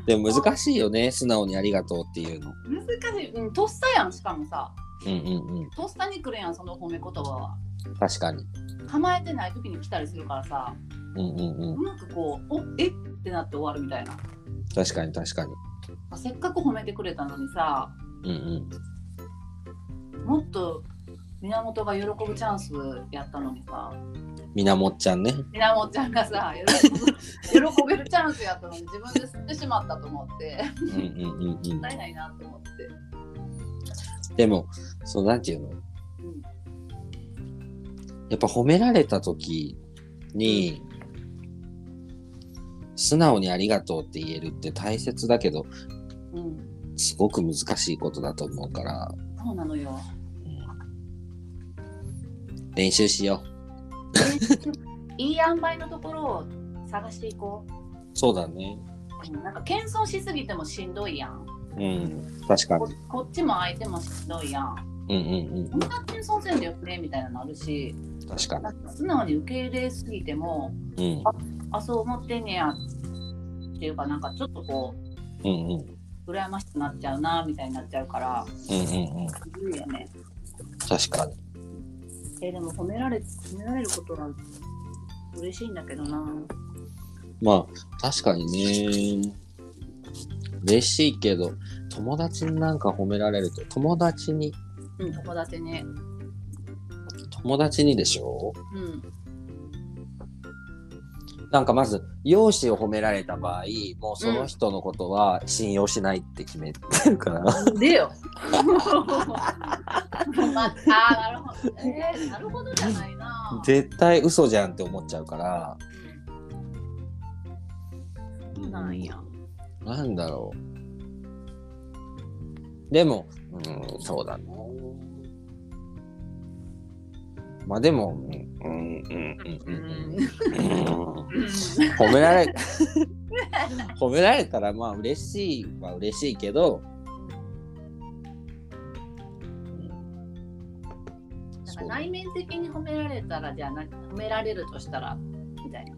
でも難しいよね、素直にありがとうっていうの。
難しい、うん、とっさやんしかもさ
うんうんうん。
とっさに来るやんその褒め言葉は
確かに。
構えてない時に来たりするからさ
うんうんうん
う。まくこう「おえっ?」てなって終わるみたいな
確かに確かに。
せっかく褒めてくれたのにさ
うんうん。
もっと源が喜ぶチャンスやったのにさ
みなもっちゃんね。
源ちゃんがさ喜ぶ喜べるチャンスやったのに自分で吸ってしまったと思って
うんうんうんうん
もったいないなと思って、
でも、そうなんていうの
うん、
やっぱ褒められた時に、素直にありがとうって言えるって大切だけど、
うん、
すごく難しいことだと思うから、
そうなのよ
うん練習しよう。
いい塩梅のところを探していこう
そうだね。
うんなんか謙遜しすぎてもしんどいやん
うん。確か
こ
に。
こっちも相手もしんどいやん
うんうん
こんな謙遜せんでよくねみたいなのあるし
うん。確か
なんか素直に受け入れすぎても
に。
あそう思ってんねやっていうかなんかちょっとこ
うん。うんうん。
羨ましくなっちゃうなみたいになっちゃうから
うんうんうん。
すごいよね
確かに。
えでも褒められ褒められることが嬉しいんだけどな
まあ、確かにね。嬉しいけど、友達になんか褒められると、友達に、
うん友達ね
友達にでしょ
うん
なんかまず、容姿を褒められた場合、もうその人のことは信用しないって決めてるから。
で よ。まあ、なるほど。えー、なるほどじゃないな。
絶対嘘じゃんって思っちゃうから。
そうなんや。
なんだろう。でも、うん、そうだな。まあでも、うん、うん、うん、
う
うんん、うん。褒めら れ、褒められたらまあ嬉しいは嬉しいけど、
なんか内面的に褒められたら、じゃあな、褒められるとしたら、みたいな。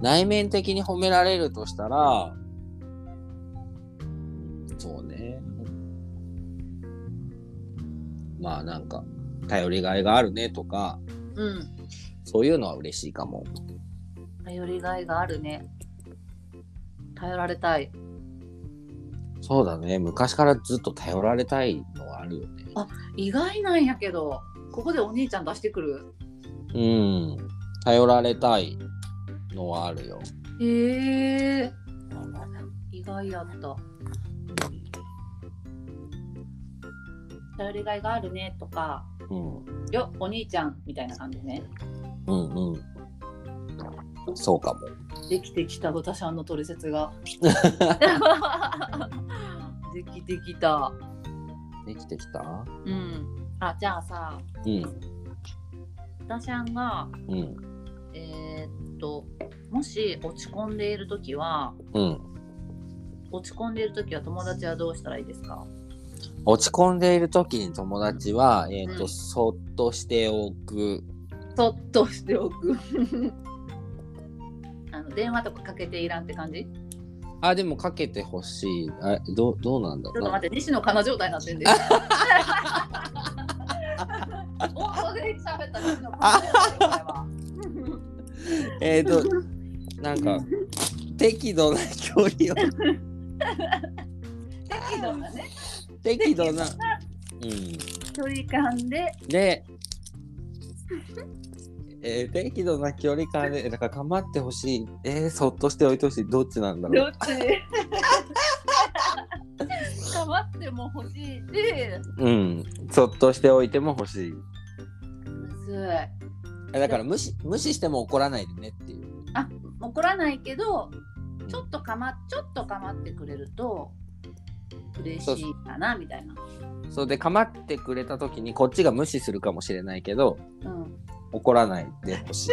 内面的に褒められるとしたら、そうね。まあなんか、頼りがいがあるねとか、
うん。
そういうのは嬉しいかも。
頼りがいがあるね。頼られたい。
そうだね。昔からずっと頼られたいのはあるよね。
意外なんやけど、ここでお兄ちゃん出してくる。
うん。頼られたいのはあるよ。
へえ。意外やった。頼りがいがあるねとか、
うん。
よお兄ちゃんみたいな感じね
うんうん。そうかも。
できてきた私あのトリセツ ができてきた
できてきた
うんあじゃあさ
うん。
私あんが
うん。
えーっともし落ち込んでいる時は
うん。
落ち込んでいる時は友達はどうしたらいいですか
落ち込んでいる時に友達は、えっ、と、
うん
そっとしておく。
そっとしてお くあの電話とかかけていらんって感じち
あ、でもかけてほしい。あどう、どうなんだ
ょっと
ろう
待
な。
って西野カナ状態になってんです放送で喋った西野カナ状態は
えっ、 と、なんか、適度な距離を、
適度なね
適度な。うん。
距離感で
で、えー適度な距離感で、だから構ってほしい、えーそっとしておいてほしい、どっちなんだろ
ど
う。
っち 構っても欲しいし
うん、そっとしておいても欲しい。
むずい
あだから無視無視しても怒らないでねっていう。
あ怒らないけどちょっとかまちょっと構ってくれると嬉しいかなみたいな
そうで構ってくれた時にこっちが無視するかもしれないけど
うん
怒らないでほ しい。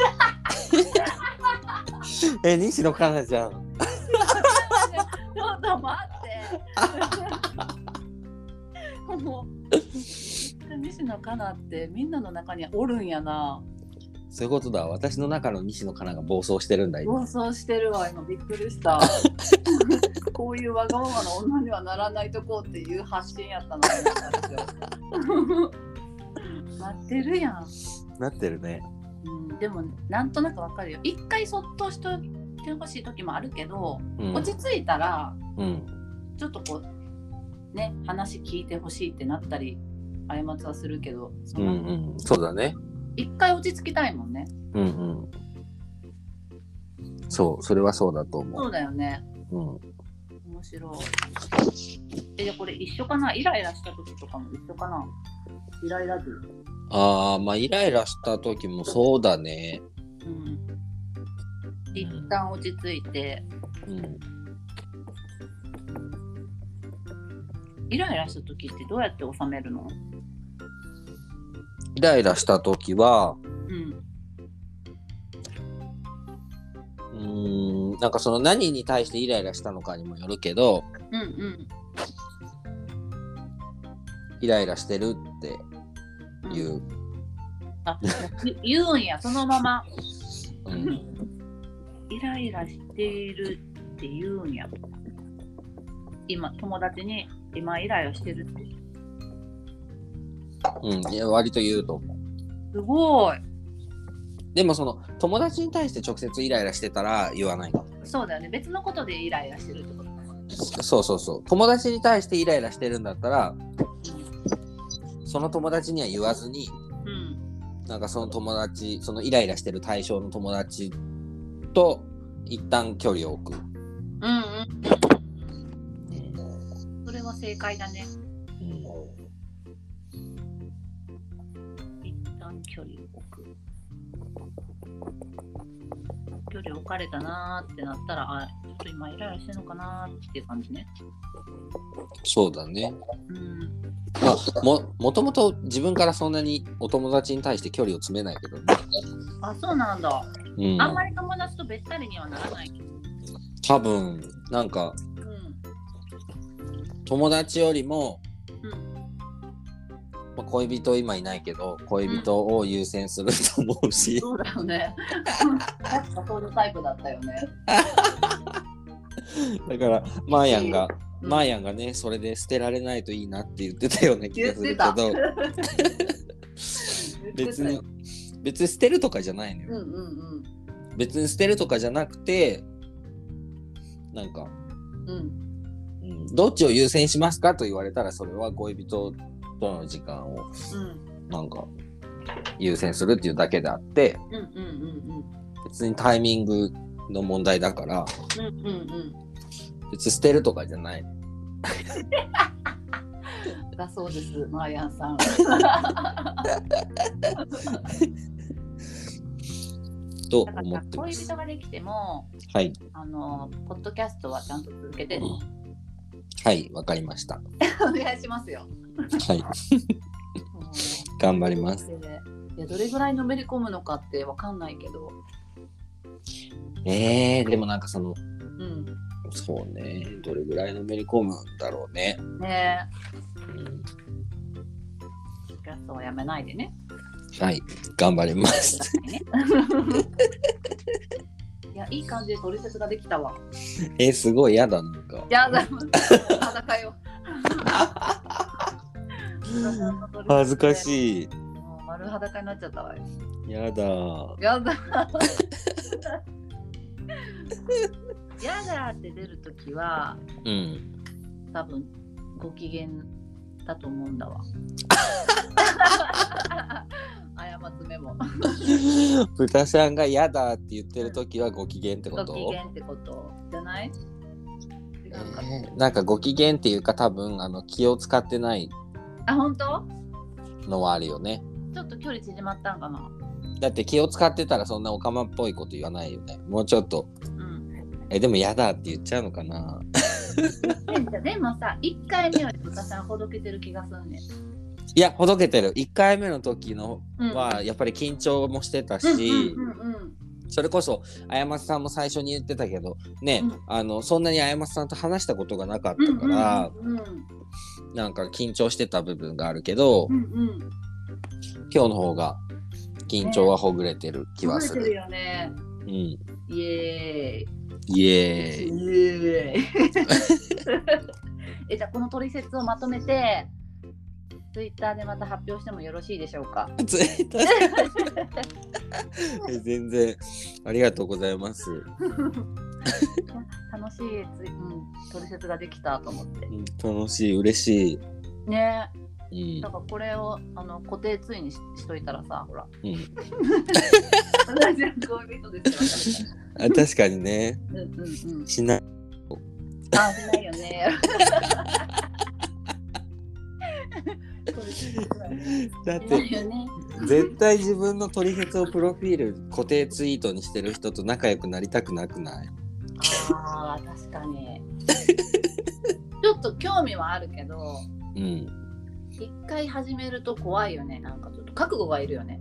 え西野カナちゃん。
ちょっと待って もう西野カナってみんなの中にはおるんやな
そういうことだ私の中の西野カナが暴走してるんだ今。
妄想してるわ今びっくりした こういうわがままな女にはならないとこうっていう発信やった のなってるやん、
なってるね。
うん、でもなんとなくわかるよ一回そっとしておいてほしい時もあるけど、
うん
落ち着いたら
うん
ちょっとこうね話聞いてほしいってなったり過ちはするけどそ
うんん
な
うんそうだね。
一回落ち着きたいもんね
うんうん。そう、それはそうだと
そ
思
うだよね
う。うん。
面白い。え、じゃあこれ一緒かなイライラした時とかも一緒かなイライラ図。
ああ、まあイライラした時もそうだね。
うん。一旦落ち着いて、
うん。
イライラした時ってどうやって収めるの
イライラした時は、う
うん。
ーん、なんかその何に対してイライラしたのかにもよるけど、
うんうん
イライラしてるって
うん。
い。う。
あ、もう言うんや、そのまま。
うん。
イライラしているって言うんや。今友達に今依頼をしてるって
うん、いや割と言うと思う。
すごい
でもその友達に対して直接イライラしてたら言わないかも。
そうだよね別のことでイライラしてるってことだもんね
そうそうそう。友達に対してイライラしてるんだったら、その友達には言わずに、
うん
なんかその友達、そのイライラしてる対象の友達と一旦距離を置く。
うんうんそれは正解だね一旦距離を置く距離を置かれたなーってなったらあちょっと今イライラしてるのかなーっていう感じね
そうだね。
うん
まあ、ももともと自分からそんなにお友達に対して距離を詰めないけどね。
あそうなんだ、
うん
あんまり友達とべったりにはならないけど
多分なんか
うん
友達よりも、
うん
まあ、恋人今いないけど恋人を優先すると思うし、
そうだよね確かそういうタイプだったよね
だからマーヤンが、
うん
マーヤンがねそれで捨てられないといいなって言ってたような気がするけど
言って
別に別に捨てるとかじゃないの
うん
よ、
うんうん
別に捨てるとかじゃなくてなんか、
うん
うん、どっちを優先しますかと言われたらそれは恋人との時間をなんか優先するっていうだけであって、
うんうんうん
別にタイミングの問題だから
うんうんうん
別に捨てるとかじゃない
うんだそうですマーヤンさん
と
だから
思ってま
恋
す
人ができても
はい
あのポッドキャストはちゃんと続けてね
はいわかりましたは
お願いしますよ
い頑張ります
いやどれぐらいのめり込むのかってわかんないけど
えー、でもなんかその
うん
そうねどれぐらいのめり込むんだろうね、
ね
うん
えポッドキャストはやめないでね
はい頑張ります
確かにねいやいい感じで取説ができたわ
えー、すごいやだなんか
やだ、戦いを。
恥ずか
い。
しい
もう丸裸になっちゃったわよ。
やだ
やだ。やだって出るときは、
うん
多分ご機嫌だと思うんだ わ。過つメモ。
豚さんが「やだ」って言ってる時はご機嫌ってこ
ご
と
機嫌ってことじゃない違うかな
えーなんかご機嫌っていうか多分あの気を使ってない
あ、本当
のはあるよね
ちょっと距離縮まったんかな。
だって気を使ってたらそんなオカマっぽいこと言わないよね。もうちょっと、
うん。
え、でも嫌だって言っちゃうのかな。
でもさ、1回目より豚さんほどけてる気がするね。
いや、ほどけてる。1回目の時の
うん
は、やっぱり緊張もしてたし、
うんうんうん
それこそ、あやまつさんも最初に言ってたけど、ね、
うん
あの、そんなにあやまつさんと話したことがなかっ
うん
たから、
うん
なんか緊張してた部分があるけど
う、んうん、
今日の方が緊張はほぐれてる気はす
覚えてる
る。
よね。
うん。イ
イエ
エ
ー
ーイ。
イ。イエーイ。 えじゃあこの取説をまとめて、ツイッターでまた発表してもよろしいでしょうか。
ツイッター え全然、ありがとうございます。
楽しいツイ、うん、取説ができたと思って
う。ん楽しい、嬉しい。
ね
うん
だ、からこれをあの固定ツイにししといたらさ、ほら。
うん
同じ恋人ですよ。
あ確かにね
うんうんうん。
しない
あ、しないよね。 そうですね
だっ
しない
て
よね。
絶対自分の取説をプロフィール固定ツイートにしてる人と仲良くなりたくなくない
ああ、確かに。 ちょっと興味はあるけど、
うん
一回始めると怖いよね。なんかちょっと覚悟がいるよね。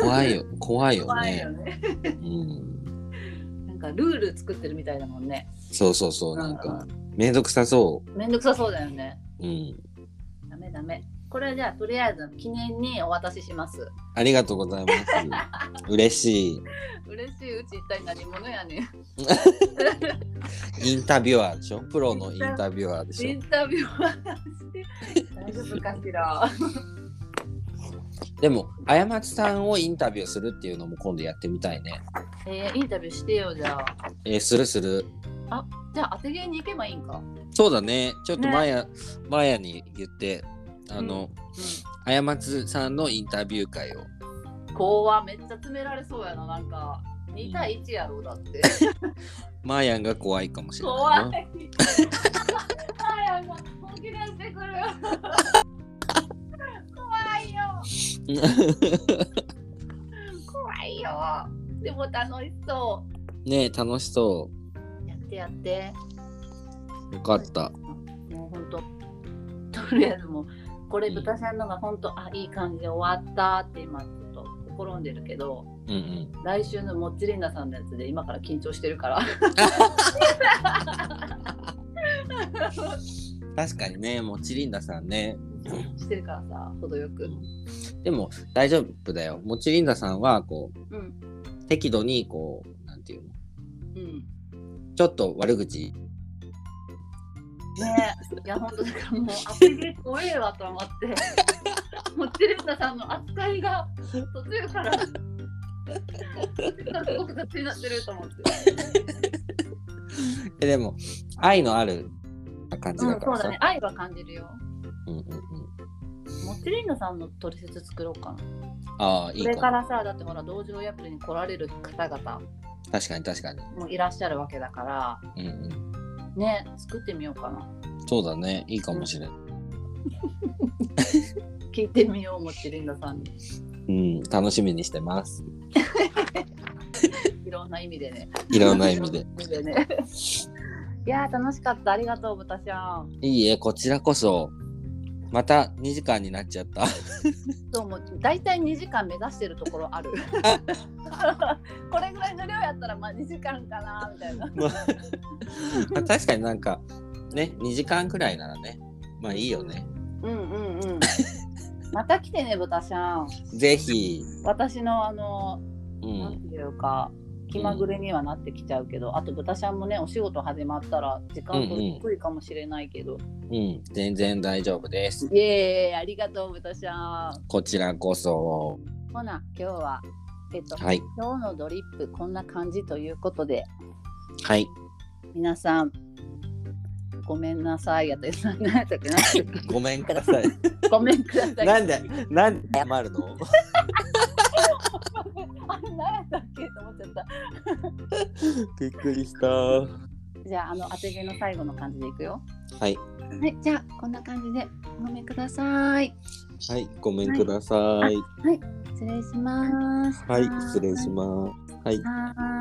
怖い よ怖いよね
怖いよね。
うん、
なんかルール作ってるみたいだもんね。
そうそうそうなんかめんどくさそ
めんどくさそうだよね。
ううん
ダメダメ。これじゃあとりあえず記念にお渡しします。
ありがとうございます。嬉しい。
嬉しいうち一体何者やねん。
インタビュアーでしょプロのインタビュアーでし
イ
ょ
ンタビューはして大丈夫かしら。
でも、あやまちさんをインタビューするっていうのも今度やってみたいね。
えーインタビューしてよじゃあ。
えーするする。
じゃあ当て芸に行けばいいんか。
そうだね。ちょっと
ね
マヤ、マヤに言って、あの、あやまつさんのインタビュー会を。
うん。こうはめっちゃ詰められそうやななんか。2対1やろうだって。
マヤが怖いかもしれ
怖。
ないいな。
あやが本気出してくる。 怖いよ。 怖いよ。でも楽しそ。
ねえ楽しそう
やってやって。
う。よかった。
もう本当とりあえずもうこれ豚さんのが本当あいい感じで終わったって今ちょっと心んでるけど
うんうん。
来週のモッチリンダさんのやつで今から緊張してるから
確かにね、もうチリンダさんね。
してるからさ程よく
でも大丈夫だよ。もちりんださんは、こ
うん
う、適度に、こう、なんていうの、
うん
ちょっと悪口。
ねいや本当だからもうアプリ怖えわと思 ってモッチリンダさんの扱いが途中からすごく雑になってると思って
えでも、愛のある感じ
う
だ
ん
か
そう
ら
だ
さ。
ね愛は感じるよ
うんうんうん。
モッチリンダさんのトリセツ作ろうかな
ああ、いい
これ
か
か
も。
らさだってほら同情アプリに来られる方々
確かに確かに。
もいらっしゃるわけだから
うんうん。
ね作ってみようかな
そうだね。いいかもしれない。
聞いてみようもちりんださんに
うん、楽しみにしてます。
いろんな意味でね
いろんな意味 で。
いろんな意味でねいやー楽しかったありがとう豚ちゃん
いいえ、こちらこそ。また2時間になっちゃった。
どうも大体2時間目指してるところある これぐらいの量やったらまあ2時間かなみたいな
まあまあ確かになんか、ね、2時間くらいならね。まあいいよね。
うんうんうん また来てね豚ちゃん
ぜひ。
私のあの
う
なんん。ていうか気まぐれにはなってきちゃうけど、あと豚ちゃんもねお仕事始まったら時間取りにくいかもしれないけど、
うん、全然大丈夫です。
イエーイありがとう豚ちゃん
こちらこそ。
ほな今日はえっと、
はい。
今日のドリップこんな感じということで
はい。
皆さんごめんなさいやった何やったっけな
ごめんください。
ごめんくださ い
なんで、なんで謝るの
あ何やったっけと思っちゃった
びっくりした。は
じゃああの当て毛の最後の感じでいくよ
い。
はいじゃあこんな感じでごめんください
はい、ごめんください。
失礼します
はい、失礼します。はい。
はーい